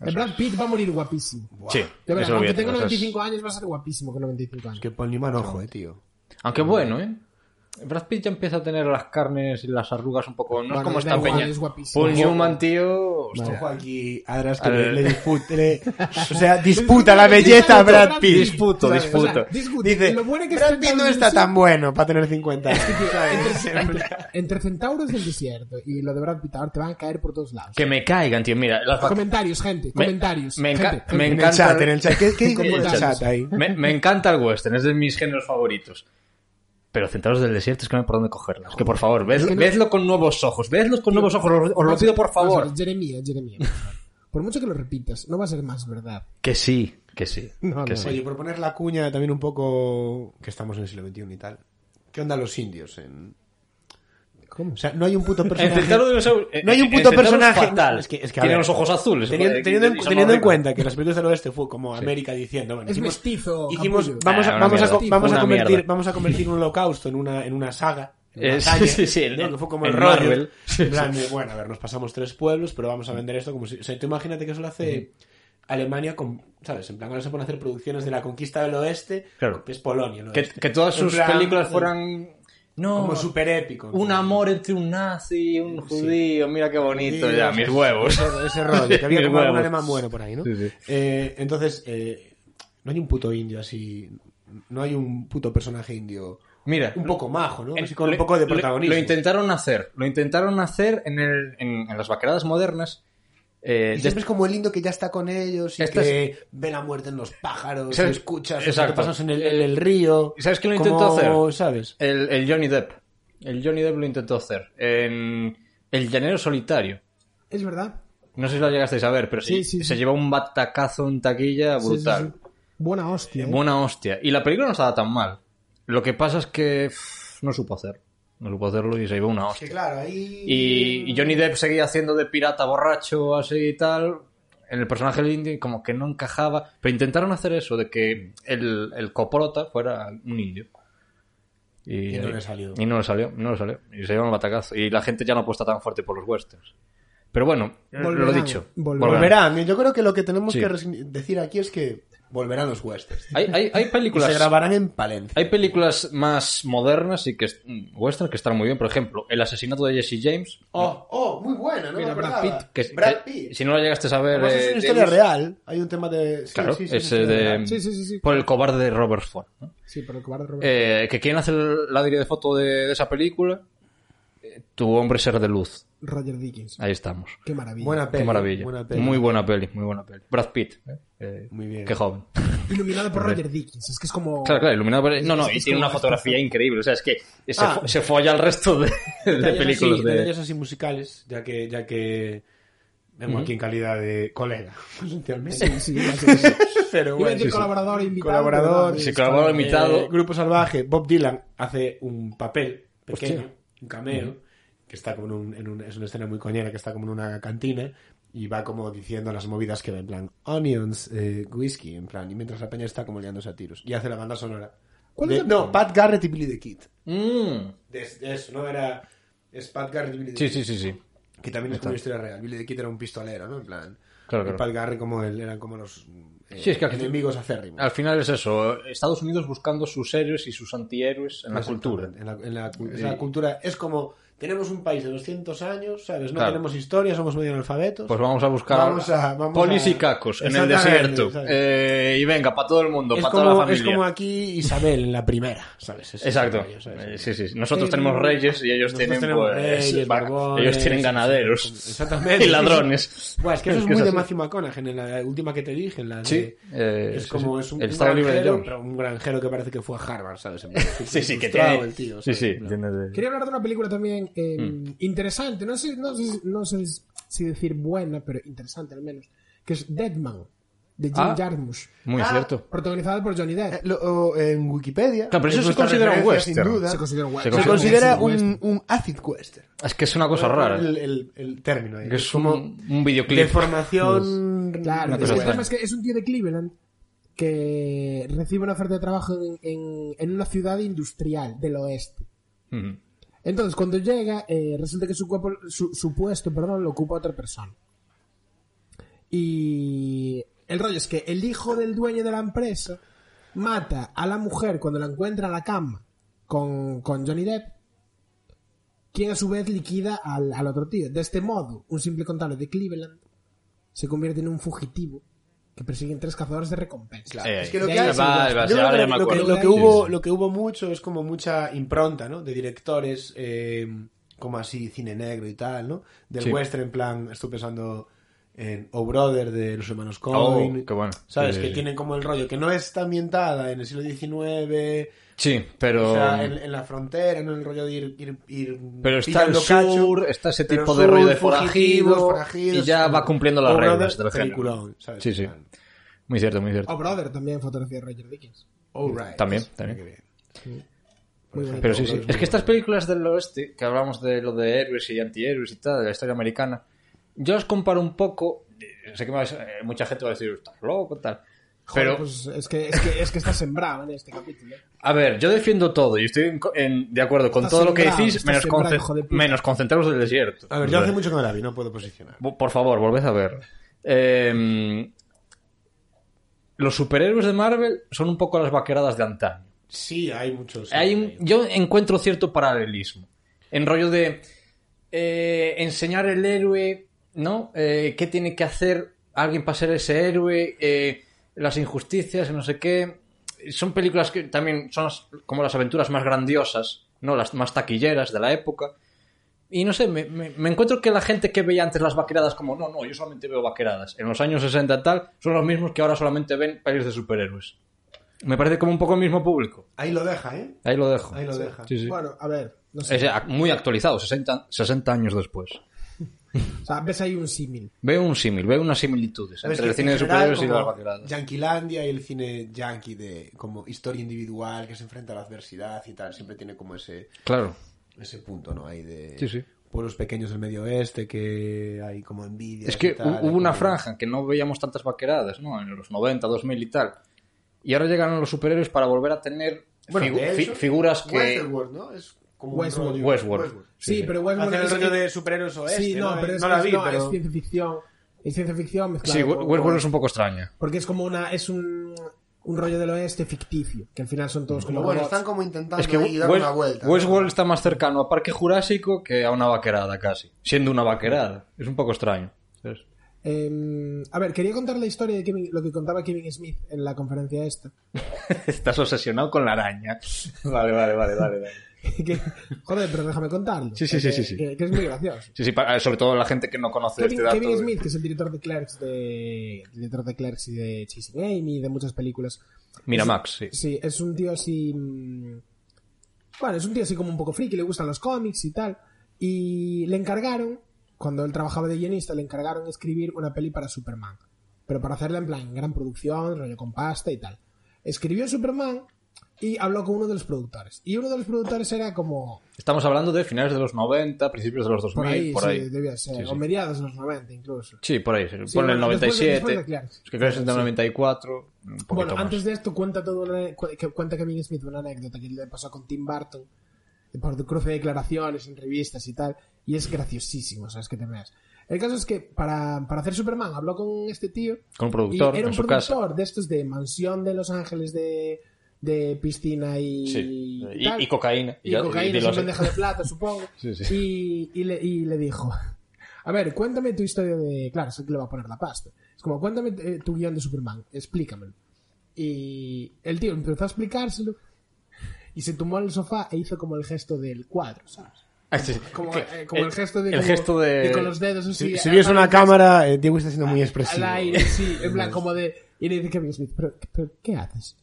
Speaker 1: El Brad Pitt va a morir guapísimo.
Speaker 2: Sí.
Speaker 1: De verdad,
Speaker 2: eso lo voy
Speaker 1: aunque
Speaker 2: a
Speaker 1: tenga
Speaker 2: tener, o sea, es-
Speaker 1: 95 años, va a ser guapísimo con 95 años.
Speaker 3: Es que Paul Newman, ojo, ¿eh, tío?
Speaker 2: Aunque bueno, ¿eh? Brad Pitt ya empieza a tener las carnes y las arrugas un poco. No
Speaker 1: Bueno,
Speaker 2: es como
Speaker 1: da
Speaker 2: esta
Speaker 1: igual,
Speaker 2: peña.
Speaker 1: es guapísimo.
Speaker 2: Paul
Speaker 3: eh,
Speaker 2: Newman, tío. hostia.
Speaker 3: Ojo aquí, Adras, que
Speaker 2: A ver.
Speaker 3: le, le disputa,
Speaker 1: [laughs]
Speaker 3: le- o sea, disputa la belleza a Brad Pitt.
Speaker 2: Disputo,
Speaker 1: ¿sabes?
Speaker 2: disputo.
Speaker 1: O sea, discute.
Speaker 3: Dice,
Speaker 1: lo bueno que
Speaker 3: Brad
Speaker 1: está
Speaker 3: Pitt no
Speaker 1: Tom
Speaker 3: está
Speaker 1: Cruise-
Speaker 3: tan bueno para tener
Speaker 1: [laughs]
Speaker 3: 50 años. [laughs]
Speaker 1: entre, entre centauros del desierto y lo de Brad Pitt ahora te van a caer por todos lados.
Speaker 2: Que me caigan, tío. Mira, las vac-
Speaker 1: Comentarios, gente,
Speaker 2: Me-
Speaker 1: comentarios.
Speaker 2: me enca-
Speaker 1: gente,
Speaker 2: me
Speaker 1: gente.
Speaker 3: en el
Speaker 2: encanta-
Speaker 3: chat, en el chat. ¿Qué, qué dijo
Speaker 2: En
Speaker 3: por
Speaker 2: el
Speaker 3: el
Speaker 2: chat.
Speaker 3: chat ahí?
Speaker 2: me, me encanta el western, es de mis géneros favoritos. Pero Centauros del Desierto es que no hay por dónde cogerlo. Es que por favor, ved-
Speaker 1: que no-
Speaker 2: vedlo con nuevos ojos. Vedlo con nuevos ojos, os- os lo pido por
Speaker 1: Vamos a
Speaker 2: favor.
Speaker 1: ver, Jeremía, Jeremía. por favor. Por mucho que lo repitas, no va a ser más verdad.
Speaker 2: Que sí, que sí.
Speaker 1: No,
Speaker 2: que
Speaker 1: no.
Speaker 2: sí.
Speaker 3: Oye, por poner la cuña también un poco que estamos en el siglo XXI y tal. ¿Qué onda los indios? En...
Speaker 1: ¿Cómo?
Speaker 3: O sea, no hay un puto
Speaker 2: En
Speaker 3: personaje.
Speaker 2: Centauros de los- en-
Speaker 3: No hay un
Speaker 2: Eh, en
Speaker 3: puto
Speaker 2: Centauros
Speaker 3: personaje.
Speaker 2: fatal.
Speaker 3: Es que- es que, a
Speaker 2: Tiene
Speaker 3: ver,
Speaker 2: los ojos azules.
Speaker 3: Teniendo,
Speaker 2: joder,
Speaker 3: teniendo en-
Speaker 2: y somos
Speaker 3: teniendo en
Speaker 2: ricos.
Speaker 3: cuenta que las películas del oeste fue como América diciendo, bueno,
Speaker 1: Es
Speaker 3: hicimos-
Speaker 1: mestizo,
Speaker 3: hicimos-
Speaker 1: capullo.
Speaker 3: vamos,
Speaker 2: Ah,
Speaker 3: a,
Speaker 2: una
Speaker 3: vamos, a, co-
Speaker 2: mierda.
Speaker 3: vamos, a
Speaker 2: Una
Speaker 3: convertir,
Speaker 2: mierda.
Speaker 3: vamos a convertir un holocausto en una, en una saga. en una
Speaker 2: Eh, sí,
Speaker 3: batalla,
Speaker 2: sí, sí, el-
Speaker 3: ¿no? que fue como el,
Speaker 2: el
Speaker 3: rollo,
Speaker 2: Marvel.
Speaker 3: en plan de, bueno, a ver, nos pasamos tres pueblos, pero vamos a vender esto como si... O sea, tú imagínate que eso lo hace Alemania con... ¿Sabes? En plan, ahora se ponen a hacer producciones de la conquista del oeste,
Speaker 2: Claro.
Speaker 3: es Polonia. el
Speaker 2: Que,
Speaker 3: oeste.
Speaker 2: que todas
Speaker 3: En
Speaker 2: sus
Speaker 3: plan,
Speaker 2: películas
Speaker 3: eh,
Speaker 2: fueran. No,
Speaker 3: como súper épico.
Speaker 2: un amor entre un nazi y un judío. Mira qué bonito ya, mis huevos.
Speaker 3: Ese, ese rollo,
Speaker 2: [laughs]
Speaker 3: que había
Speaker 2: Mis
Speaker 3: como algún
Speaker 2: huevos.
Speaker 3: alemán bueno por ahí, ¿no?
Speaker 2: Sí, sí.
Speaker 3: Eh, entonces, eh, no hay un puto indio así. No hay un puto personaje indio.
Speaker 2: Mira,
Speaker 3: Un poco majo, ¿no?
Speaker 2: en-
Speaker 3: Así con
Speaker 2: lo-
Speaker 3: un poco de
Speaker 2: lo-
Speaker 3: protagonismo.
Speaker 2: Lo, intentaron hacer. Lo intentaron hacer en, el- en- en las vaqueradas modernas. eh,
Speaker 3: Y
Speaker 2: de-
Speaker 3: siempre es como el indio que ya está con ellos y
Speaker 2: Estas-
Speaker 3: que ve la muerte en los pájaros,
Speaker 2: ¿Sabes?
Speaker 3: lo escuchas,
Speaker 2: Exacto.
Speaker 3: te pasas en el, en el río.
Speaker 2: ¿Sabes quién lo
Speaker 3: como-
Speaker 2: intentó hacer?
Speaker 3: ¿Sabes?
Speaker 2: el, el Johnny Depp. El Johnny Depp lo intentó hacer. En El Llanero Solitario.
Speaker 1: Es verdad.
Speaker 2: No sé si lo llegasteis a ver, pero
Speaker 1: Sí,
Speaker 2: sí,
Speaker 1: sí, sí.
Speaker 2: se lleva un batacazo en
Speaker 1: Sí,
Speaker 2: taquilla
Speaker 1: sí,
Speaker 2: brutal.
Speaker 1: sí. Buena hostia. ¿eh?
Speaker 2: Buena hostia. Y la película no estaba tan mal. Lo que pasa es que pff, no supo hacer. No supo hacerlo y se llevó una
Speaker 3: Que
Speaker 2: hostia.
Speaker 3: claro, ahí.
Speaker 2: Y, y Johnny Depp seguía haciendo de pirata borracho, así y tal. En el personaje del indio, como que no encajaba. Pero intentaron hacer eso, de que el, el coprota fuera un indio. Y,
Speaker 3: Y no le salió.
Speaker 2: Y no le salió, no le salió. Y se llevó un batacazo. Y la gente ya no apuesta tan fuerte por los westerns. Pero bueno, lo
Speaker 1: Volverán,
Speaker 2: dicho.
Speaker 1: volverán.
Speaker 3: [laughs] Volverán. Y Yo creo que lo que tenemos
Speaker 2: Sí.
Speaker 3: que resign- decir aquí es que volverán los westerns.
Speaker 2: Hay, hay, hay
Speaker 3: Y se
Speaker 2: películas.
Speaker 3: grabarán en Palencia.
Speaker 2: Hay películas más modernas y que est- western que están muy bien. Por ejemplo, El asesinato de Jesse James.
Speaker 3: Oh, oh, muy buena, ¿no?
Speaker 1: Mira,
Speaker 3: me
Speaker 1: Brad
Speaker 3: acordaba.
Speaker 1: Pitt,
Speaker 2: Que,
Speaker 3: Brad
Speaker 2: que-
Speaker 3: Pitt.
Speaker 2: si no la llegaste a ver.
Speaker 3: Además,
Speaker 2: eh,
Speaker 3: es una historia
Speaker 2: Davis,
Speaker 3: real. Hay un tema de. sí,
Speaker 2: Claro,
Speaker 3: sí, sí,
Speaker 2: es
Speaker 3: una
Speaker 2: eh,
Speaker 3: historia
Speaker 2: de.
Speaker 3: real.
Speaker 1: Sí, sí, sí, sí.
Speaker 2: Por el cobarde de Robert Ford. ¿no?
Speaker 1: Sí, pero el cobarde Robert.
Speaker 2: Eh, que quien hace el- la dirección de foto de, de esa película. Eh, tu hombre ser de luz.
Speaker 1: Roger Dickens.
Speaker 2: Ahí estamos.
Speaker 1: Qué maravilla.
Speaker 3: Buena peli.
Speaker 2: Qué maravilla.
Speaker 3: buena peli.
Speaker 2: Muy buena peli, muy buena peli. Brad Pitt. ¿eh? Eh,
Speaker 3: Muy bien.
Speaker 2: Qué joven.
Speaker 1: Iluminado por Roger Dickens. Es que es como.
Speaker 2: Claro, claro, iluminado por... No, no,
Speaker 1: Es-
Speaker 2: y
Speaker 1: es
Speaker 2: tiene
Speaker 1: como-
Speaker 2: una fotografía increíble. O sea, es que se,
Speaker 3: Ah.
Speaker 2: fo- se folla al resto de, de
Speaker 3: Detalles
Speaker 2: películas
Speaker 3: así,
Speaker 2: de...
Speaker 3: detalles así musicales, ya que, ya que vengo aquí en calidad de colega, [laughs] esencialmente.
Speaker 1: Sí,
Speaker 2: [laughs]
Speaker 1: sí, sí, sí, sí.
Speaker 3: Pero
Speaker 1: Iba a
Speaker 3: bueno,
Speaker 1: decir
Speaker 3: sí, sí.
Speaker 1: colaborador e invitado.
Speaker 3: Colaborador,
Speaker 1: pero-
Speaker 2: Sí, colaborador
Speaker 3: Eh,
Speaker 2: invitado.
Speaker 3: Grupo Salvaje, Bob Dylan hace un papel pequeño, un cameo, que está como en, un- en un- es una escena muy coñera, que está como en una cantina y va como diciendo las movidas que va en plan onions, eh, whisky, en plan, y mientras la peña está como liándose a tiros. Y hace la banda sonora.
Speaker 1: ¿Cuál
Speaker 3: De-
Speaker 2: Eh,
Speaker 1: es el-
Speaker 3: no, Pat Garrett y Billy the Kid.
Speaker 2: Mm.
Speaker 3: De, de eso, no era. Es Pat Garrett y Billy the
Speaker 2: Sí,
Speaker 3: Kid.
Speaker 2: sí, sí, sí.
Speaker 3: Que también es como una historia real. Billy the Kid era un pistolero, ¿no? En plan.
Speaker 2: Claro,
Speaker 3: y
Speaker 2: claro.
Speaker 3: Pat Garrett como él, eran como los eh,
Speaker 2: Sí, es que al-
Speaker 3: enemigos acérrimos.
Speaker 2: Al final es eso, Estados Unidos buscando sus héroes y sus antihéroes en la cultura.
Speaker 3: En la, en la cu- en la cultura es como tenemos un país de 200 años, ¿sabes? No
Speaker 2: Claro.
Speaker 3: tenemos historia, somos medio analfabetos.
Speaker 2: Pues vamos a buscar
Speaker 3: Vamos a- vamos
Speaker 2: polis
Speaker 3: a-
Speaker 2: y cacos en el
Speaker 3: Exactamente,
Speaker 2: desierto.
Speaker 3: ¿sabes?
Speaker 2: Eh, y venga, para todo el mundo,
Speaker 3: es,
Speaker 2: para toda la
Speaker 3: como, es
Speaker 2: familia.
Speaker 3: como aquí Isabel en la primera, ¿sabes? Es-
Speaker 2: Exacto.
Speaker 3: ¿sabes?
Speaker 2: Eh, sí, sí. Nosotros
Speaker 3: Eh,
Speaker 2: tenemos reyes y ellos
Speaker 3: nosotros
Speaker 2: tienen,
Speaker 3: tenemos
Speaker 2: pues,
Speaker 3: reyes,
Speaker 2: va-
Speaker 3: barbones,
Speaker 2: ellos tienen ganaderos [laughs]
Speaker 3: Exactamente.
Speaker 2: y ladrones.
Speaker 3: Buah, es que eso es, muy
Speaker 2: así.
Speaker 3: de Matthew McConaughey en la última que te dije, en la de-
Speaker 2: Sí, eh,
Speaker 3: es
Speaker 2: sí,
Speaker 3: como
Speaker 2: sí.
Speaker 3: es un,
Speaker 2: El
Speaker 3: un
Speaker 2: Estado Libre de
Speaker 3: granjero,
Speaker 2: Jones.
Speaker 3: pero un granjero que parece que fue a Harvard, ¿sabes? En plan,
Speaker 2: [laughs] Sí, sí, que
Speaker 3: frustrado
Speaker 2: tiene...
Speaker 3: el tío,
Speaker 2: sí,
Speaker 3: ¿sabes?
Speaker 2: sí.
Speaker 3: En plan,
Speaker 2: tiene de-
Speaker 1: Quería hablar de una película también eh, interesante. No sé, no, sé, no sé si decir buena, pero interesante al menos. Que es Deadman. de Jim
Speaker 2: Ah.
Speaker 1: Jarmusch,
Speaker 2: Muy
Speaker 3: Ah.
Speaker 2: cierto.
Speaker 1: protagonizada por Johnny
Speaker 3: Eh,
Speaker 1: Depp.
Speaker 3: lo- o en Wikipedia.
Speaker 2: Claro, pero
Speaker 3: es
Speaker 2: eso se
Speaker 3: nuestra
Speaker 2: considera un
Speaker 3: referencia, sin
Speaker 2: western.
Speaker 3: duda,
Speaker 1: Se considera, un-
Speaker 2: Se
Speaker 3: se
Speaker 2: considera
Speaker 3: considera
Speaker 1: un western.
Speaker 3: un, un acid western.
Speaker 2: Es que es una cosa rara. ¿eh?
Speaker 3: El, el- el término ahí.
Speaker 2: que es
Speaker 3: como
Speaker 2: un, un videoclip.
Speaker 3: deformación.
Speaker 1: Claro,
Speaker 2: Una
Speaker 1: es que el
Speaker 2: cosa extraña.
Speaker 1: tema es que es un tío de Cleveland que recibe una oferta de trabajo en, en- en una ciudad industrial del oeste.
Speaker 2: [laughs] Ujú.
Speaker 1: Entonces, cuando llega, eh, resulta que su, cuerpo, su, su puesto perdón, lo ocupa otra persona. Y el rollo es que el hijo del dueño de la empresa mata a la mujer cuando la encuentra en la cama con, con Johnny Depp, quien a su vez liquida al, al otro tío. De este modo, un simple contable de Cleveland se convierte en un fugitivo que persiguen tres cazadores de recompensas.
Speaker 3: Claro,
Speaker 2: Eh,
Speaker 3: es que lo
Speaker 1: ya
Speaker 3: que hay-
Speaker 1: es igual.
Speaker 2: vale, vale,
Speaker 3: yo
Speaker 2: ahora
Speaker 3: creo
Speaker 2: ya me
Speaker 3: que
Speaker 2: acuerdo.
Speaker 3: lo que
Speaker 1: Sí,
Speaker 3: hubo,
Speaker 2: sí.
Speaker 3: lo que hubo mucho es como mucha impronta, ¿no? De directores, eh, como así, cine negro y tal, ¿no? Del
Speaker 2: Sí.
Speaker 3: western, en plan, estoy pensando en O Brother de los hermanos
Speaker 2: Oh,
Speaker 3: Coen.
Speaker 2: qué bueno.
Speaker 3: ¿Sabes?
Speaker 2: Sí,
Speaker 3: que
Speaker 2: sí, sí.
Speaker 3: tienen como el rollo que no está ambientada en el siglo XIX,
Speaker 2: Sí, pero.
Speaker 3: o sea, en, en la frontera, ¿no? El rollo de ir. ir, ir
Speaker 2: Oh. Pero está el
Speaker 3: pillando cacho.
Speaker 2: sur, está ese
Speaker 3: Pero
Speaker 2: tipo de
Speaker 3: sur,
Speaker 2: rollo de
Speaker 3: fugitivos,
Speaker 2: forajido,
Speaker 3: forajidos,
Speaker 2: y ya va cumpliendo las
Speaker 3: O Brother,
Speaker 2: reglas del género.
Speaker 3: peliculón, ¿sabes?
Speaker 2: Sí, sí. Muy cierto, muy
Speaker 1: O
Speaker 2: cierto.
Speaker 1: Oh, Brother también fotografía de Roger Dickens.
Speaker 3: All right.
Speaker 2: También,
Speaker 3: Qué
Speaker 2: también.
Speaker 3: bien.
Speaker 1: Muy bonito.
Speaker 2: Pero sí, sí. Es que estas películas del oeste, que hablamos de lo de héroes y antihéroes y tal, de la historia americana, yo las comparo un poco. Sé que me vais- eh, mucha gente va a decir, estás loco, tal.
Speaker 1: Joder,
Speaker 2: Pero,
Speaker 1: pues es que, es que, es que está sembrado en este capítulo. ¿eh?
Speaker 2: a ver, yo defiendo todo y estoy en co- en- de acuerdo con
Speaker 1: Estás
Speaker 2: todo lo que
Speaker 1: sembrado,
Speaker 2: decís,
Speaker 1: estás
Speaker 2: menos,
Speaker 1: sembrado,
Speaker 2: conce-
Speaker 1: hijo de puta.
Speaker 2: menos concentrados del desierto.
Speaker 3: A ver, yo hace mucho que no la vi, no puedo posicionar.
Speaker 2: Bu- Por favor, volved a ver. Eh, los superhéroes de Marvel son un poco las vaqueradas de antaño.
Speaker 3: Sí, hay muchos.
Speaker 2: Hay un- yo encuentro cierto paralelismo. En rollo de eh, enseñar el héroe, ¿no? Eh, ¿Qué tiene que hacer alguien para ser ese héroe? Eh, las injusticias, no sé qué. Son películas que también son las- como las aventuras más grandiosas, ¿no? Las más taquilleras de la época. Y no sé, me, me- me encuentro que la gente que veía antes las vaqueradas como, no, no, yo solamente veo vaqueradas. En los años 60 y tal, son los mismos que ahora solamente ven pelis de superhéroes. Me parece como un poco el mismo público.
Speaker 3: Ahí lo deja, ¿eh?
Speaker 2: Ahí lo dejo.
Speaker 3: Ahí lo deja.
Speaker 2: Sí, sí.
Speaker 1: Bueno, a ver, no sé.
Speaker 2: Es ac- muy actualizado, 60, 60 años después.
Speaker 1: O sea, ves ahí un símil.
Speaker 2: Veo un símil, veo unas similitudes
Speaker 3: Sabes
Speaker 2: entre
Speaker 3: que
Speaker 2: el cine
Speaker 3: en
Speaker 2: de
Speaker 3: general,
Speaker 2: superhéroes y
Speaker 3: como
Speaker 2: las vaqueradas.
Speaker 3: Yanquilandia y el cine yankee de como historia individual que se enfrenta a la adversidad y tal, siempre tiene como ese,
Speaker 2: Claro.
Speaker 3: ese punto, ¿no? Ahí de
Speaker 2: Sí, sí.
Speaker 3: pueblos pequeños del medio oeste que hay como envidia.
Speaker 2: Es que hu- hubo una franja en que no veíamos tantas vaqueradas, ¿no? En los 90, 2000 y tal. Y ahora llegaron los superhéroes para volver a tener figu- fi- figuras que...
Speaker 3: Westworld, ¿no? Es como un
Speaker 1: Westworld.
Speaker 3: rollo-
Speaker 2: Westworld.
Speaker 1: Sí,
Speaker 2: Sí, sí.
Speaker 1: pero
Speaker 3: Hacen
Speaker 1: Westworld
Speaker 3: el
Speaker 1: es-
Speaker 3: rollo de superhéroes oeste.
Speaker 1: Sí, no,
Speaker 3: no,
Speaker 1: pero es,
Speaker 3: no la
Speaker 1: es-
Speaker 3: vi,
Speaker 1: no,
Speaker 3: pero...
Speaker 1: es ciencia ficción. Es ciencia ficción mezclada.
Speaker 2: Sí,
Speaker 1: con-
Speaker 2: Wer-
Speaker 1: con-
Speaker 2: Westworld es un poco extraña.
Speaker 1: Porque es como una. Es un, un rollo del oeste ficticio. Que al final son todos como.
Speaker 3: Pero bueno,
Speaker 1: robots.
Speaker 3: están como intentando
Speaker 2: Es que
Speaker 3: ahí dar
Speaker 2: West-
Speaker 3: una vuelta. ¿no?
Speaker 2: Westworld está más cercano a Parque Jurásico que a una vaquerada casi, siendo una vaquerada. Es un poco extraño. ¿sabes?
Speaker 1: Eh, a ver, quería contar la historia de Kevin, lo que contaba Kevin Smith en la conferencia esta. [laughs]
Speaker 2: Estás obsesionado con la araña. [laughs] Vale, vale, vale, vale. vale.
Speaker 1: Que- joder, pero déjame contarlo.
Speaker 2: Sí, sí, sí,
Speaker 1: que-
Speaker 2: sí, sí.
Speaker 1: Que, que es muy gracioso.
Speaker 2: Sí, sí, pa- sobre todo la gente que no conoce
Speaker 1: Kevin,
Speaker 2: este dato.
Speaker 1: Kevin Smith, que es el director de Clerks, de, director de Clerks y de Chasing Amy, de muchas películas,
Speaker 2: Mira, Max, sí.
Speaker 1: Sí, es un tío así. mm, Bueno, es un tío así como un poco friki, le gustan los cómics y tal. Y le encargaron, cuando él trabajaba de guionista, le encargaron escribir una peli para Superman. Pero para hacerla en plan en gran producción, rollo con pasta y tal. Escribió Superman y habló con uno de los productores. Y uno de los productores era como.
Speaker 2: Estamos hablando de finales de los 90, principios de los 2000,
Speaker 1: Por ahí,
Speaker 2: por
Speaker 1: sí,
Speaker 2: ahí.
Speaker 1: debía ser.
Speaker 2: Sí, sí.
Speaker 1: O mediados de los 90 incluso.
Speaker 2: Sí, por ahí.
Speaker 1: Sí,
Speaker 2: Ponle el
Speaker 1: bueno, después de-
Speaker 2: 97.
Speaker 1: después de Clarks.
Speaker 2: es que crees en el 94. Un poquito
Speaker 1: Bueno,
Speaker 2: más.
Speaker 1: antes de esto cuenta todo una- cu- que cuenta Kevin Smith una anécdota que le pasó con Tim Burton por tu cruce de declaraciones en revistas y tal, y es graciosísimo, sabes que te meas. El caso es que para, para hacer Superman habló con este tío
Speaker 2: Con un
Speaker 1: y
Speaker 2: productor
Speaker 1: era
Speaker 2: en
Speaker 1: un
Speaker 2: su casa.
Speaker 1: productor de estos de mansión de Los Ángeles de, de piscina y,
Speaker 2: Sí.
Speaker 1: y
Speaker 2: Y,
Speaker 1: tal.
Speaker 2: y cocaína.
Speaker 1: Y
Speaker 2: ya-
Speaker 1: cocaína
Speaker 2: dilo
Speaker 1: sin
Speaker 2: así.
Speaker 1: bandeja de plata, supongo.
Speaker 2: Sí, sí.
Speaker 1: Y, y le, y le dijo, a ver, cuéntame tu historia de... Claro, sé que le va a poner la pasta. Es como, cuéntame eh, tu guión de Superman, explícamelo. Y el tío empezó a explicárselo y se tumbó en el sofá e hizo como el gesto del cuadro, ¿sabes?
Speaker 2: Ah, sí, sí.
Speaker 1: Como,
Speaker 2: Que-
Speaker 1: eh, como el gesto de...
Speaker 2: El
Speaker 1: como-
Speaker 2: gesto de.
Speaker 1: de con los dedos así.
Speaker 3: Si, si viese una cámara, eh, Diego está siendo muy
Speaker 1: Al
Speaker 3: expresivo.
Speaker 1: aire,
Speaker 2: Em,
Speaker 1: sí, en plan como de... Y le dice Kevin Smith, ¿pero, pero qué haces?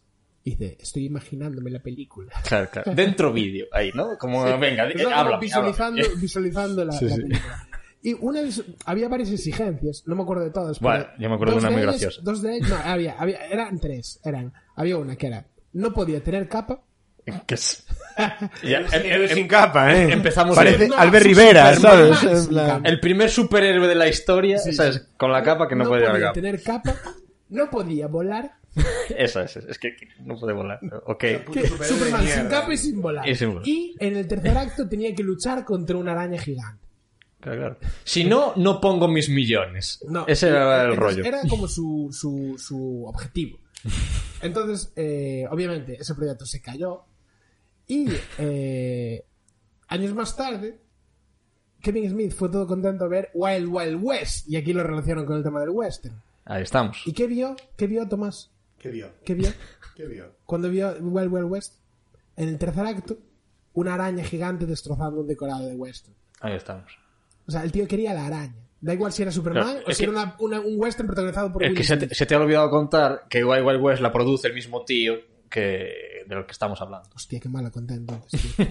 Speaker 1: Y dice, estoy imaginándome la película.
Speaker 2: Claro, claro. Dentro vídeo, ahí, ¿no? Como, venga, di-
Speaker 1: Estaba como
Speaker 2: [laughs] háblame, háblame.
Speaker 1: visualizando, visualizando la, la película. Y una vez- había varias exigencias, no me acuerdo de todas.
Speaker 2: Vale,
Speaker 1: pero
Speaker 2: yo me acuerdo de
Speaker 1: dos
Speaker 2: una muy
Speaker 1: ellas-
Speaker 2: graciosa.
Speaker 1: Dos de ellas, no, había, había, eran tres, eran. Había una que era, no podía tener capa.
Speaker 2: ¿Qué es?
Speaker 1: [laughs]
Speaker 2: Ya, em- em-
Speaker 3: Héroe sin capa, ¿eh?
Speaker 2: empezamos
Speaker 3: Parece
Speaker 2: bien.
Speaker 3: Albert
Speaker 1: No,
Speaker 3: Rivera,
Speaker 1: sí,
Speaker 3: ¿sabes?
Speaker 1: Superman,
Speaker 3: En plan-
Speaker 1: sin capa.
Speaker 2: el primer superhéroe de la historia,
Speaker 1: Sí,
Speaker 2: ¿sabes?
Speaker 1: sí.
Speaker 2: Con la capa que no, puede llevar
Speaker 1: podía
Speaker 2: capa.
Speaker 1: tener capa, no podía volar.
Speaker 2: Eso es, es que no puede volar. Ok.
Speaker 1: que
Speaker 3: superhéroe
Speaker 1: Superman
Speaker 3: de
Speaker 1: sin
Speaker 3: mierda.
Speaker 1: capa y sin volar.
Speaker 2: Y sin volar.
Speaker 1: Y en el tercer acto tenía que luchar contra una araña gigante.
Speaker 2: Claro, claro. Si no, no pongo mis millones.
Speaker 1: pues, No.
Speaker 2: Ese era el
Speaker 1: Entonces,
Speaker 2: rollo.
Speaker 1: Era como su, su, su objetivo. Entonces, eh, obviamente, ese proyecto se cayó. Y eh, años más tarde, Kevin Smith fue todo contento a ver Wild Wild West. Y aquí lo relacionaron con el tema del western.
Speaker 2: Ahí estamos.
Speaker 1: ¿Y qué vio? ¿Qué vio Tomás?
Speaker 3: ¿Qué vio?
Speaker 1: ¿Qué vio?
Speaker 3: ¿Qué vio?
Speaker 1: Cuando vio Wild Wild West, en el tercer acto, una araña gigante destrozando un decorado de western.
Speaker 2: Ahí estamos.
Speaker 1: O sea, el tío quería la araña. Da igual si era Superman
Speaker 2: Claro,
Speaker 1: o
Speaker 2: es
Speaker 1: si
Speaker 2: que-
Speaker 1: era una- una- un western protagonizado por
Speaker 2: Es que
Speaker 1: Will
Speaker 2: se
Speaker 1: Smith.
Speaker 2: te, se te ha olvidado contar que Wild Wild West la produce el mismo tío que de lo que estamos hablando.
Speaker 1: Hostia, qué malo conté entonces. tío.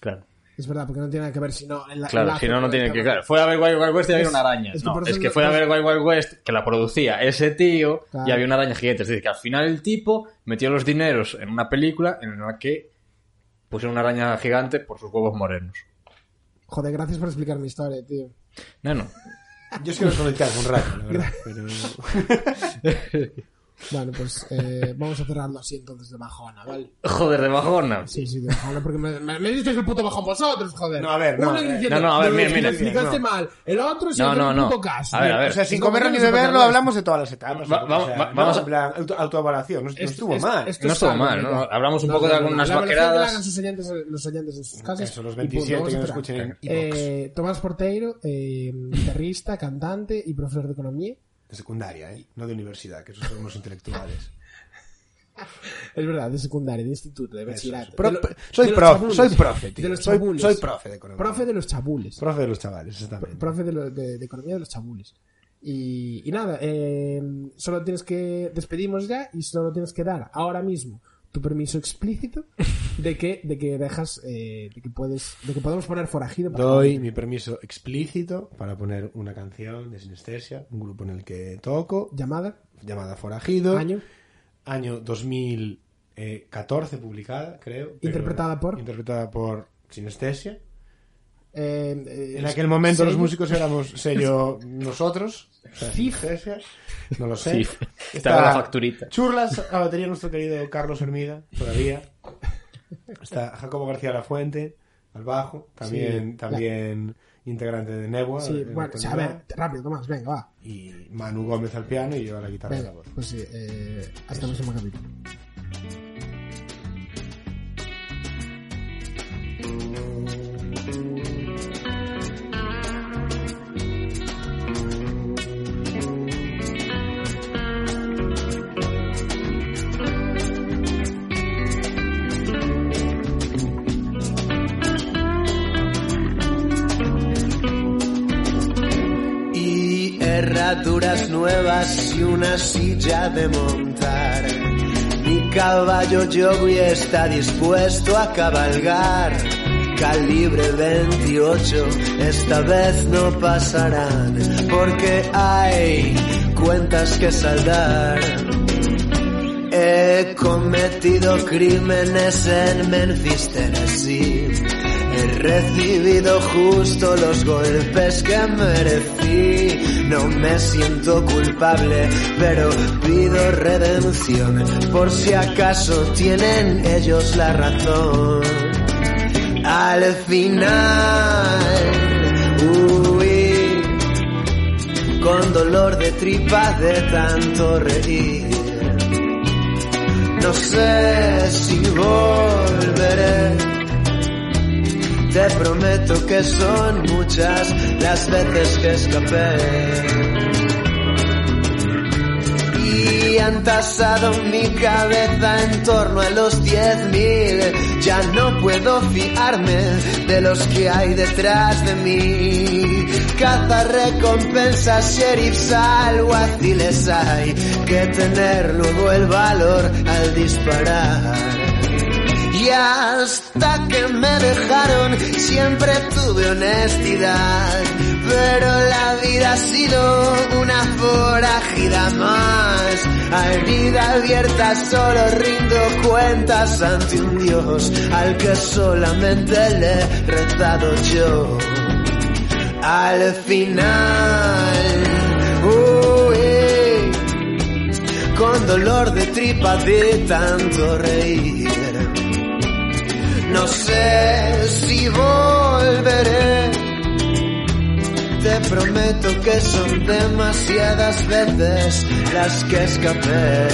Speaker 2: Claro.
Speaker 1: es verdad, porque no tiene nada que ver si no. el- el
Speaker 2: Claro,
Speaker 1: lazo
Speaker 2: si no, no
Speaker 1: con el
Speaker 2: tiene que.
Speaker 1: tema.
Speaker 2: Claro, fue a ver Wild Wild West y había
Speaker 1: Es-
Speaker 2: una araña.
Speaker 1: es que
Speaker 2: No,
Speaker 1: por eso
Speaker 2: es que
Speaker 1: no-
Speaker 2: fue a
Speaker 1: no-
Speaker 2: ver Wild Wild West que la producía ese tío y
Speaker 1: Claro.
Speaker 2: había una araña gigante. Es decir, que al final el tipo metió los dineros en una película en la que pusieron una araña gigante por sus huevos morenos.
Speaker 1: Joder, gracias por explicar mi historia, tío.
Speaker 2: No, no.
Speaker 3: Yo es que lo conectaba un rato, la verdad. Pero...
Speaker 1: Bueno, pues eh, [laughs] vamos a cerrarlo así entonces de bajona, ¿vale?
Speaker 2: Joder, de bajona.
Speaker 1: Sí, sí, de bajona, porque me, me, me disteis el puto bajón vosotros, joder.
Speaker 3: No, a ver, no, eh,
Speaker 1: Uno
Speaker 3: a ver.
Speaker 1: diciendo,
Speaker 2: No, no, a ver,
Speaker 1: "Lo
Speaker 2: mira,
Speaker 1: que
Speaker 2: mira,
Speaker 1: Me explicaste
Speaker 3: no.
Speaker 1: mal. El otro sí,
Speaker 2: No,
Speaker 1: otro
Speaker 2: no, no.
Speaker 1: puto caso.
Speaker 2: A ver, a ver.
Speaker 3: O sea, sin
Speaker 1: Es
Speaker 3: comerlo
Speaker 1: como
Speaker 3: ni
Speaker 1: que no se
Speaker 3: beberlo,
Speaker 1: puede
Speaker 3: hablamos de todas las etapas.
Speaker 2: Va-
Speaker 3: ¿no?
Speaker 2: va-
Speaker 3: O sea,
Speaker 2: va-
Speaker 3: no,
Speaker 2: vamos a-
Speaker 3: en plan, auto- autoevaluación, no, no estuvo
Speaker 1: es-
Speaker 3: mal.
Speaker 1: es-
Speaker 2: No estuvo mal, ¿no? Hablamos un poco de algunas
Speaker 1: la evaluación
Speaker 2: vaqueradas.
Speaker 1: que la hagan sus oyentes, los oyentes en sus casas.
Speaker 3: Eso, los
Speaker 1: y punto.
Speaker 3: 27
Speaker 1: Vamos
Speaker 3: que
Speaker 1: a
Speaker 3: nos
Speaker 1: cerrar.
Speaker 3: escuchen en iVoox,
Speaker 1: Eh, Tomás Porteiro, eh, guitarrista, cantante y profesor de economía.
Speaker 3: de secundaria, ¿eh? no de universidad, que esos son unos intelectuales.
Speaker 1: Es verdad, de secundaria, de instituto, de
Speaker 3: Eso es.
Speaker 1: bachillerato.
Speaker 3: Pro-
Speaker 1: De lo-
Speaker 3: soy
Speaker 1: de los
Speaker 3: profe,
Speaker 1: chabules.
Speaker 3: soy profe, tío.
Speaker 1: De los
Speaker 3: soy,
Speaker 1: chabules.
Speaker 3: soy profe de economía.
Speaker 1: Profe de los chabules.
Speaker 3: Profe de los chavales, exactamente.
Speaker 1: Profe de, lo- de- de economía de los chabules. Y, y nada, eh, solo tienes que. Despedimos ya y solo tienes que dar ahora mismo tu permiso explícito de que, de que dejas. eh, de que puedes. de que podemos poner forajido. para-
Speaker 3: Doy mi permiso explícito para poner una canción de Sinestesia, un grupo en el que toco,
Speaker 1: Llamada,
Speaker 3: llamada Forajido.
Speaker 1: año.
Speaker 3: año 2014 publicada, creo. pero-
Speaker 1: Interpretada por-
Speaker 3: Interpretada por Sinestesia.
Speaker 1: eh, eh,
Speaker 3: En aquel momento los
Speaker 1: sello.
Speaker 3: músicos éramos
Speaker 1: [laughs]
Speaker 3: sello nosotros. o sea, Sinestesia, No lo sé.
Speaker 2: Sí. Estaba la facturita.
Speaker 3: Churlas, la batería nuestro querido Carlos Hermida, todavía. Está Jacobo García La Fuente, al bajo. También,
Speaker 1: Sí,
Speaker 3: también integrante de Nebua.
Speaker 1: Sí,
Speaker 3: en la
Speaker 1: bueno, o sea, a ver,
Speaker 3: actualidad,
Speaker 1: rápido, Tomás, venga, va.
Speaker 3: Y Manu Gómez al piano y yo a la guitarra y la
Speaker 1: Venga,
Speaker 3: voz.
Speaker 1: pues sí, eh, hasta el próximo capítulo.
Speaker 5: y herraduras nuevas y una silla de montar. Mi caballo Yogi está dispuesto a cabalgar. Calibre 28, esta vez no pasarán, porque hay cuentas que saldar. He cometido crímenes en Memphis, Tennessee. He recibido justo los golpes que merecí. No me siento culpable, pero pido redención por si acaso tienen ellos la razón. Al final, huí con dolor de tripa de tanto reír. No sé si volveré. Te prometo que son muchas las veces que escapé. Y han tasado mi cabeza en torno a los 10.000. Ya no puedo fiarme de los que hay detrás de mí. Caza recompensas, sheriffs, alguaciles hay que tener luego el valor al disparar. Y hasta que me dejaron siempre tuve honestidad, Pero la vida ha sido una forajida más. Al vida abierta solo rindo cuentas ante un Dios al que solamente le he rezado yo. Al final, oh, eh, con dolor de tripa de tanto reír. No sé si volveré. Te prometo que son demasiadas veces las que escapé.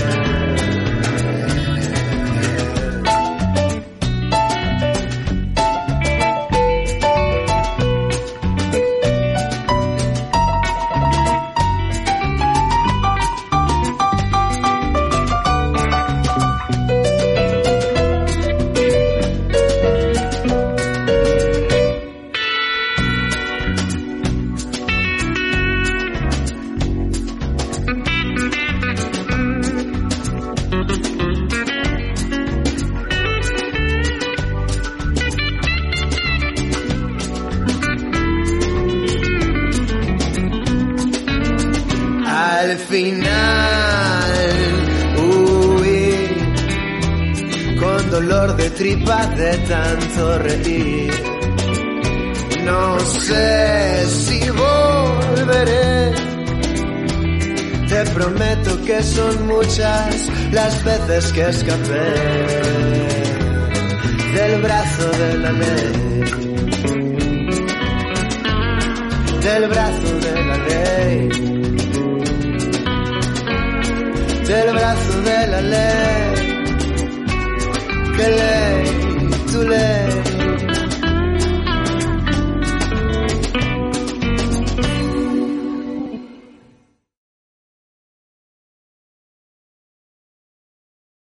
Speaker 5: Al final, uy, con dolor de tripa de tanto reír. No sé si volveré. Te prometo que son muchas las veces que escapé del brazo de la ley. Del brazo de la ley. Del brazo de la ley. Que le